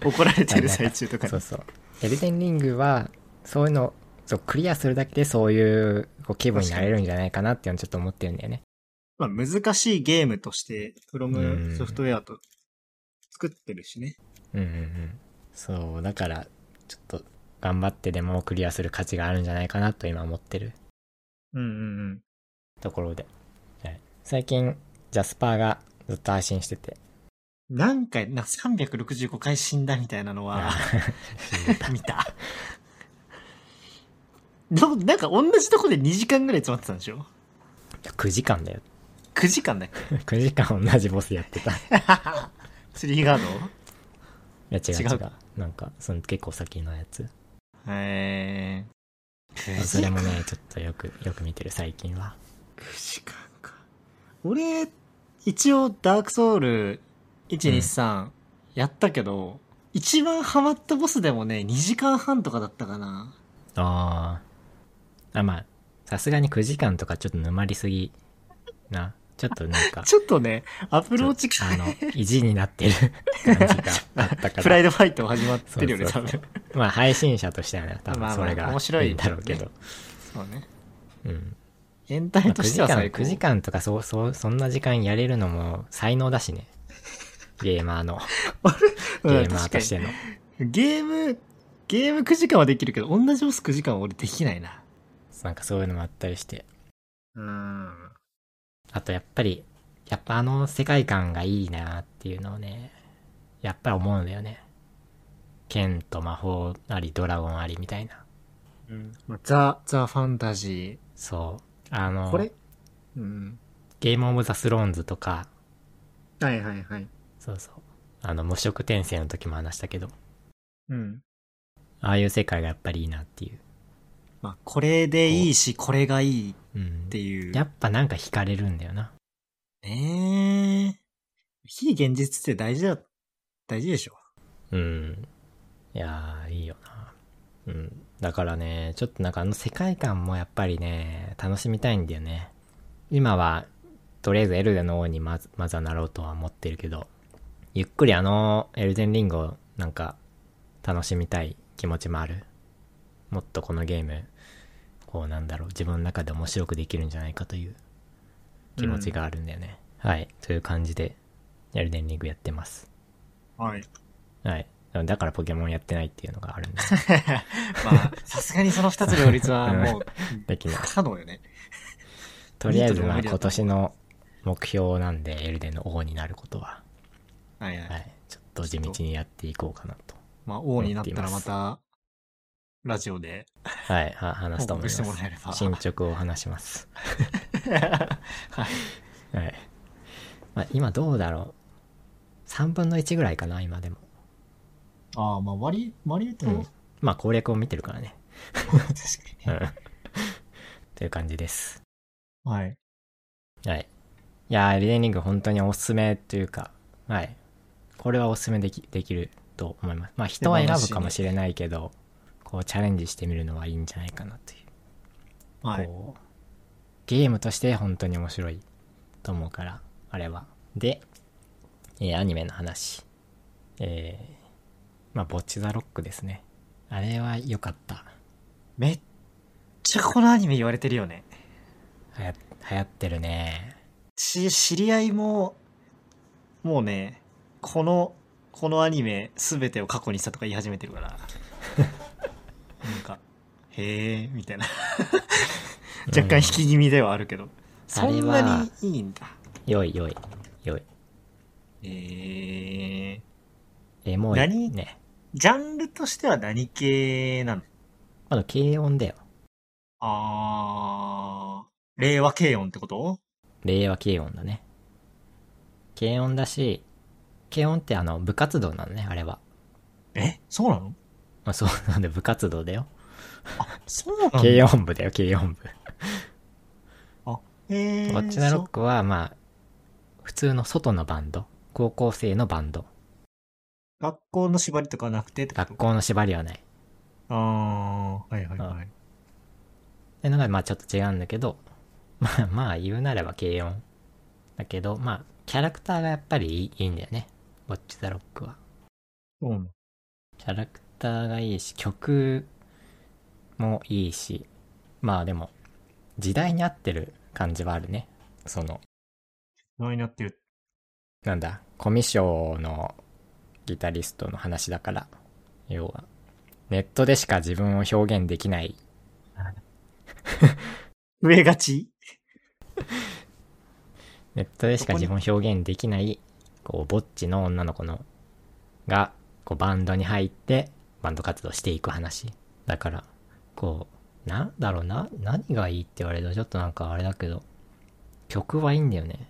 S2: 怒られてる最中と
S1: う
S2: か
S1: ん、そう
S2: に。
S1: そう。エルデンリングは、そういうの、そう、クリアするだけでそういうこう気分になれるんじゃないかなっていうのをちょっと思ってるんだよね。
S2: まあ、難しいゲームとして、フロ
S1: う
S2: ム
S1: ん
S2: ソフトウェアと作ってるしね。
S1: うんうんうん。そう、だから、ちょっと、頑張ってでもクリアする価値があるんじゃないかなと今思ってる
S2: うんうんうん。
S1: ところで。はい、最近、ジャスパーがずっと配信してて。
S2: 何回、な、365回死んだみたいなのは、 見た。 どうなんか同じとこで2時間ぐらい詰まってたんでしょ
S1: 9時間だ よ。
S2: ?9 時間だっけ
S1: 9時間同じボスやって た。い
S2: スリーガード
S1: や、違う違
S2: 違
S1: う。
S2: う
S1: なんか、その結構先のやつ。
S2: えー。
S1: それもね、ちょっとよく、よく見てる最近は。
S2: 9時間か。俺、一応ダークソウル123、やったけど、一番ハマったボスでもね、2時間半とかだったかな。
S1: ああ。あ、まあ、さすがに9時間とかちょっと沼りすぎな。ちょっとなんか、
S2: ちょっとね、アプローチ
S1: あ
S2: 感
S1: の、意地にな ってる感じがあったから。
S2: プライドファイト始まっ
S1: そう
S2: てる
S1: そ
S2: よ
S1: う
S2: ね、
S1: そ
S2: 多
S1: う
S2: 分。
S1: まあ配信者としてはね、多分
S2: まあまあ
S1: それが
S2: 面白い
S1: いんだろうけど。
S2: そうね。
S1: うん。
S2: エンタ
S1: ま
S2: メ
S1: あ、9
S2: とし
S1: 時
S2: ては
S1: 間、
S2: 最高。
S1: 9時間とかそう、そう、そんな時間やれるのも才能だしね。ゲーマーの、ゲ
S2: うん
S1: ーマーとしての。
S2: 確かにゲーム、ゲーム9時間はできるけど、同じボス9時間は俺できないな。
S1: なんかそういうのもあったりして。
S2: うん。
S1: あとやっぱり、やっぱあの世界観がいいなっていうのをね、やっぱり思うんだよね。剣と魔法あり、ドラゴンありみたいな。
S2: まあザ・ザ・ファンタジ
S1: そう。あ
S2: ー。
S1: の
S2: こ、れうん。
S1: ゲームオブザスローンズとか、
S2: はいはいはい。
S1: そうそう。あの、無色転生の時も話したけど、
S2: うん。
S1: ああいう世界がやっぱりいいなっていう。
S2: まあ、これでいいし、これがいいっ
S1: うん
S2: て。いう。
S1: やっぱなんか惹かれるんだよな。
S2: ねえ。非現実って大事だ、大事でしょ。
S1: うん。いやー、いいよな。うん。だからね、ちょっとなんかあの世界観もやっぱりね、楽しみたいんだよね。今は、とりあえずエルデンの王にまず、まずはなろうとは思ってるけど、ゆっくりあのエルデンリングをなんか楽しみたい気持ちもある。もっとこのゲーム、こうなんだろう、自分の中で面白くできるんじゃないかという気持ちがあるんだよね。はい。という感じで、エルデンリングやってます。
S2: はい。
S1: はい。だからポケモンやってないっていうのがあるんですよ
S2: まあ、さすがにその二つ両立 はもう、
S1: できない
S2: 不可能よね。
S1: とりあえずまあ今年の目標なんで、エルデンの王になることは。
S2: はいはい。
S1: はい。ちょっと地道にやっていこうかなと。
S2: まあ、王になったら
S1: 思
S2: ま
S1: ってい
S2: た、ラジオで
S1: はい。は話すと
S2: 報
S1: 思いま
S2: 告しても
S1: す。
S2: らえれば。
S1: 進捗を話します。
S2: はい。
S1: はい。まあ今どうだろう。3分の1ぐらいかな、今でも。
S2: ああ、まあ、割り、割りと、
S1: うんまあ攻略を見てるからね。
S2: 確か
S1: う
S2: にね。
S1: ん。という感じです。
S2: はい。
S1: はい。いやー、エルデンリング本当におすすめというか、はい。これはおすすめできできると思います。まあ人は選ぶかもしれないけど、こうチャレンジしてみるのはいいんじゃないかなという。
S2: はい。
S1: こう、ゲームとして本当に面白いと思うから、あれは。で、えーアニメの話。えー、まあ、ボッチザロックですね。あれは良かった。
S2: めっちゃこのアニメ言われてるよね。
S1: はや、流行ってるね。
S2: し、知り合いも、もうね、この、このアニメ全てを過去にしたとか言い始めてるから。 なんか、へえ、みたいな。若干引き気味ではあるけど。そん
S1: あれは
S2: なにいいんだ。
S1: 良い良い良い。
S2: えー、
S1: えーもう
S2: 何
S1: ね。
S2: ジャンルとしては何系なの
S1: まだ軽音だよ。
S2: あー、令和軽音ってこと
S1: 令和軽音だね。軽音だし、軽音ってあの、部活動なのね、あれは。
S2: えそうなの
S1: まあ、そうなんで部活動だよ。
S2: そうなの
S1: 軽音部だよ、軽音部。
S2: えー、
S1: こっちのロ
S2: そ
S1: ックは、まあ、普通の外のバンド。高校生のバンド。
S2: 学校の縛りとかなくてってこと
S1: 学校の縛りはない。
S2: ああ、はいはいはい。
S1: ってのが、まあちょっと違うんだけど、まあまあ言うなれば軽音。だけど、まあ、キャラクターがやっぱりいいいいんだよね。ウォッチ・ザ・ロックは。
S2: そうなの。
S1: キャラクターがいいし、曲もいいし、まあでも、時代に合ってる感じはあるね。その、
S2: 話題になってる。
S1: なんだ、コミショのギタリストの話だから、要は、ネットでしか自分を表現できない
S2: 増えがち
S1: ネットでしか自分を表現できない、こう、ぼっちの女の子の、が、こう、バンドに入って、バンド活動していく話。だから、こう、なんだろうな、何がいいって言われるとちょっとなんかあれだけど、曲はいいんだよね。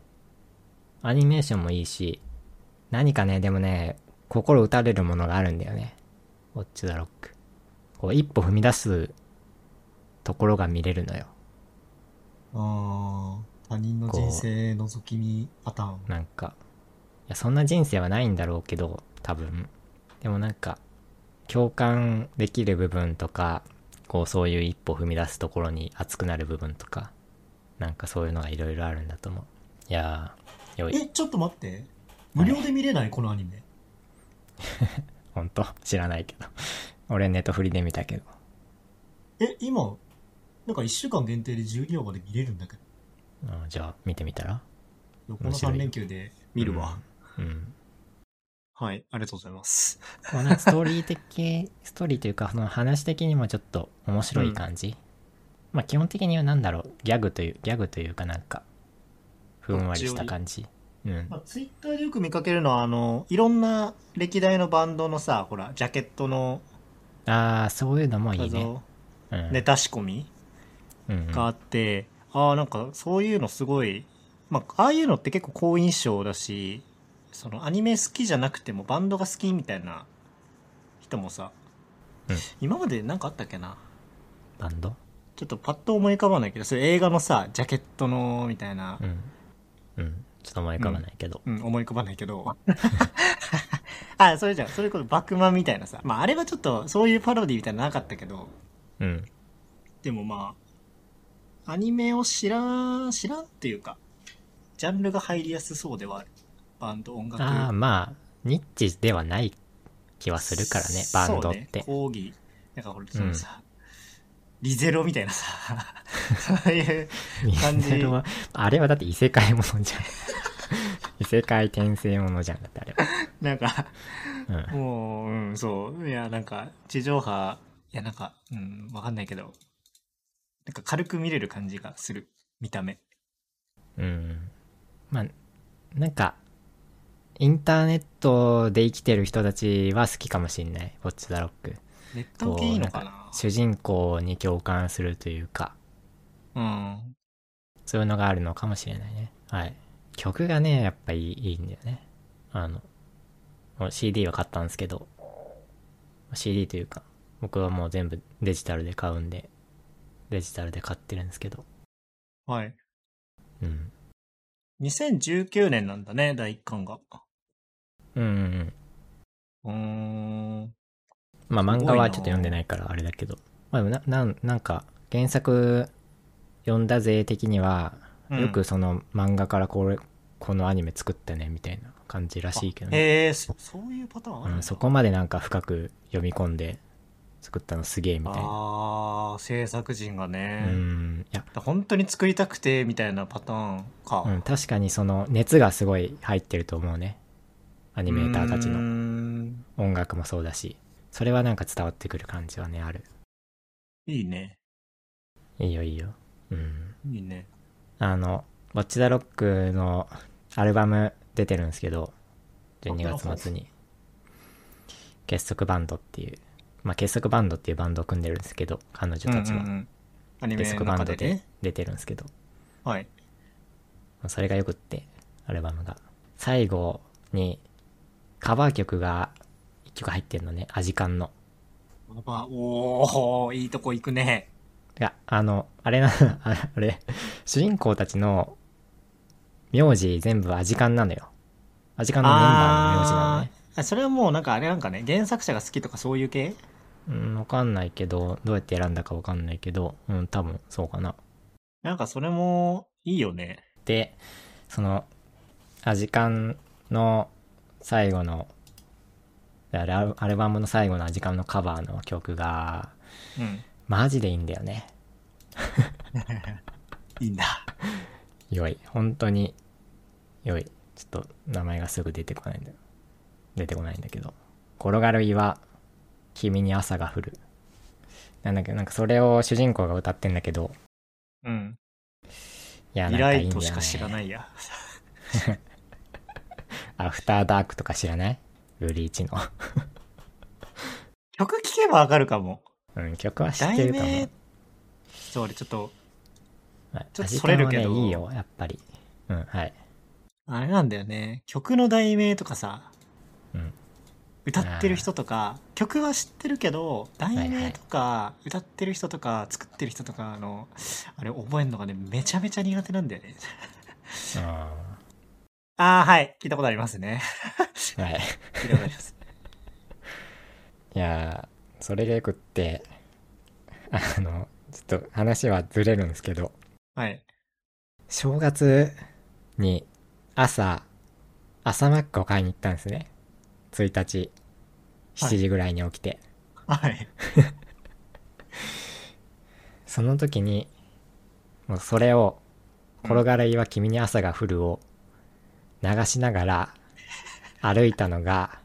S1: アニメーションもいいし、何かね、でもね、心打たれるものがあるんだよね。ウォッチ・ザ・ロック。こう、一歩踏み出すところが見れるのよ。
S2: ああ、他人の人生覗き見パターン。
S1: なんか、いや、そんな人生はないんだろうけど、多分。でもなんか、共感できる部分とか、こう、そういう一歩踏み出すところに熱くなる部分とか、なんかそういうのがいろいろあるんだと思う。いやー、よい。
S2: え、ちょっと待って。無料で見れないこのアニメ。
S1: ほんと知らないけど。 俺、ネットフリで見たけど。
S2: え、今、なんか1週間限定で12話まで見れるんだけど。
S1: うんじゃあ、見てみたら
S2: この
S1: 面白い
S2: 3
S1: よ
S2: 連休で見るわ。
S1: うん。
S2: はい、ありがとうございます。
S1: まあ、なんかストーリー的、 ストーリーというか、その話的にもちょっと面白い感じ。まあ、基本的にはなんだろう、ギャグという、ギャグというかなんか、ふんわりした感じ。うん。
S2: まあ、ツイッターでよく見かけるのは、あの、いろんな歴代のバンドのさ、ほら、ジャケットの
S1: ああ、そういうのもい
S2: 画
S1: い
S2: 像、
S1: ね。うん。
S2: ネタ仕込み
S1: うんうん、
S2: があって、ああ、なんかそういうのすごい、まあ、ああいうのって結構好印象だし、そのアニメ好きじゃなくてもバンドが好きみたいな人もさ、
S1: うん
S2: 今までなんかあったっけな
S1: バンド
S2: ちょっとパッと思い浮かばないけど、それ映画のさ、ジャケットの、みたいな
S1: う、ん。うん。ちょっと思い浮かばないけど。
S2: うん、思い浮かばないけど。 あ、それじゃん。それこそ、バクマンみたいなさ。まあ、あれはちょっと、そういうパロディみたいなのなかったけど、
S1: うん。
S2: でもまあ、アニメを知らん、知らんっていうか、ジャンルが入りやすそうではある。バンド、音楽。
S1: ああ、まあ、ニッチではない気はするからね、バンドっ
S2: そう
S1: て。
S2: ね、講義。なんかこれ、そのさ、リゼロみたい なさ、そういう、
S1: ミ
S2: 感じ
S1: ネルは、 あれはだって異世界ものじゃん。 異世界転生ものじゃんだってあれは。
S2: なんか、
S1: うん。
S2: もう、うん、そう。いや、なんか、地上波、いや、なんか、うん、わかんないけど、なんか軽く見れる感じがする。見た目。
S1: うん。まあ、なんか、インターネットで生きてる人たちは好きかもしんない。ウォッチ・ザ・ロック。
S2: ネット向けいいの
S1: こ
S2: か
S1: う
S2: な
S1: 主人公に共感するというか、
S2: うん。
S1: そういうのがあるのかもしれないね。はい。曲がね、やっぱいいいいんだよね。あの、もう CD は買ったんですけど、CD というか、僕はもう全部デジタルで買うんで、デジタルで買ってるんですけど、
S2: はい。
S1: うん。
S2: 2019年なんだね、第一巻が。
S1: うんうんうん。
S2: うーん。
S1: まあ漫
S2: すごいな
S1: 画はちょっと読んでないからあれだけど。まあでもな、なん、なんか、原作読んだぜ的には、
S2: うん
S1: よくその漫画からこれ、このアニメ作ったねみたいな感じらしいけどね。
S2: へえ、そそういうパターンあ
S1: うん
S2: る
S1: ん、
S2: だ
S1: そこまでなんか深く読み込んで作ったのすげえみたいな。
S2: ああ、制作陣が
S1: う
S2: ね。
S1: ん、いや、
S2: 本当に作りたくて、みたいなパターンか。
S1: うん、確かにその熱がすごい入ってると思うね。アニメーターたち
S2: うー
S1: の
S2: ん
S1: 音楽もそうだし、それはなんか伝わってくる感じはね、ある。
S2: いいね。
S1: いいよいいよ。うん。
S2: いいね。
S1: あの、ウォッチ・ザ・ロックのアルバム出てるんですけど、12月末に。結束バンドっていう、まあ、結束バンドっていうバンドを組んでるんですけど、彼女たち
S2: う
S1: は
S2: んうんうんアニメ
S1: 結
S2: の
S1: 束バン
S2: 中
S1: ド
S2: でね
S1: で。出てるんですけど、
S2: はい。
S1: それがよくって、アルバムが。最後に、カバー曲が1曲入ってるのね、アジカンの。
S2: やばおー、いいとこ行くね。
S1: いや、あの、あれな、ああれ、主人公たちの名字全部アジカンなのよ。アジカンのメンバーの名字なのね。
S2: あ、それはもうなんかあれなんかね、原作者が好きとかそういう系
S1: うん、わかんないけど、どうやって選んだかわかんないけど、うん、多分そうかな。
S2: なんかそれもいいよね。
S1: で、その、アジカンの最後の、あれアルアルバムの最後のアジカンのカバーの曲が、
S2: うん。
S1: マジでいいんだよね。
S2: いいんだ。
S1: 良い。本当に、よいちょっと名前がすぐ出てこないんだよ出てこないんだけど「転がる岩君に朝が降る」なんだっけどなんかそれを主人公が歌ってんだけど
S2: うん。
S1: いや
S2: イ
S1: なん
S2: ラ
S1: かいい
S2: イ
S1: んだよ、
S2: ト
S1: ね、
S2: しか知らないや。
S1: アフターダークとか知らないブリー チの、
S2: 曲聴けばわかるかも。
S1: うん、曲は知って
S2: 題
S1: るかも、
S2: 名、ちょ、俺ちょっと、
S1: はい、
S2: ちょっと
S1: 味
S2: それる
S1: 玉は
S2: けど
S1: ね、いいよやっぱりうんはい
S2: あれなんだよね。曲の題名とかさ、
S1: うん
S2: 歌ってる人とか、曲は知ってるけど、題名とか、歌ってる人とか、作ってる人とか、あの、あれ覚えるのがね、めちゃめちゃ苦手なんだよね。
S1: あ
S2: ああ、はい。聞いたことありますね。
S1: ーはい
S2: 聞いたことあります。
S1: いやーそれでよくってあのちょっと話はずれるんですけど
S2: はい。
S1: 正月に朝朝マックを買いに行ったんですね1日
S2: はい
S1: 7時ぐらいに起きて、
S2: はい。
S1: その時にもうそれを「転がる岩君に朝が降る」を流しながら歩いたのが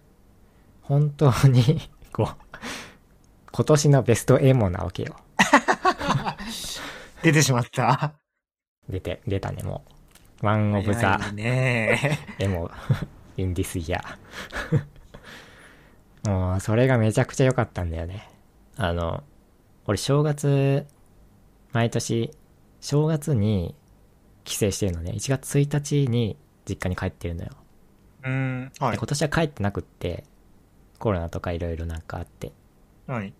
S1: 本当にこう今年のベストエモなわけよ
S2: 出てしまった。
S1: 出て出たねもうワンオブザ
S2: 早いね。
S1: でも、 インディスイヤー。 もう、それがめちゃくちゃ良かったんだよね。あの、俺正月、毎年、正月に帰省してるのね。1月1日に実家に帰ってるのよ。
S2: うん。は
S1: で
S2: い。
S1: 今年は帰ってなくって、コロナとかいろいろなんかあって。
S2: はい。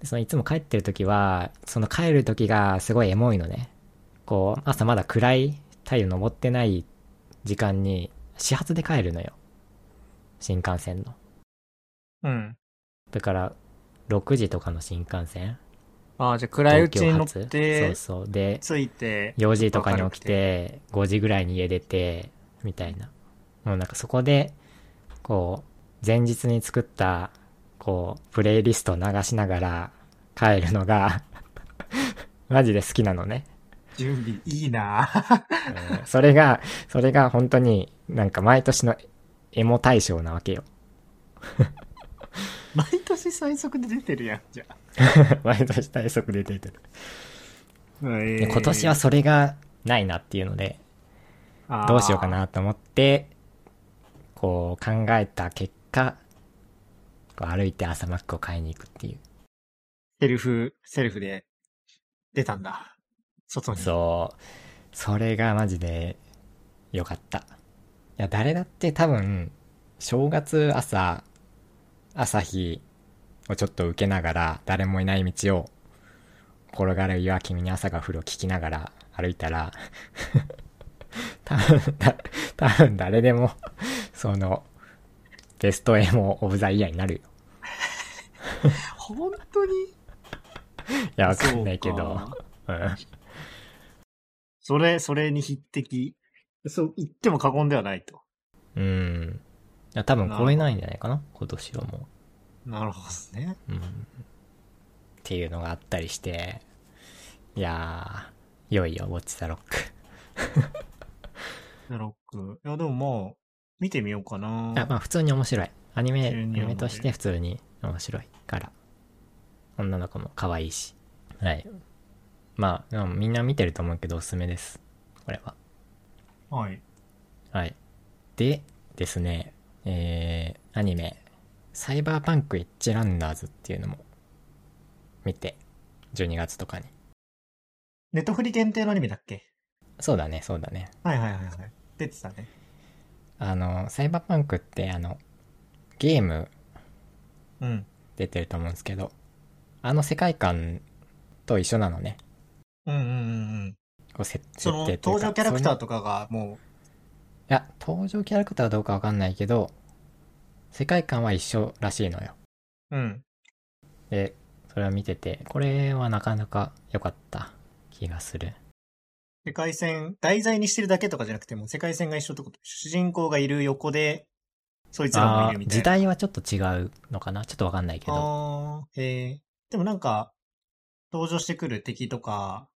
S1: でそのいつも帰ってる時は、その帰る時がすごいエモいのね。こう、朝まだ暗い、太陽昇ってない時間に、始発で帰るのよ。新幹線の。
S2: うん。
S1: だから、6時とかの新幹線。
S2: ああ、じゃあ暗いうちに乗
S1: 東
S2: っ
S1: 京
S2: て
S1: 発、そうそう。で、
S2: 着いて、
S1: 4時とかに起きて、5時ぐらいに家出て、みたいな。もうなんかそこで、こう、前日に作った、こう、プレイリストを流しながら帰るのが、 マジで好きなのね。
S2: 準備いいな。
S1: う んそれが、それが本当になんか毎年のエモ大賞なわけよ。
S2: 毎年最速で出てるやん、じゃあ。
S1: 毎年大足で出てる。
S2: え
S1: で今年はそれがないなっていうので、どうしようか。なと思って、こう考えた結果、こう歩いて朝マックを買いに行くっていう。
S2: セルフ、セルフで出たんだ。外に。
S1: そう。それがマジで良かった。いや、誰だって多分、正月朝、朝日をちょっと受けながら、誰もいない道を、転がる岩君に朝が降るを聞きながら歩いたら、 多分だ、多分誰でも、その、ベストエモオブザイヤーになるよ。
S2: 本当に
S1: いや、わかんないけ
S2: そう
S1: ど。
S2: か
S1: うん。
S2: それ、それに匹敵。そう、言っても過言ではないと。
S1: うん。いや、多分超えないんじゃないかな今年はもう。
S2: なるほどですね。
S1: うんっていうのがあったりして、いやー、いよいよウォッチザロック。
S2: ロック。いや、でもまあ、見てみようかな。
S1: あまあ普通に面白い。アニメ、ア
S2: 普通に面
S1: ニ
S2: 白い
S1: メとして普通に面白いから。女の子も可愛いし。はい。まあ、でもみんな見てると思うけどおすすめです。これは。
S2: はい。
S1: はい。でですね、えー、アニメ、サイバーパンクエッジランナーズっていうのも見て、12月とかに。
S2: ネットフリ限定のアニメだっけ
S1: そうだね、そうだね。
S2: はいはいはいはい。出てたね。
S1: あの、サイバーパンクってあの、ゲーム
S2: うん。
S1: 出てると思うんですけど、あの世界観と一緒なのね。
S2: うんうんうんうん。
S1: こう設
S2: その、
S1: 設定という
S2: 登
S1: か
S2: 場キャラクター
S1: そのい
S2: とかがも
S1: や、登場キャラクターはどうかわかんないけど、世界観は一緒らしいのよ。
S2: う、うん。
S1: で、それを見てて、これはなかなか良かった気がする。
S2: 世界線、題材にしてるだけとかじゃなくて、もう世界線が一緒ってこと主人公がいる横で、そいつらも
S1: あ
S2: いるみ
S1: ー
S2: たい
S1: 時
S2: な。
S1: 代はちょっと違うのかなちょっとわかんないけど。
S2: あーへえ。でもなんか、登場してくる敵とか、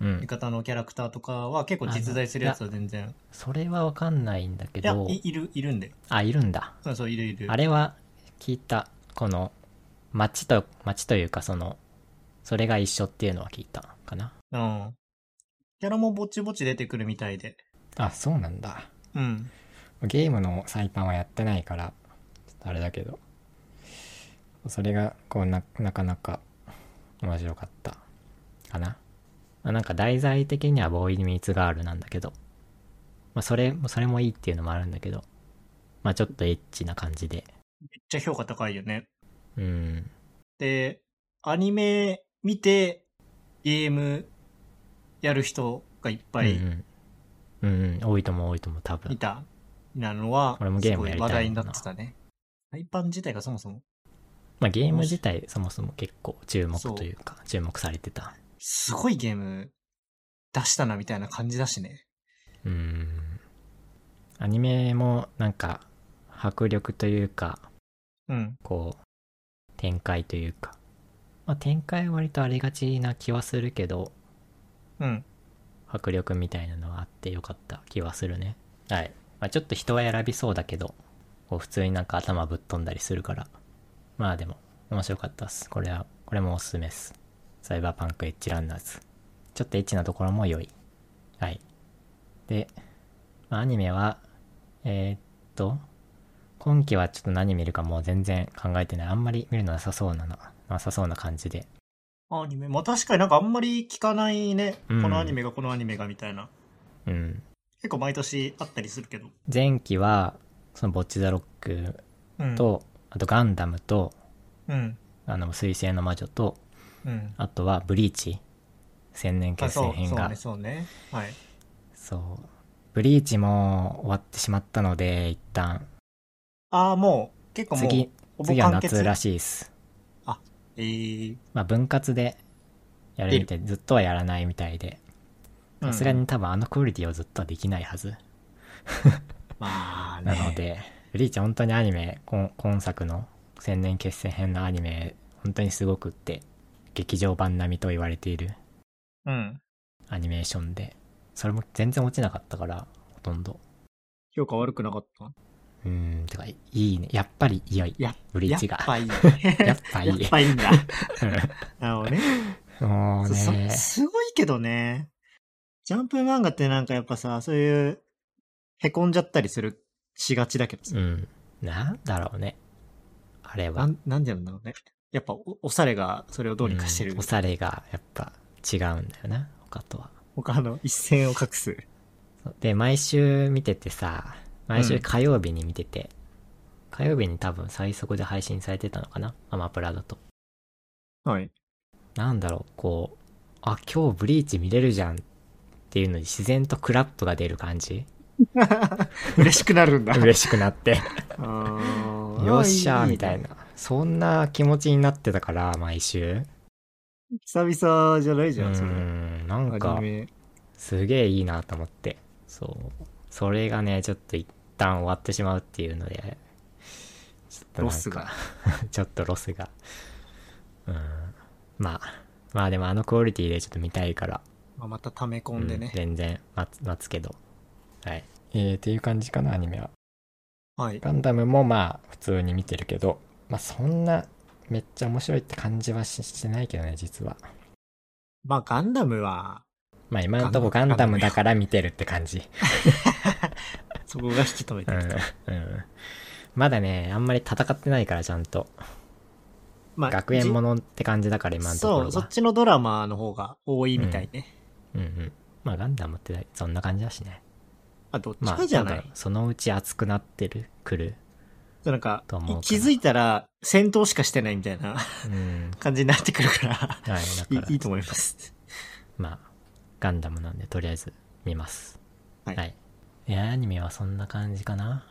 S1: うん
S2: 味。方のキャラクターとかは結構実在するやつは全然
S1: それはわかんないんだけ
S2: いや
S1: ど、
S2: いいるいるんで
S1: あ、いるんだ。
S2: そうそういるいる
S1: あれは聞いた。この、街と、街というかその、それが一緒っていうのは聞いたかな。
S2: うんキャラもぼちぼち出てくるみたいで
S1: あ、そうなんだ。
S2: うん
S1: ゲームの再版はやってないから、ちょっとあれだけど。それが、こうな、なかなか面白かったかな。まあ、なんか題材的にはボーイミーツガールなんだけど、まあそれ、それもいいっていうのもあるんだけど、まあちょっとエッチな感じで、
S2: めっちゃ評価高いよね
S1: うん、
S2: でアニメ見てゲームやる人がいっぱ
S1: う
S2: い
S1: んうん、うんうん多いとも多いとも多
S2: い
S1: 分
S2: たなのは
S1: 俺もゲ
S2: す
S1: ーム
S2: ご
S1: や
S2: い
S1: りたい
S2: 話
S1: な
S2: 題になってたねイパン自体がそもそも
S1: まあゲーム自体そもそも結構注目というか注目されてた
S2: すごいゲーム出したなみたいな感じだしね
S1: うんアニメもなんか迫力というか
S2: うん
S1: こう展開というか、まあ、展開は割とありがちな気はするけど
S2: うん
S1: 迫力みたいなのはあってよかった気はするねはい、まあ、ちょっと人は選びそうだけどこう普通になんか頭ぶっ飛んだりするからまあでも面白かったっすこれはこれもおすすめっすサイバーパンクエッジランナーズちょっとエッチなところも良いはいで、まあ、アニメはえーっと今期はちょっと何見るかもう全然考えてないあんまり見るのなさそうなのなさそうな感じで
S2: アニメまあ確かになんかあんまり聞かないね、
S1: うん
S2: このアニメがこのアニメがみたいな
S1: うん
S2: 結構毎年あったりするけど
S1: 前期はそのボッチ・ザ・ロック
S2: うん
S1: と、あとガンダムと、
S2: うん
S1: あの、水星の魔女と、
S2: うん
S1: あとはブリーチ、千年
S2: あ
S1: 決
S2: そ
S1: 戦
S2: う
S1: 編
S2: そう
S1: が
S2: ね。そうねはい
S1: そうブリーチも終わってしまったので、一旦。
S2: ああもう結構もう
S1: 次、
S2: ほぼ
S1: 次は
S2: 完結
S1: 夏らしいです。
S2: えー
S1: まあ、分割でやるみたい、ずっとはやらないみたいで。
S2: うん
S1: さすがに多分あのクオリティをずっとはできないはず。
S2: まあね
S1: なので、ブリーチ本当にアニメ、今今作の千年決戦編のアニメ、本当にすごくって、劇場版並みと言われている
S2: うん
S1: アニメーションでそれも全然落ちなかったからほとんど
S2: 評価悪くなかった
S1: うーんてかいいねやっぱり良い
S2: や
S1: ブリーチが
S2: やっぱいい
S1: やっぱい
S2: や
S1: い
S2: っぱいいんだなるほどね
S1: もう
S2: そ
S1: ね
S2: すごいけどね。ジャンプ漫画ってなんかやっぱさ、そういう、へこんじゃったりする、しがちだけどさ。
S1: うんなんだろうねあれ
S2: な
S1: は
S2: ん、なんでなんだろうね。やっぱお、おされがそれをどうにかしてる。
S1: んおされがやっぱ違うんだよな他とは
S2: 他の一線を隠す。
S1: で毎週見ててさ毎週火曜日に見てて、火曜日に多分最速で配信されてたのかなアマプラだと
S2: はい。
S1: なんだろう、こう、あ、今日ブリーチ見れるじゃんっていうのに自然とクラップが出る感じ
S2: 嬉しくなるんだ。
S1: 嬉しくなって。よ
S2: よ
S1: っしゃーみたい。な。そんな気持ちになってたから、毎週。
S2: 久々じゃないうじゃん、それ。
S1: ーん、なん
S2: ア
S1: か
S2: ニ、メ。
S1: すげえいいなと思って。そう。それがね、ちょっと一旦終わってしまうっていうので、ちょっと
S2: ロ
S1: なん
S2: ス
S1: か
S2: が。、
S1: ちょっとロスが。うん。まあ、まあでもあのクオリティでちょっと見たいから、
S2: まあ、また溜め込んでね
S1: うん。全然待つ待つけどはいえー、っていう感じかなアニメは
S2: はい。
S1: ガンダムもまあ普通に見てるけどまあそんなめっちゃ面白いって感じはししてないけどね実は
S2: まあ、ガンダムは、
S1: まあ今のとこガンダムだから見てるって感じ
S2: そこが引き止め
S1: う
S2: て
S1: ん、
S2: ると。
S1: うん、まだねあんまり戦ってないからちゃんと
S2: まあ
S1: 学園ものって感じだから今のところ
S2: そう、そっ
S1: は
S2: ちのドラマの方が多いみたいね。
S1: う、んうん、まあガンダムってそんな感じだしね
S2: あ、どっち
S1: まあ
S2: かじゃ
S1: 多
S2: ない、
S1: 分そのうち熱くなってるくる
S2: なんか
S1: と思うかな、
S2: 気づいたら戦闘しかしてないみたいな
S1: うん
S2: 感じになってくるから
S1: はいだから
S2: い、いいと思います。
S1: まあ、ガンダムなんでとりあえず見ます。
S2: はい
S1: いや、アニメはそんな感じかな。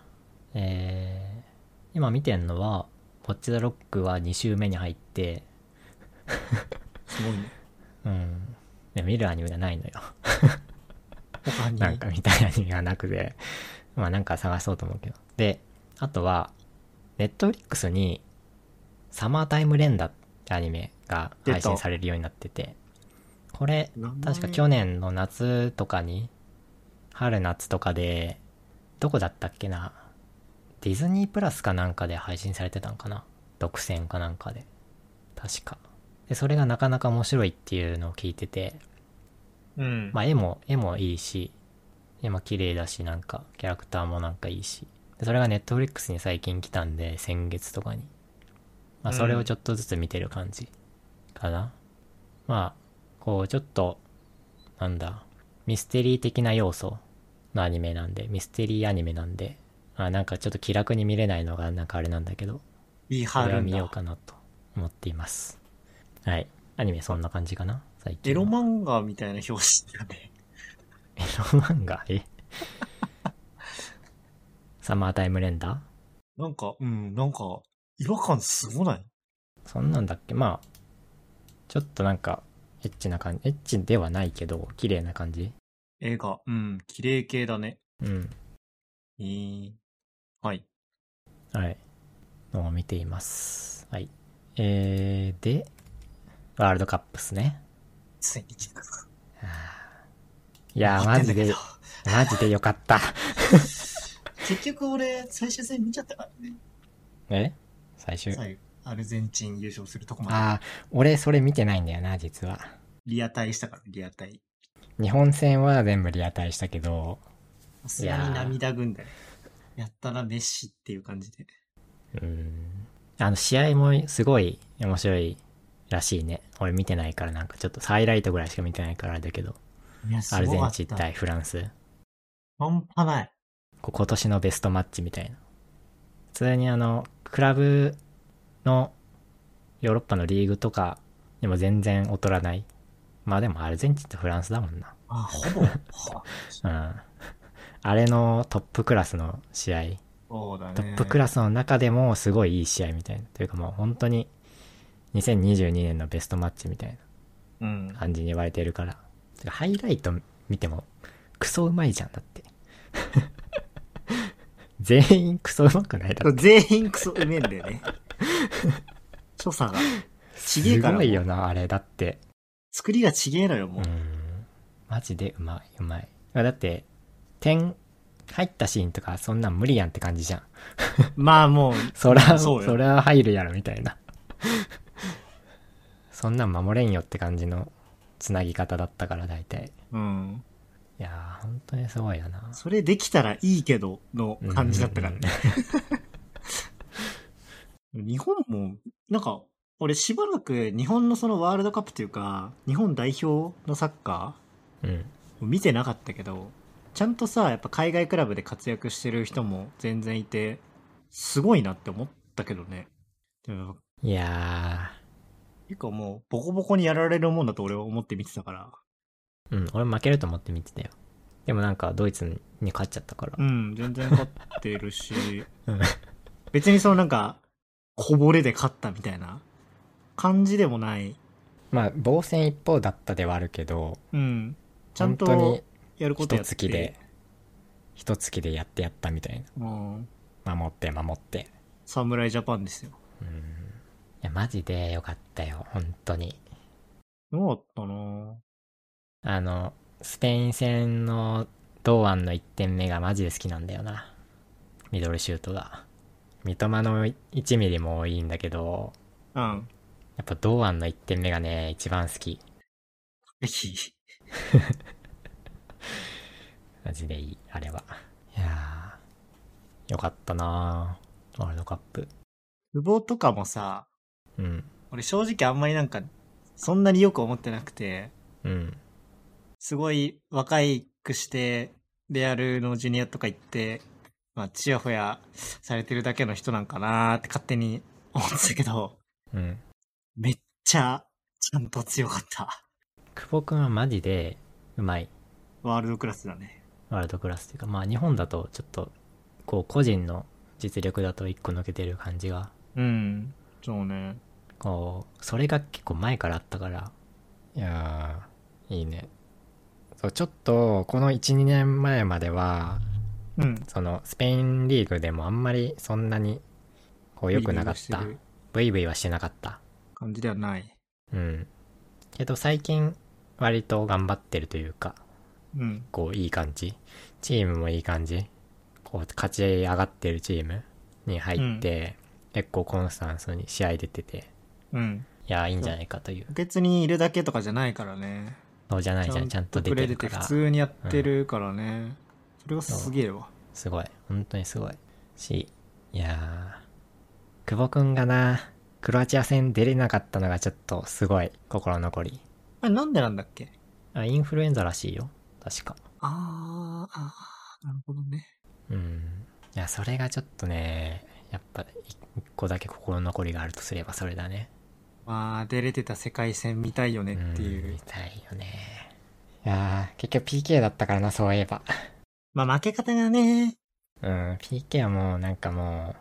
S1: えー、今見てんのは、ポッチザロックは2週目に入って、
S2: すごいね。
S1: うん。で見るアニメがないのよ。
S2: 他に。
S1: なんか見たいアニメがなくて。まあなんか探そうと思うけど。で、あとは、ネットフリックスに、サマータイム連打ってアニメが配信されるようになってて、これ、確か去年の夏とかに、春夏とかで、どこだったっけな。ディズニープラスかなんかで配信されてたんかな。独占かなんかで。確か。で、それがなかなか面白いっていうのを聞いてて、
S2: うん。
S1: まあ絵も、絵もいいし、絵も綺麗だし、なんか、キャラクターもなんかいいし。でそれがネットフリックスに最近来たんで、先月とかに。まあ、それをちょっとずつ見てる感じかな。まあ、こう、ちょっと、なんだ、ミステリー的な要素のアニメなんで、ミステリーアニメなんで、まあ、なんかちょっと気楽に見れないのが、なんかあれなんだけど、
S2: 言い
S1: そ
S2: 張
S1: れ
S2: る
S1: は
S2: ん
S1: 見よう
S2: だ。
S1: かなと思っています。はい。アニメそんな感じかな、最近
S2: エ
S1: は。
S2: ロ漫画みたいな表紙だね。
S1: エロ漫画 えサマータイムレンダー
S2: なんか、うん、なんか、違和感すごない
S1: そんなんだっけまあ、ちょっとなんか、エッチな感じ、エッチではないけど、綺麗な感じ
S2: 映画。うん、綺麗系だね。
S1: うん。
S2: えー、はい。
S1: はい。のを見ています。はい。えー、で、ワールドカップっすね。
S2: ついに来た。
S1: いやー、
S2: 待
S1: マ
S2: って
S1: ジ
S2: んだけ
S1: で
S2: ど、
S1: マジでよかった。
S2: 結局俺、最終戦見ちゃったからね。
S1: え最終。
S2: 最後、アルゼンチン優勝するとこまで。
S1: あー、俺それ見てないんだよな、実は。
S2: リアタイしたから、リアタイ。
S1: 日本戦は全部リアタイしたけど、
S2: さすがに涙ぐんだね。やったらメッシっていう感じで。
S1: うんあの、試合もすごい面白いらしいね。俺見てないからなんかちょっとハイライトぐらいしか見てないからあれだけど、
S2: いや、
S1: アルゼンチン
S2: 対。
S1: 対フランス。
S2: 半端ない。
S1: こう今年のベストマッチみたいな。普通にあの、クラブのヨーロッパのリーグとかでも全然劣らない。まあでもアルゼンチンとフランスだもんな。
S2: あ、ほぼ。ほ
S1: うん。あれのトップクラスの試合。
S2: そうだね。
S1: トップクラスの中でもすごいいい試合みたいな。というかもう本当に2022年のベストマッチみたい
S2: うん
S1: な。感じに言われてるから。てかハイライト見てもクソうまいじゃんだって。全員クソうまくないだって。
S2: 全員クソうめえんだよね。所作が。ちげえ
S1: す
S2: から
S1: ごいよな、あれだって。
S2: 作りがちげえのよ、も
S1: う
S2: う。
S1: ん。マジでうまい、うまい。だって、点入ったシーンとかそんなん無理やんって感じじゃん。
S2: まあもう、
S1: そら、
S2: そ
S1: そう
S2: よ
S1: ら入るやろみたいな。 そんなん守れんよって感じのつなぎ方だったから大体。
S2: うん。
S1: いやー、本当にすごいよな。
S2: それできたらいいけど、の感じだったからね。日本も、なんか、俺しばらく日本のそのワールドカップというか、日本代表のサッカ
S1: うん。
S2: ーを見てなかったけど、ちゃんとさ、やっぱ海外クラブで活躍してる人も全然いて、すごいなって思ったけどね。でも
S1: いや
S2: 結構もう、ボコボコにやられるもんだと俺は思って見てたから。
S1: ー、うん、俺負けると思って見てたよ。でもなんかドイツに勝っちゃったから
S2: う。ん、全然勝ってるし、
S1: うん
S2: 別にそのなんか、こぼれで勝ったみたいな感じでもない。
S1: まあ、防戦一方だったではあるけど、
S2: うん。ちゃん
S1: 本当
S2: と
S1: に
S2: やること
S1: 一
S2: やって。
S1: 月で、一月でやってやったみたい
S2: うん。
S1: な。守って守って。
S2: 侍ジャパンですよ。
S1: うん。いや、マジでよかったよ、本当に。
S2: よかったなぁ
S1: あの、スペイン戦の堂安の1点目がマジで好きなんだよな。ミドルシュートが。三笘の1ミリもいいんだけど、
S2: うん。
S1: やっぱ堂安の1点目がね、一番好き。
S2: ぜひ。
S1: マジでいい、あれは。いやー、よかったなぁ。ワールドカップ。
S2: 久保とかもさ、
S1: うん、
S2: 俺正直あんまりなんか、そんなによく思ってなくて、
S1: うん、
S2: すごい若いくして、レアルのジュニアとか行って、まあ、ちやほやされてるだけの人なんかなーって勝手に思ってたけど、
S1: うん。
S2: めっちゃ、ちゃんと強かった。
S1: 久保くんはマジで、うまい。
S2: ワールドクラスだね。
S1: ワールドクラスというか、まあ日本だとちょっと、こう個人の実力だと一個抜けてる感じが
S2: うん。そうね。
S1: こうそれが結構前からあったからいやーいいねそうちょっとこの12年前までは
S2: うん。
S1: そのスペインリーグでもあんまりそんなにこう良くなかった
S2: リーグしてる
S1: ブイブイはしてなかった
S2: 感じではない。
S1: うんけど最近割と頑張ってるというか、
S2: うん。
S1: こういい感じチームもいい感じこう勝ち上がってるチームに入って、結構コンスタンスに試合出てて
S2: うん。
S1: いやいいんじゃないかという
S2: 補欠にいるだけとかじゃないからね。
S1: そうじゃないじゃんちゃんと出
S2: プレ
S1: て
S2: ー出
S1: る
S2: て
S1: か
S2: 普
S1: ら
S2: 通にやってるからね。それはすげえわ。
S1: すごい本当にすごいしいやー久保くんがなクロアチア戦出れなかったのがちょっとすごい心残り
S2: あれなんでなんだっけ
S1: あインフルエンザらしいよ確か
S2: あー、あー、なるほどね。
S1: うんいやそれがちょっとねやっぱ一個だけ心残りがあるとすればそれだね
S2: まあ、出れてた世界戦見たいよねっていう。
S1: んみたいよねいやー結局 PK だったからなそういえば
S2: まあ、負け方がね、
S1: うん PK はもうなんかも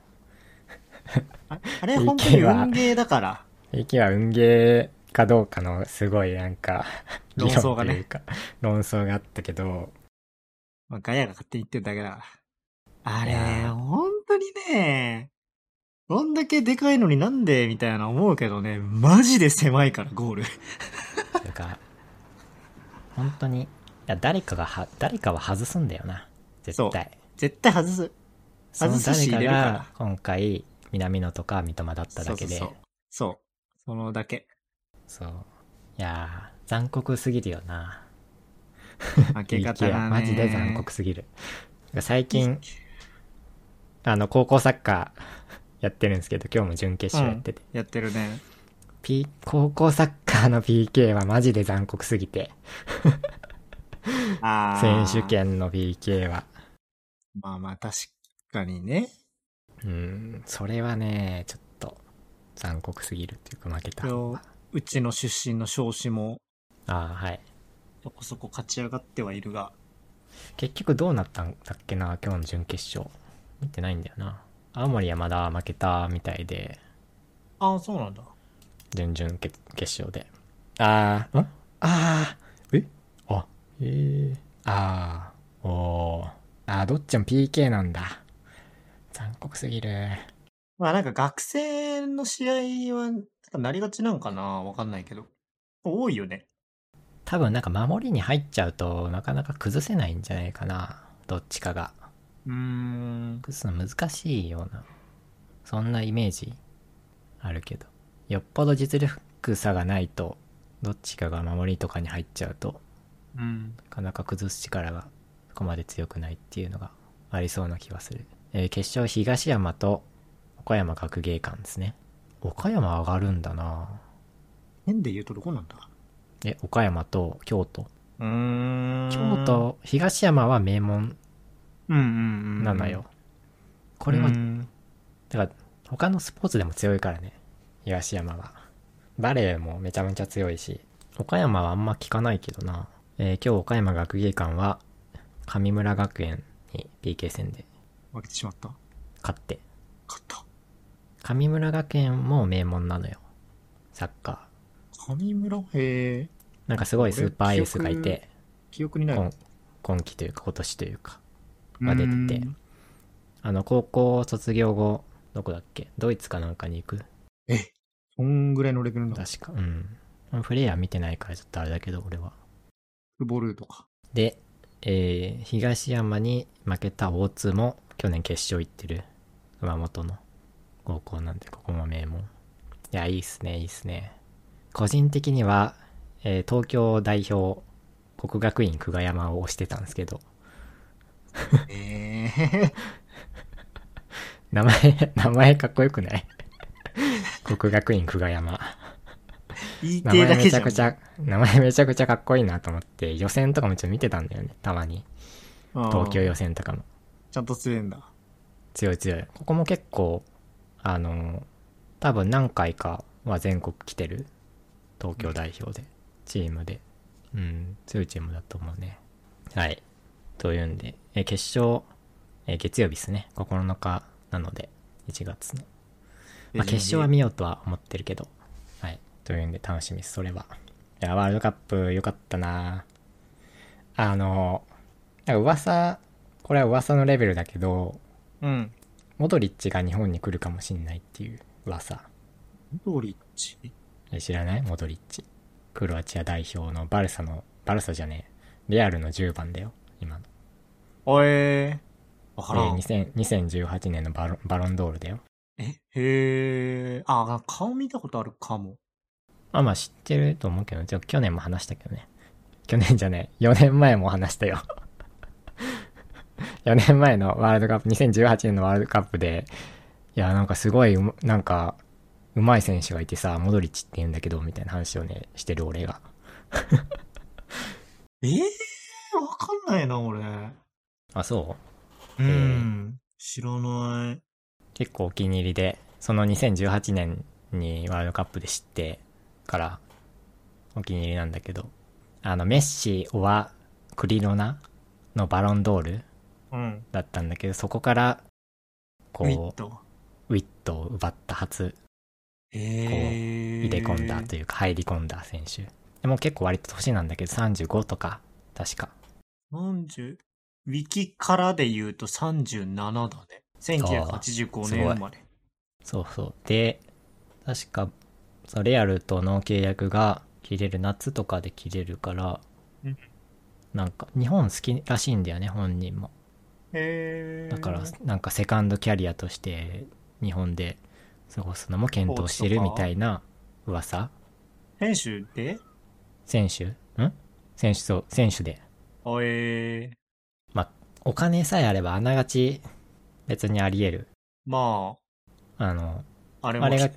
S2: ああれ本当に
S1: PK は
S2: 運ゲーだから。
S1: う PK は運ゲーかどうかのすごいなんか
S2: 論争がね
S1: 議論というか論争があったけど
S2: まあ、ガヤが勝手に言ってるだけだから。あれ
S1: いやー、
S2: 本当にね、こんだけでかいのになんでみたいな思うけどね、マジで狭いから、ゴール。
S1: というか本当にいや誰かがは誰かは外すんだよな絶対
S2: 絶対外す。
S1: その
S2: 外すし
S1: 誰か
S2: 入れるから
S1: が今回南野とか三笘だっただけで
S2: そうそうそう。そう。そのだけ。
S1: そういやー残酷すぎるよな
S2: 負け方がね。
S1: マジで残酷すぎる最近あの高校サッカーやってるんですけど今日も準決勝やってて、
S2: やってるね。
S1: P、高校サッカーの PK はマジで残酷すぎて
S2: あ
S1: 選
S2: ー
S1: 手。権の PK は
S2: まあまあ、確かにね。
S1: うんそれはねちょっと残酷すぎるっていうか負けた方
S2: 今日
S1: が、
S2: うちの出身の少子も、
S1: あーはい
S2: そこそこ勝ち上がってはいるが、
S1: 結局どうなったんだっけな今日の準決勝見てないんだよな青森山田は負けたみたいで
S2: ああ、そうなんだ。
S1: 準々決決勝で。あー、んあー、えあ、えー、あー、おー。あー、どっちも PK なんだ。残酷すぎる。
S2: まあなんか学生の試合は、なんかなりがちなんかなわかんないけど。多いよね。
S1: 多分なんか守りに入っちゃうとなかなか崩せないんじゃないかな。どっちかが。
S2: うーん。
S1: 崩すの難しいような。そんなイメージあるけど。よっぽど実力差がないと、どっちかが守りとかに入っちゃうと
S2: うん。
S1: なかなか崩す力がそこまで強くないっていうのがありそうな気がする、えー決勝東山と岡山学芸館ですね岡山上がるんだな
S2: 変で言うとどこなんだ
S1: え岡山と京都
S2: うーん。
S1: 京。都東山は名門
S2: うんうんうん。
S1: なのよ、。
S2: こ
S1: これは
S2: う
S1: だ
S2: ん
S1: から他のスポーツでも強いからね東山はバレーもめちゃめちゃ強いし岡山はあんま聞かないけどな、えー今日岡山学芸館は神村学園に PK 戦で
S2: 負けてしまった。
S1: 勝って
S2: 勝った。
S1: 神村学園も名門なのよサッカ
S2: 上村へえ。
S1: ーなんかすごいスーパーエースがい
S2: 記
S1: て
S2: 記憶にない。
S1: 今今期というか今年というかが出てて
S2: うーん
S1: あの高校卒業後どこだっけドイツかなんかに行く
S2: え、そんぐらいのレベルの
S1: 確かうんフレア見てないからちょっとあれだけど俺は
S2: ボルー とか。
S1: で、えー東山に負けた大津も去年決勝行ってる熊本の高校なんでここも名門いやいいっすねいいっすね個人的には、えー東京代表国学院久我山を推してたんですけど
S2: ええ。
S1: 名前 名前かっこよくない 国学院久我山
S2: 言い
S1: 名
S2: てえ
S1: 前
S2: だけ
S1: め
S2: じ
S1: ち
S2: ゃ
S1: ゃ
S2: ん。
S1: くちゃ名前めちゃくちゃかっこいいなと思って予選とかもちょっと見てたんだよねたまに
S2: うん
S1: 東京予選とかも
S2: ちゃんと強いんだ。
S1: 強い強いここも結構あの多分何回かは全国来てる東京代表で、チームでうん強いチームだと思うねはいというんでえ決勝え月曜日ですね9日なので1月の、まあ、決勝は見ようとは思ってるけどはいというんで楽しみですそれはいやワールドカップ良かったなあのなんか噂これは噂のレベルだけど
S2: うん。
S1: モドリッチが日本に来るかもしんないっていう噂
S2: モドリッチ
S1: え知らないモドリッチクロアチア代表のバルサの、バルサじゃねえ、レアルの10番だよ、今の。
S2: おえー。わからん。
S1: で、2000 2018年のバロンバロンドールだよ。
S2: え、へえ。あ、顔見たことあるかも。
S1: まあまあ知ってると思うけど、ちょ去年も話したけどね。去年じゃねえ、4年前も話したよ。4年前のワールドカップ、2018年のワールドカップで、いや、なんかすごいうま、なんか、うまい選手がいてさ、モドリッチって言うんだけど、みたいな話をね、してる俺が。
S2: ええー、わかんないな、俺。
S1: あ、そう
S2: うん。知らない。
S1: 結構お気に入りで、その2018年にワールドカップで知ってからお気に入りなんだけど、あの、メッシはクリロナのバロンドール
S2: うん。
S1: だったんだけど、そこから、こ
S2: ウィッ
S1: う、
S2: ト。
S1: ウィットを奪った初、
S2: ええー。
S1: 入れ込んだというか、入り込んだ選手。でも結構割と年なんだけど、35とか、確か。
S2: 40ウィキからで言うと37だね。1985年生まれ。
S1: そうそう。で、確か、そうレアルとの契約が切れる、夏とかで切れるから
S2: うん、
S1: なんか、日本好きらしいんだよね、本人も。
S2: へー
S1: だから、なんかセカンドキャリアとして、日本で過ごすのも検討してるみたいな噂
S2: 選手で
S1: 選手ん選手そう、選手で。
S2: あえー、
S1: まあ、お金さえあればあながち、別にあり得る。
S2: ま
S1: あの、
S2: あ、あれも
S1: あれが、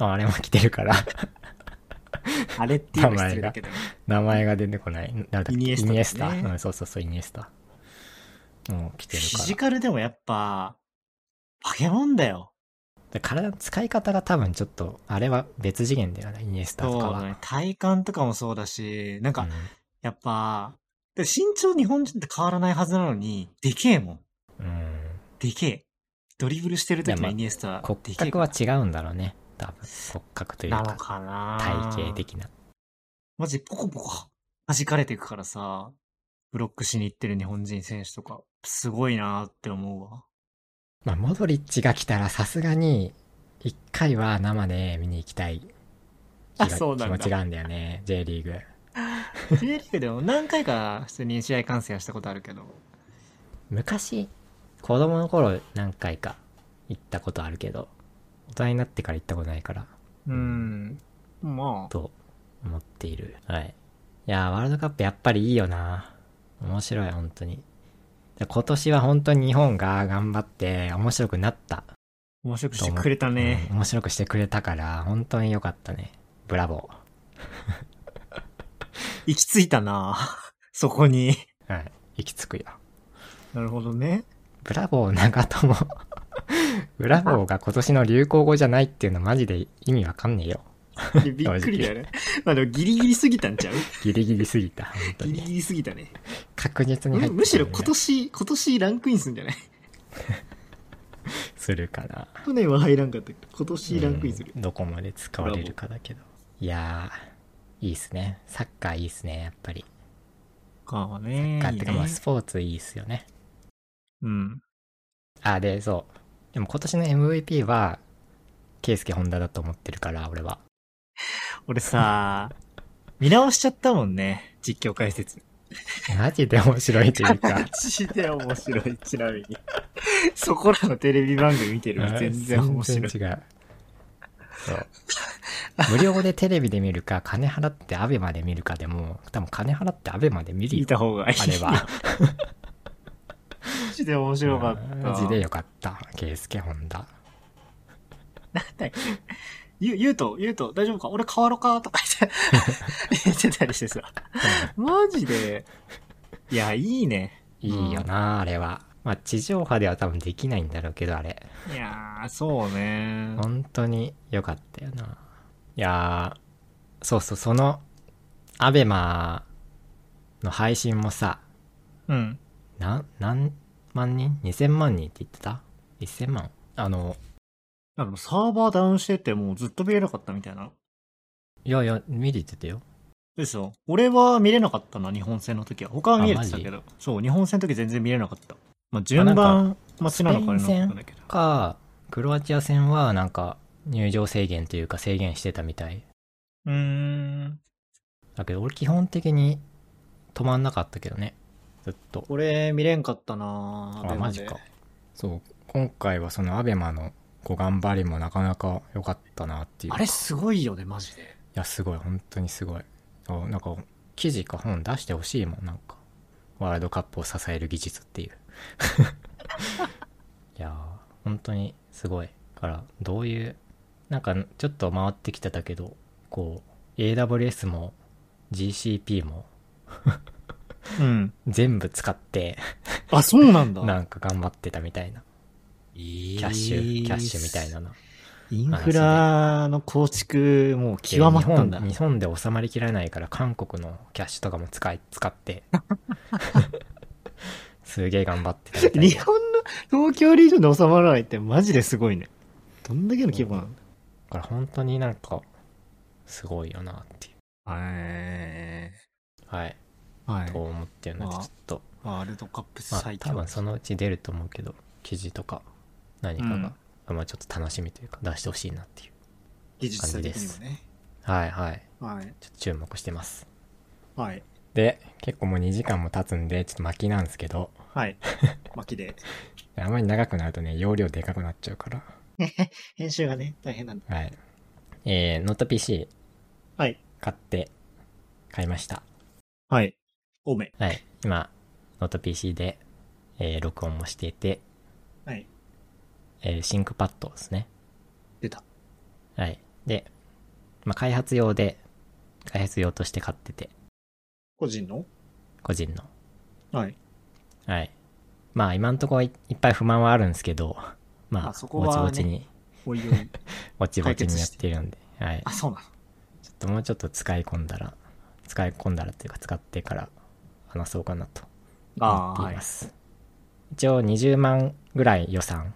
S1: ああれも来てるから。
S2: あれっていうのは失礼だけど。
S1: 名前が出てこない。なんだっけ
S2: イニエスタ
S1: イ
S2: で
S1: ニエス
S2: すね
S1: タ。うん、そうそうそう、イニエスタ。もう来て
S2: フ
S1: る
S2: ィ
S1: か
S2: ジカルでもやっぱ、化け物だよ。
S1: ら。で体の使い方が多分ちょっと、あれは別次元だよね、イニエスタとか
S2: そう
S1: は。
S2: だね。体幹とかもそうだし、なんか、やっぱ、で身長日本人って変わらないはずなのに、でけえもん。
S1: うん。うん。
S2: でけえ。ドリブルしてる時
S1: いやま
S2: の
S1: あ
S2: イニエスタは、で
S1: 骨
S2: けえ
S1: 格
S2: から
S1: は違うんだろうね。多分、骨格という
S2: なの
S1: か、
S2: かな
S1: 体型。的な。
S2: マジポコポコ弾かれていくからさ、ブロックしに行ってる日本人選手とか、すごいなーって思う わ。
S1: まあ、モドリッチが来たらさすがに、一回は生で見に行きたい気が
S2: あそうなんだ
S1: 気持ちがあるんだよね、J リーグ。
S2: J リーグでも何回か普通に試合観戦はしたことあるけど。
S1: 昔、子供の頃何回か行ったことあるけど、大人になってから行ったことないから、
S2: うん。まあ、
S1: と思っている。はい。いやー、ワールドカップやっぱりいいよな。面白い、本当に。で今年は本当に日本が頑張って面白くなった。
S2: 面白くしてくれたね。
S1: うん面白くしてくれたから、本当に良かったね。ブラボ
S2: 行き着いたな そこに。
S1: ー。はい。行き着くよ。
S2: なるほどね。
S1: ブラボー長友。 ブラボーが今年の流行語じゃないっていうのマジで意味わかんねえよ。
S2: いやびっくりだよね。まあでもギリギリすぎたんちゃう
S1: ギリギリすぎた、本当
S2: ギリ
S1: に。
S2: ギリすぎたね。
S1: 確実に入ってくるよね
S2: むしろ今年、今年ランクインするんじゃない
S1: するかな。
S2: 去年は入らんかったけど、今年ランクインする
S1: う。んどこまで使われるかだけど。いやー、いいっすね。サッカーいいっすね、やっぱり。
S2: かはね
S1: サッカーってかまあスポーツいいっすよね。
S2: うん。
S1: あ、で、そう。でも今年の MVP は、ケイスケホンダだと思ってるから、俺は。
S2: 俺さ、見直しちゃったもんね。実況解説。
S1: マジで面白いというか
S2: マ。ジで面白い、ちなみに。そこらのテレビ番組見てるわ 全然面白
S1: 全
S2: い。
S1: 然違う。そう。無料でテレビで見るか、金払ってアベマで見るかでも、多分金払ってアベマで見る
S2: 見
S1: よ。
S2: た方がいい。
S1: あれは。
S2: マジで面白かった。
S1: マジでよかった。ケイスケホンダ。
S2: ゆ、ゆうと、ゆうと、大丈夫か俺変わろうかとか言 って、言ってたりしてさ。マジで。いや、いいね。
S1: いいよな、あれは。まあ、地上波では多分できないんだろうけど、あれ。
S2: いやー、そうね。
S1: 本当に良かったよな。いやー、そうそう、その、アベマの配信もさ、
S2: うん。
S1: なん、何万人 ?2000 万人って言ってた ?1000 万あの、
S2: なんかサーバーダウンしててもうずっと見れなかったみたいな。
S1: いやいや、見れてたよ。
S2: ですよ。俺は見れなかったな、日本戦の時は。他は見れて
S1: あ
S2: た
S1: マジ
S2: けど。そう、日本戦の時全然見れなかった。まあ、順
S1: あ
S2: 番待ちなのかあれな
S1: スペイン戦
S2: のかだけど。
S1: か、クロアチア戦はなんか、入場制限というか制限してたみたい。
S2: うーん。
S1: だけど俺基本的に止まんなかったけどねずっと
S2: 俺見れんかったな
S1: あマジかそう今回はそのアベマのご頑張りもなかなか良かったなっていう
S2: あれすごいよねマジで
S1: いやすごい本当にすごいそうなんか記事か本出してほしいもんなんかワールドカップを支える技術っていう いやー本当にすごいからどういうなんかちょっと回ってきてたけどこう AWS も GCP も
S2: うん
S1: 全部使って
S2: あそうなんだ
S1: なんか頑張ってたみたいな
S2: キ
S1: キャッシュキャッシュみたいなな
S2: インフラの構築もう極まったんだ
S1: で日本日本で収まりきらないから韓国のキャッシュとかも使い使って すげえ頑張ってたみたい
S2: 日
S1: な
S2: 本の東京リージョンで収まらないってマジですごいねどんだけの規模なんだ
S1: だから本当になんかすごいよなっていう
S2: はい
S1: はい、
S2: はい
S1: と思ってるので
S2: まあ
S1: ちょっと、
S2: ワールドカップ
S1: まあ
S2: 最、強
S1: 多分そのうち出ると思うけど記事とか何かが、まあちょっと楽しみというか出してほしいなっていう
S2: 技術者的にもね
S1: はいはい
S2: はい
S1: ちょっと注目してます
S2: はい
S1: で結構もう2時間も経つんでちょっと巻きなんですけど
S2: はい巻きで
S1: あまり長くなるとね容量でかくなっちゃうから
S2: 編集がね大変なんだ
S1: はい。えー、ノート PC
S2: はい
S1: 買って、買いました。
S2: はいおめ
S1: はい。今、ノート PC で、えー録音もしていて、
S2: はい
S1: えーシンクパッドですね。
S2: 出た
S1: はい。で、まあ、開発用で、開発用として買ってて、
S2: 個人の
S1: 個人の。
S2: はい
S1: はい。まあ、今んとこいいっぱぱい不満はあるんですけど、まあ、
S2: あそこ
S1: ぼち
S2: はね
S1: ぼちに、
S2: おいおい
S1: ぼちぼちに
S2: 解決
S1: やっ
S2: して
S1: てるんで、はい。
S2: あそうなの
S1: ちょっともうちょっと使い込んだら、使い込んだらっていうか使ってから話そうかなと思
S2: あ
S1: っ
S2: あ
S1: て
S2: はいい
S1: ます。一応20万ぐらい予算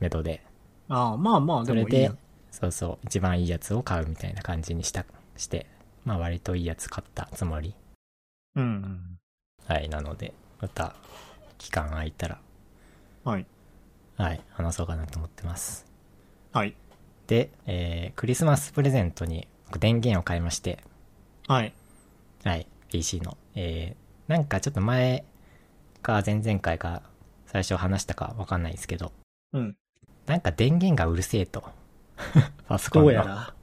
S1: めどで、
S2: ああまあまあで
S1: それ
S2: もいい
S1: で
S2: や、
S1: そうそう、一番いいやつを買うみたいな感じにした、して、まあ割といいやつ買ったつもり。
S2: うんうん
S1: はい、なので、また期間空いたら、
S2: はい
S1: はい、話そうかなと思ってます。
S2: はい
S1: で、えー、クリスマスプレゼントに僕電源を買いまして、
S2: はい
S1: はい、PC の。えー、なんかちょっと前か前々回か最初話したかわかんないですけど、
S2: うん
S1: なんか電源がうるせえと。 パソコン
S2: ど
S1: の
S2: うやら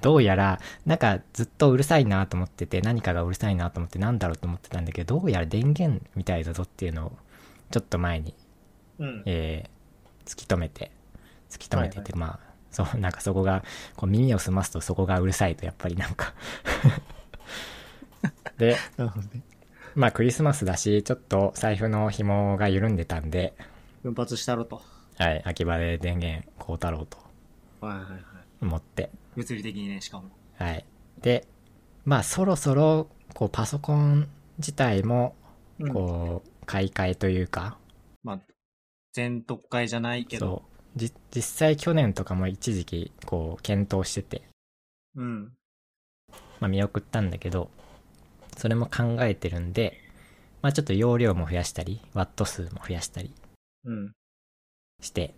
S1: どうやら、なんかずっとうるさいなと思ってて、何かがうるさいなと思って、なんだろうと思ってたんだけど、どうやら電源みたいだぞっていうのを、ちょっと前に、
S2: うん
S1: えー突き止めて、突き止めて
S2: はい
S1: て、まあ、そう、なんかそこが、こう耳を澄ますとそこがうるさいと、やっぱりなんか。で、
S2: なるほどね
S1: まあクリスマスだし、ちょっと財布の紐が緩んでたんで、
S2: 奮発したろと
S1: はい、秋葉で電源こうたろうと
S2: はいはいはい
S1: 思って、
S2: 物理的にねしかも
S1: はい。で、まあそろそろ、こうパソコン自体も、
S2: うん
S1: こう、買い替えというか、
S2: まあ全特会じゃないけど
S1: そう、じ、実際去年とかも一時期、こう、検討してて、
S2: うん
S1: まあ見送ったんだけど、それも考えてるんで、まあちょっと容量も増やしたり、ワット数も増やしたり
S2: うん
S1: して、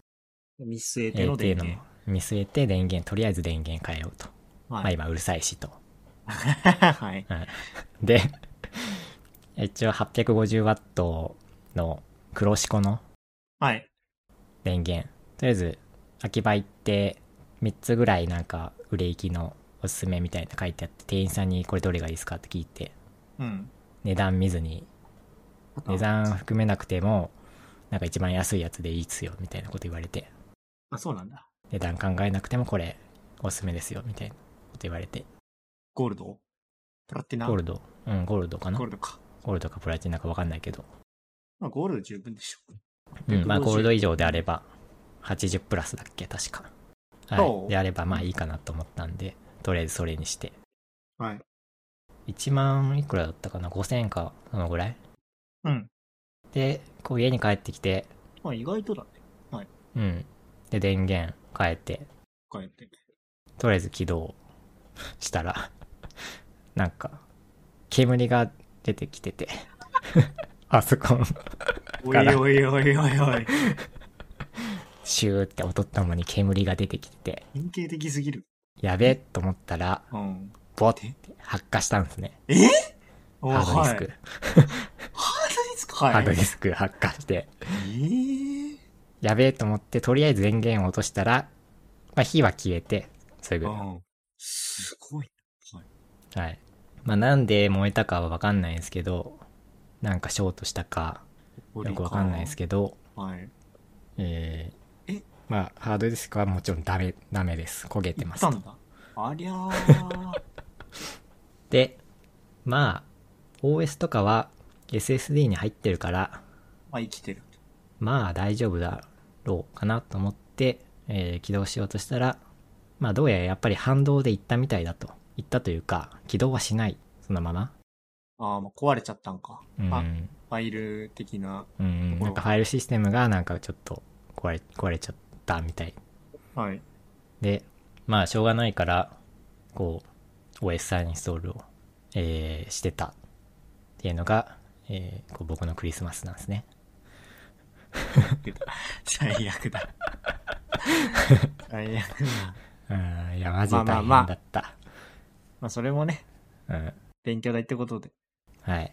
S2: 見据え
S1: え
S2: て
S1: ー
S2: の
S1: ってい
S2: 電
S1: うのも
S2: 源
S1: 見据えて電源、とりあえず電源変えようと。ま
S2: は
S1: あ
S2: い
S1: 今うるさいしと。
S2: はい
S1: で、 一応 850W の黒四股の
S2: はい
S1: 電源。とりあえず、秋葉行って3つぐらいなんか売れ行きのおすすめみたいな書いてあって、店員さんにこれどれがいいですかって聞いて、
S2: うん
S1: 値段見ずに、値段含めなくても、なんか一番安いやつでいいっすよみたいなこと言われて、
S2: あそうなんだ
S1: 値段考えなくてもこれおすすめですよみたいなこと言われて、
S2: ゴールドプラティナ
S1: ゴールド、うん、ゴールドかな
S2: ゴールドか
S1: ゴールドかプラチナかわかんないけど、
S2: まあゴールド十分でしょ
S1: うん、まあ
S2: 150
S1: ゴールド以上であれば、80プラスだっけ、確か。は
S2: そ
S1: い。
S2: う
S1: であれば、まあいいかなと思ったんで、とりあえずそれにして。
S2: はい
S1: 1万いくらだったかな ?5000 か、そのぐらい。
S2: うん
S1: で、こう家に帰ってきて、
S2: まあ意外とだね
S1: うん。で、電源変えて、
S2: こうやって
S1: とりあえず起動したら、 なんか、煙が出てきて て、パソコン、
S2: おいおいおいおいおい
S1: シューって音とともに煙が出てきてて、
S2: 典型的すぎる
S1: やべえと思ったら、
S2: うん
S1: ボッて発火したんですね。
S2: お
S1: ハードディスク。
S2: はい、ハードディスク
S1: ハード
S2: は
S1: デ
S2: い。
S1: ィスク発火して、
S2: ええ
S1: やべえと思って、とりあえず電源を落としたら、まあ火は消えて、すぐ。は
S2: うん。すごい。
S1: い。まあなんで燃えたかはわかんないんですけど、なんかショートしたか、よくわかんないです
S2: け
S1: けど、
S2: ど。はい。
S1: えー
S2: え
S1: まあハードディスクはもちろんダメ、ダメです。焦げて
S2: 行
S1: ま
S2: っ
S1: す
S2: た
S1: と。
S2: んだ。あり ゃー。
S1: で、まあ、OS とかは SSD に入ってるから、
S2: まあ生きてる。
S1: まあ大丈夫だろうかなと思って、えー起動しようとしたら、まあどうやらやっぱり反動でいったみたいだと。いったというか、起動はしない。そのまま。
S2: ああ、まあ壊れちゃったんか。
S1: うん。
S2: あ、ファイル的な。
S1: うん。なんかファイルシステムがなんかちょっと壊れ、壊れちゃったみたい。
S2: はい。
S1: で、まあしょうがないから、こう、OS インストールを、えーしてたっていうのが、えーこう僕のクリスマスなんですね。
S2: 最悪だ。 最悪だ。
S1: うん。いや、マジで
S2: ま
S1: 大
S2: あまあ
S1: 変
S2: まあ
S1: だった。
S2: まあそれもね、
S1: うん。
S2: 勉強代ってことで、
S1: はい。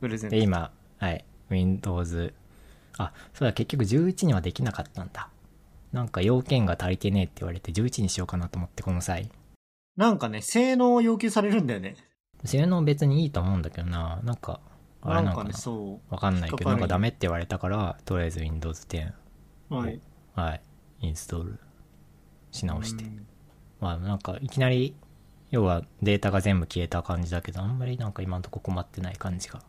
S2: プレゼント
S1: で、。今、はい、Windows。あ、そうだ、結局11にはできなかったんだ。なんか要件が足りてねえって言われて11にしようかなと思って、この際。
S2: なんかね、性能を要求されるんだよね。
S1: 性能別にいいと思うんだけどな。なんか、あ
S2: な
S1: れなんの
S2: か
S1: か
S2: ね、
S1: な。
S2: そ
S1: わかんない
S2: 引っ
S1: け
S2: か
S1: ど、な
S2: かる
S1: んかダメって言われたから、とりあえず Windows 10、
S2: う。はい。
S1: はい、インストールし直して
S2: う。ん
S1: まあなんか、いきなり、要はデータが全部消えた感じだけど、あんまりなんか今んとこ困ってない感じが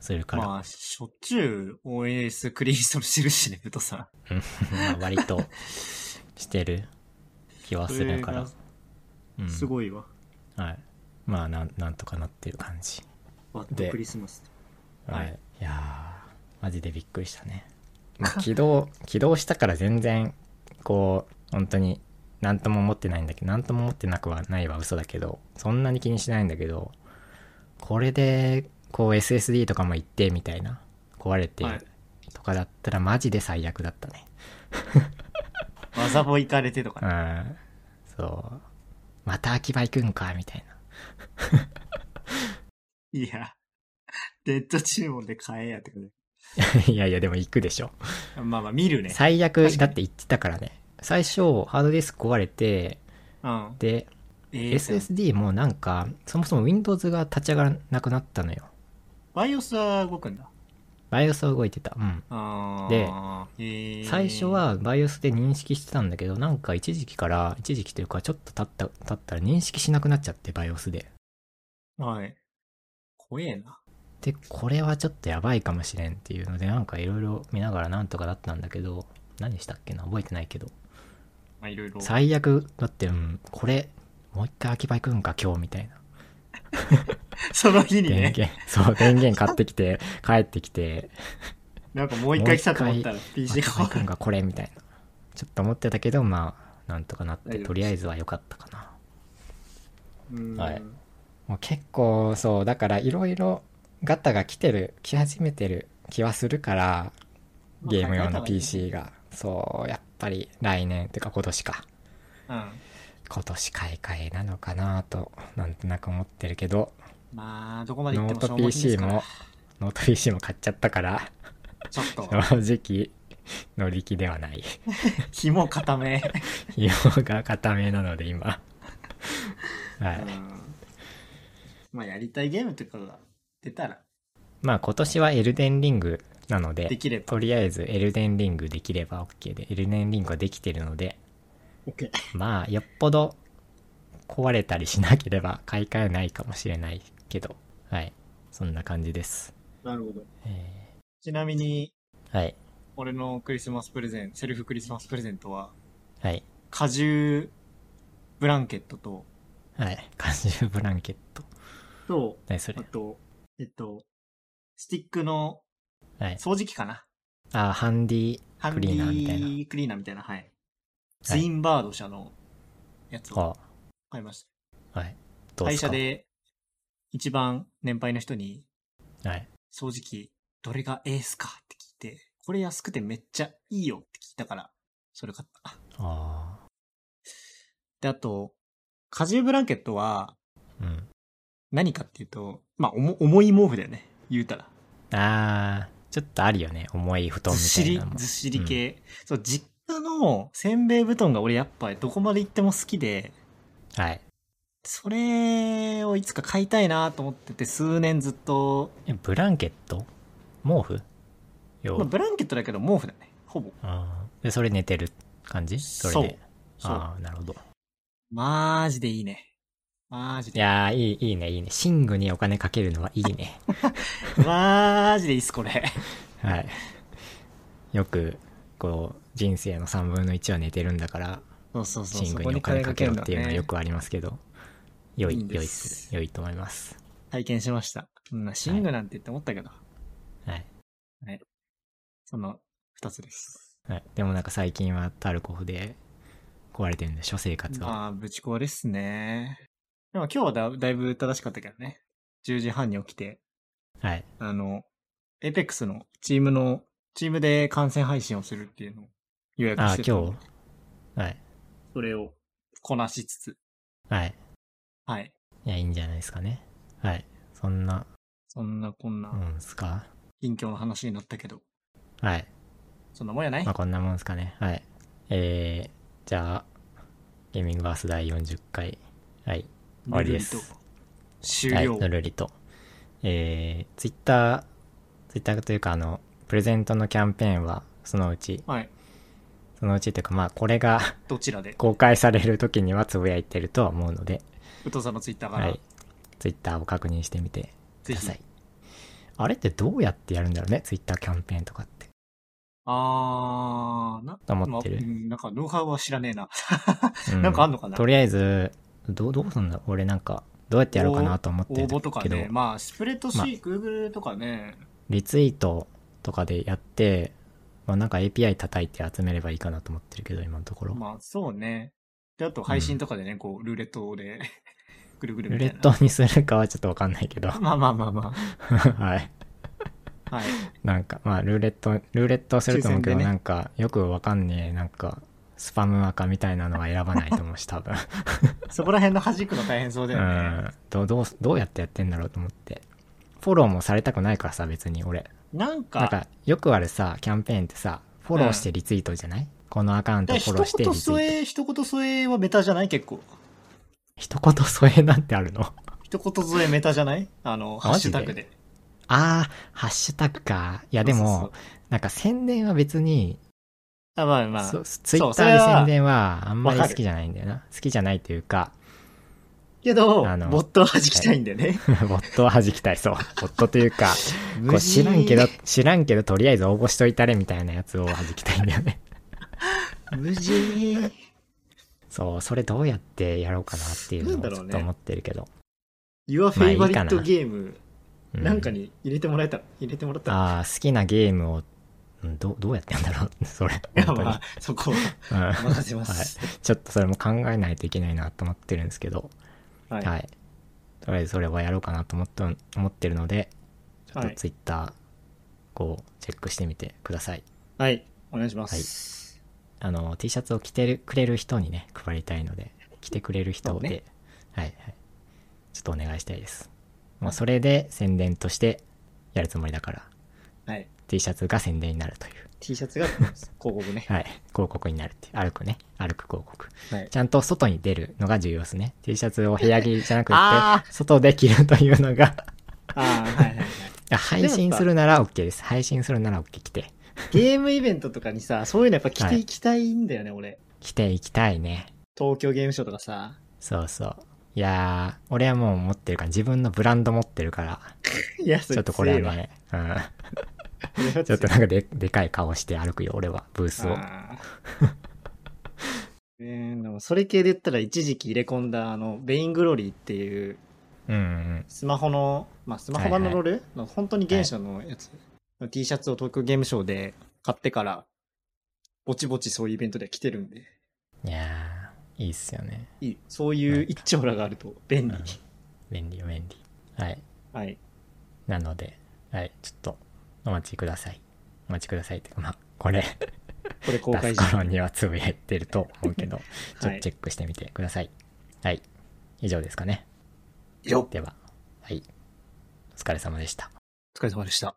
S1: するから。
S2: まあ、しょっちゅう OS クリーンストールしてるしね、ブトさ
S1: うんまあ割としてる気は
S2: ん。
S1: するか
S2: そ
S1: ら
S2: れ、
S1: うん、
S2: がすごいわ。
S1: はいまあなんなんとかなってる感じ、
S2: バッ
S1: で
S2: ドクリスマス。
S1: は
S2: はいい
S1: いやーマジでびっくりした ね、まあ、起動起動したから全然こう本当に何とも思ってないんだけど何とも思ってなくはないは嘘だけどそんなに気にしないんだけどこれでこう SSD とかも行ってみたいな壊れて
S2: はい
S1: とかだったらマジで最悪だったね
S2: わざぼ行かれてとか
S1: う
S2: ね。
S1: ん。そう。また秋葉行くんか、みたいな。
S2: いや、デッド注文で買えやってこと
S1: いやいや、でも行くでしょ。
S2: でまあまあ、見るね。
S1: 最悪、
S2: 確かに
S1: だって行ってたからね。最初、ハードディスク壊れて、
S2: うん。
S1: で、
S2: ええ
S1: SSD もなんか、そもそも Windows が立ち上がらなくなったのよ。
S2: バイオスは動くんだ。
S1: BIOS は動いてた。うん。
S2: あで、へー
S1: 最初、は BIOS で認識してたんだけど、なんか一時期から、一時期というか、ちょっと経った、経ったら認識しなくなっちゃって、BIOS で。
S2: はい。怖えな。
S1: で、これはちょっとやばいかもしれんっていうので、なんかいろいろ見ながらなんとかだったんだけど、何したっけな覚えてないけど。
S2: まあ、いろいろ。
S1: 最悪、だって、うん、これ、もう一回秋葉行くんか、今日みたいな。
S2: その日に
S1: 電
S2: ね、
S1: 源、 そう、電源買ってきて、帰ってきて、
S2: なんかもう一回来たと思ったら PC
S1: 秋
S2: が
S1: 葉行
S2: 終
S1: く
S2: わ
S1: ん
S2: る。
S1: か、これみたいな。ちょっと思ってたけど、まあ、なんとかなっ
S2: 大
S1: て、
S2: 丈夫
S1: とりあえずは良かったかな。
S2: うん
S1: はいもう結構、そう、だからいろいろガタが来てる、来始めてる気はするから、ゲーム用の。PC が。そう、やっぱり来年、てか今年か。
S2: うん。
S1: 今年買い替えなのかなと、なんとなく思ってるけど、
S2: まあ、どこまで行っ
S1: ノ
S2: て
S1: ー
S2: もしょ
S1: ト
S2: うもないで
S1: PC
S2: すから
S1: も、ノート PC も買っちゃったから、
S2: ちょっ と、
S1: 正直、乗り気ではない。
S2: 紐固め。
S1: 用が固めなので今。は
S2: う
S1: い。
S2: んまあ、やりたいゲームとかが出たら、
S1: まあ今年はエルデンリングなの
S2: で
S1: で、
S2: きれば。
S1: とりあえずエルデンリングできれば OK で、エルデンリングはできてるので、
S2: OK。
S1: まあよっぽど壊れたりしなければ買い替えないかもしれないけど、はい。そんな感じです。
S2: なるほど。
S1: え
S2: ちなみに、
S1: ーはい。
S2: 俺のクリスマスプレゼン、セルフクリスマスプレゼントは、
S1: はい。
S2: 果汁ブランケットと、
S1: はい。感じブランケット。
S2: と、
S1: 何それ
S2: あと、えっと、スティックの
S1: はい。
S2: 掃除機かな。
S1: あ、ハンディ。
S2: ハン
S1: ク
S2: デ
S1: リーナーみたいな
S2: ィークリーナーみたいな、はい。ツインバード社のやつを
S1: あ、
S2: 買いまし
S1: はい。ど
S2: た。
S1: う
S2: 会
S1: すか
S2: 社で一番年配の人に
S1: はい。
S2: 掃除機どれがエースかって聞いて、これ安くてめっちゃいいよって聞いたから、それ買った。
S1: あ
S2: で、あと、果汁ブランケットは、
S1: あ。うん。
S2: 何かっていうと、まあ、重重い毛布だよね。言うたら。
S1: あー、ちょっとあるよね。重い布団
S2: ずっ
S1: みた
S2: し
S1: い
S2: り
S1: なの、も。
S2: ずっしり系。そう、実家のせんべい布団が俺やっぱどこまで行っても好きで、
S1: はい。
S2: それをいつか買いたいなと思ってて、数年ずっと、
S1: えブランケット毛布
S2: まあ、
S1: よ、
S2: ブランケットだけど毛布だね。ほぼ。
S1: あーで、それ寝てる感じそれで。
S2: そう。
S1: ああ、なるほど。
S2: マジでいいね。マジ
S1: い
S2: で。
S1: やー、いい、いいね、いいね。寝具にお金かけるのはいい ね。
S2: マジでいいっす、これ。
S1: はい。よく、こう、人生の3分の1は寝てるんだから、
S2: そうそうそう。
S1: 寝
S2: そ
S1: 具
S2: こ
S1: にお
S2: に金
S1: 金
S2: か
S1: か
S2: け
S1: けろ
S2: るん
S1: っ
S2: だ
S1: ていうのはよ
S2: ね。
S1: くありますけど、良
S2: いい
S1: い
S2: ん、
S1: 良い
S2: で
S1: っ
S2: す
S1: す、良いと思います。
S2: 体験しました。うん、寝具なんてって思ったけど、
S1: はい。
S2: その二つです。
S1: はい、でもなんか最近はタルコフで壊れてるんで、諸生活は。
S2: まあ、ぶち壊れっすね。でも今日はだだいぶ正しかったけどね。10時半に起きて、
S1: はい。
S2: あの、エイペックスのチームの、チームで観戦配信をするっていうのを予約
S1: ああ
S2: し
S1: ー、
S2: てたの
S1: 今
S2: で
S1: 日はい。
S2: それをこなしつつ、
S1: はい。
S2: はい。
S1: いや、いいんじゃないですかね。はい。そんな、
S2: そんなこん
S1: も
S2: なん
S1: すか
S2: 近況の話になったけど、
S1: はい。
S2: そんなもんやない
S1: まあ、こんなもんすかね。はい。えー、じゃあ、ゲーミングバース第40回。はい。終わりです
S2: ぬるりと終
S1: はい、
S2: 了。
S1: ぬるりと。えー、ツイッター、ツイッターというか、あの、プレゼントのキャンペーンは、そのうち、
S2: はい。
S1: そのうちというか、まあ、これが
S2: どちらで
S1: 公開される時にはつぶやいてるとは思うので、
S2: ウトさんのツイッターか
S1: は
S2: ら
S1: い。ツイッターを確認してみてく
S2: ぜ
S1: だ
S2: ひ
S1: さい。あれってどうやってやるんだろうね、ツイッターキャンペーンとかって。
S2: あー、な、
S1: と思ってる
S2: まうんなんか、ノウハウは知らねえな。
S1: う
S2: なんかあんのかな
S1: とりあえず、どう、どうすんだ俺なんか、どうやってやろうかなと思って
S2: 応
S1: る
S2: 募とか
S1: けど、
S2: ね。まあ、スプレッドシ
S1: まあ
S2: ー、Google とかね。
S1: リツイートとかでやって、まあ、なんか API 叩いて集めればいいかなと思ってるけど、今のところ。
S2: まあ、そうね。で、あと配信とかでね、こう、ルーレットで、 ぐるぐる
S1: ルー
S2: み
S1: レ
S2: たい
S1: ッ
S2: な。
S1: トにするかはちょっとわかんないけ ど、
S2: まあまあまあま
S1: はい。
S2: あ。はい。
S1: なんか、まあ、ルーレット、ルーレットはすると思うけ
S2: 抽
S1: ど、
S2: 選でね
S1: なんか、よくわかんねえ、なんか、スパム赤みたいなのは選ばないと思うし、多分。
S2: そこら辺の弾くの大変そうだ
S1: う
S2: よね。
S1: ん。どう、どう、どうやってやってんだろうと思って。フォローもされたくないからさ、別に俺。
S2: なんか、
S1: なんかよくあるさキャンペーンってさフォローしてリツイートじゃない、このアカウント
S2: で
S1: フォローしてリ
S2: 一言
S1: ツイート
S2: 添え、一言添えはメタじゃない結構。
S1: 一言添えなんてあるの
S2: 一言添えメタじゃないあの、ハッ
S1: マ
S2: シュ
S1: ジで
S2: タグで。
S1: あーハッシュタグかいやでも
S2: そうそうそう
S1: なんか宣伝は別に、
S2: あまあまあ。
S1: そツイッ
S2: そ
S1: タ
S2: れ
S1: ーで
S2: は
S1: 宣伝はあんまり
S2: わか
S1: 好
S2: る
S1: きじゃないんだよな好きじゃないというか
S2: けど、ボ
S1: あの
S2: ットは弾きたいんだよね。
S1: ボットは弾きたいそうボットというかこ
S2: 無
S1: う
S2: 事
S1: 知らんけど知らんけどとりあえず応募しといたれみたいなやつを弾きたいんだよね
S2: 無事。
S1: そうそれどうやってやろうかなっていうのをちょっと思ってるけど、
S2: Your
S1: まあいいかな
S2: favorite game
S1: う
S2: なんかに入れてもらえたら、入れてもらったら。
S1: ああ、好きなゲームを、うんどう、どうやってやんだろう それ。
S2: いや、
S1: 本当に
S2: まあ、そこは
S1: うん
S2: 任せます。
S1: ちょっとそれも考えないといけないなと思ってるんですけど、
S2: は
S1: はい。
S2: い。はい。
S1: とりあえずそれはやろうかなと思って、思ってるので、ちょっ
S2: は
S1: と
S2: い
S1: ツイッター、こう、チェックしてみてください。
S2: お願いします。
S1: あの、T シャツを着てる、くれる人にね、配りたいので、着てくれる人
S2: そう
S1: で、
S2: ね
S1: はい、はい。ちょっとお願いしたいです。もうそれで宣伝としてやるつもりだから、
S2: はい。
S1: T シャツが宣伝になるという。
S2: T シャツが広告ね。
S1: はい。広告になるって。歩くね。歩く広告。
S2: はい
S1: ち。ゃんと外に出るのが重要ですね。T シャツを部屋着じゃなく
S2: あ
S1: て、外で着るというの が、
S2: ああ、はいはいはい。
S1: あ配信するなら OK です。配信するなら OK 着て。
S2: ゲームイベントとかにさ、そういうのやっぱ着
S1: は
S2: て
S1: い
S2: いきたいんだよね、俺。
S1: 着ていきたいね。
S2: 東京ゲームショウとかさ。
S1: そうそう。いやー、俺はもう持ってるから、自分のブランド持ってるから、
S2: いや、そ
S1: ちょっとこれ はね、うん。
S2: 強いわ、
S1: ちょっとなんかで、でかい顔して歩くよ、俺は、ブースを。
S2: あーね えでもそれ系で言ったら一時期入れ込んだあの、ベイングロリーっていう
S1: うんうん。
S2: スマホの、まあスマホ版のロール、まあ本当に原初のやつ、T シャツを東京ゲームショウで買ってから、ぼちぼちそういうイベントで着てるんで、
S1: いやー、いいっすよね。
S2: いい。そういう一丁羅があると便利。
S1: うん便利よ、便利。はい。
S2: はい。
S1: なので、はい、ちょっと、お待ちください。お待ちくださいっていうか、まあ、これ、
S2: これ公
S1: 出
S2: 開
S1: す
S2: 時
S1: 頃にはつぶやいてると思うけど、ちょっ
S2: は
S1: と
S2: い
S1: チェックしてみてください。はい。以上ですかね。
S2: 以上、
S1: では、はい。お疲れ様でした。
S2: お疲れ様でした。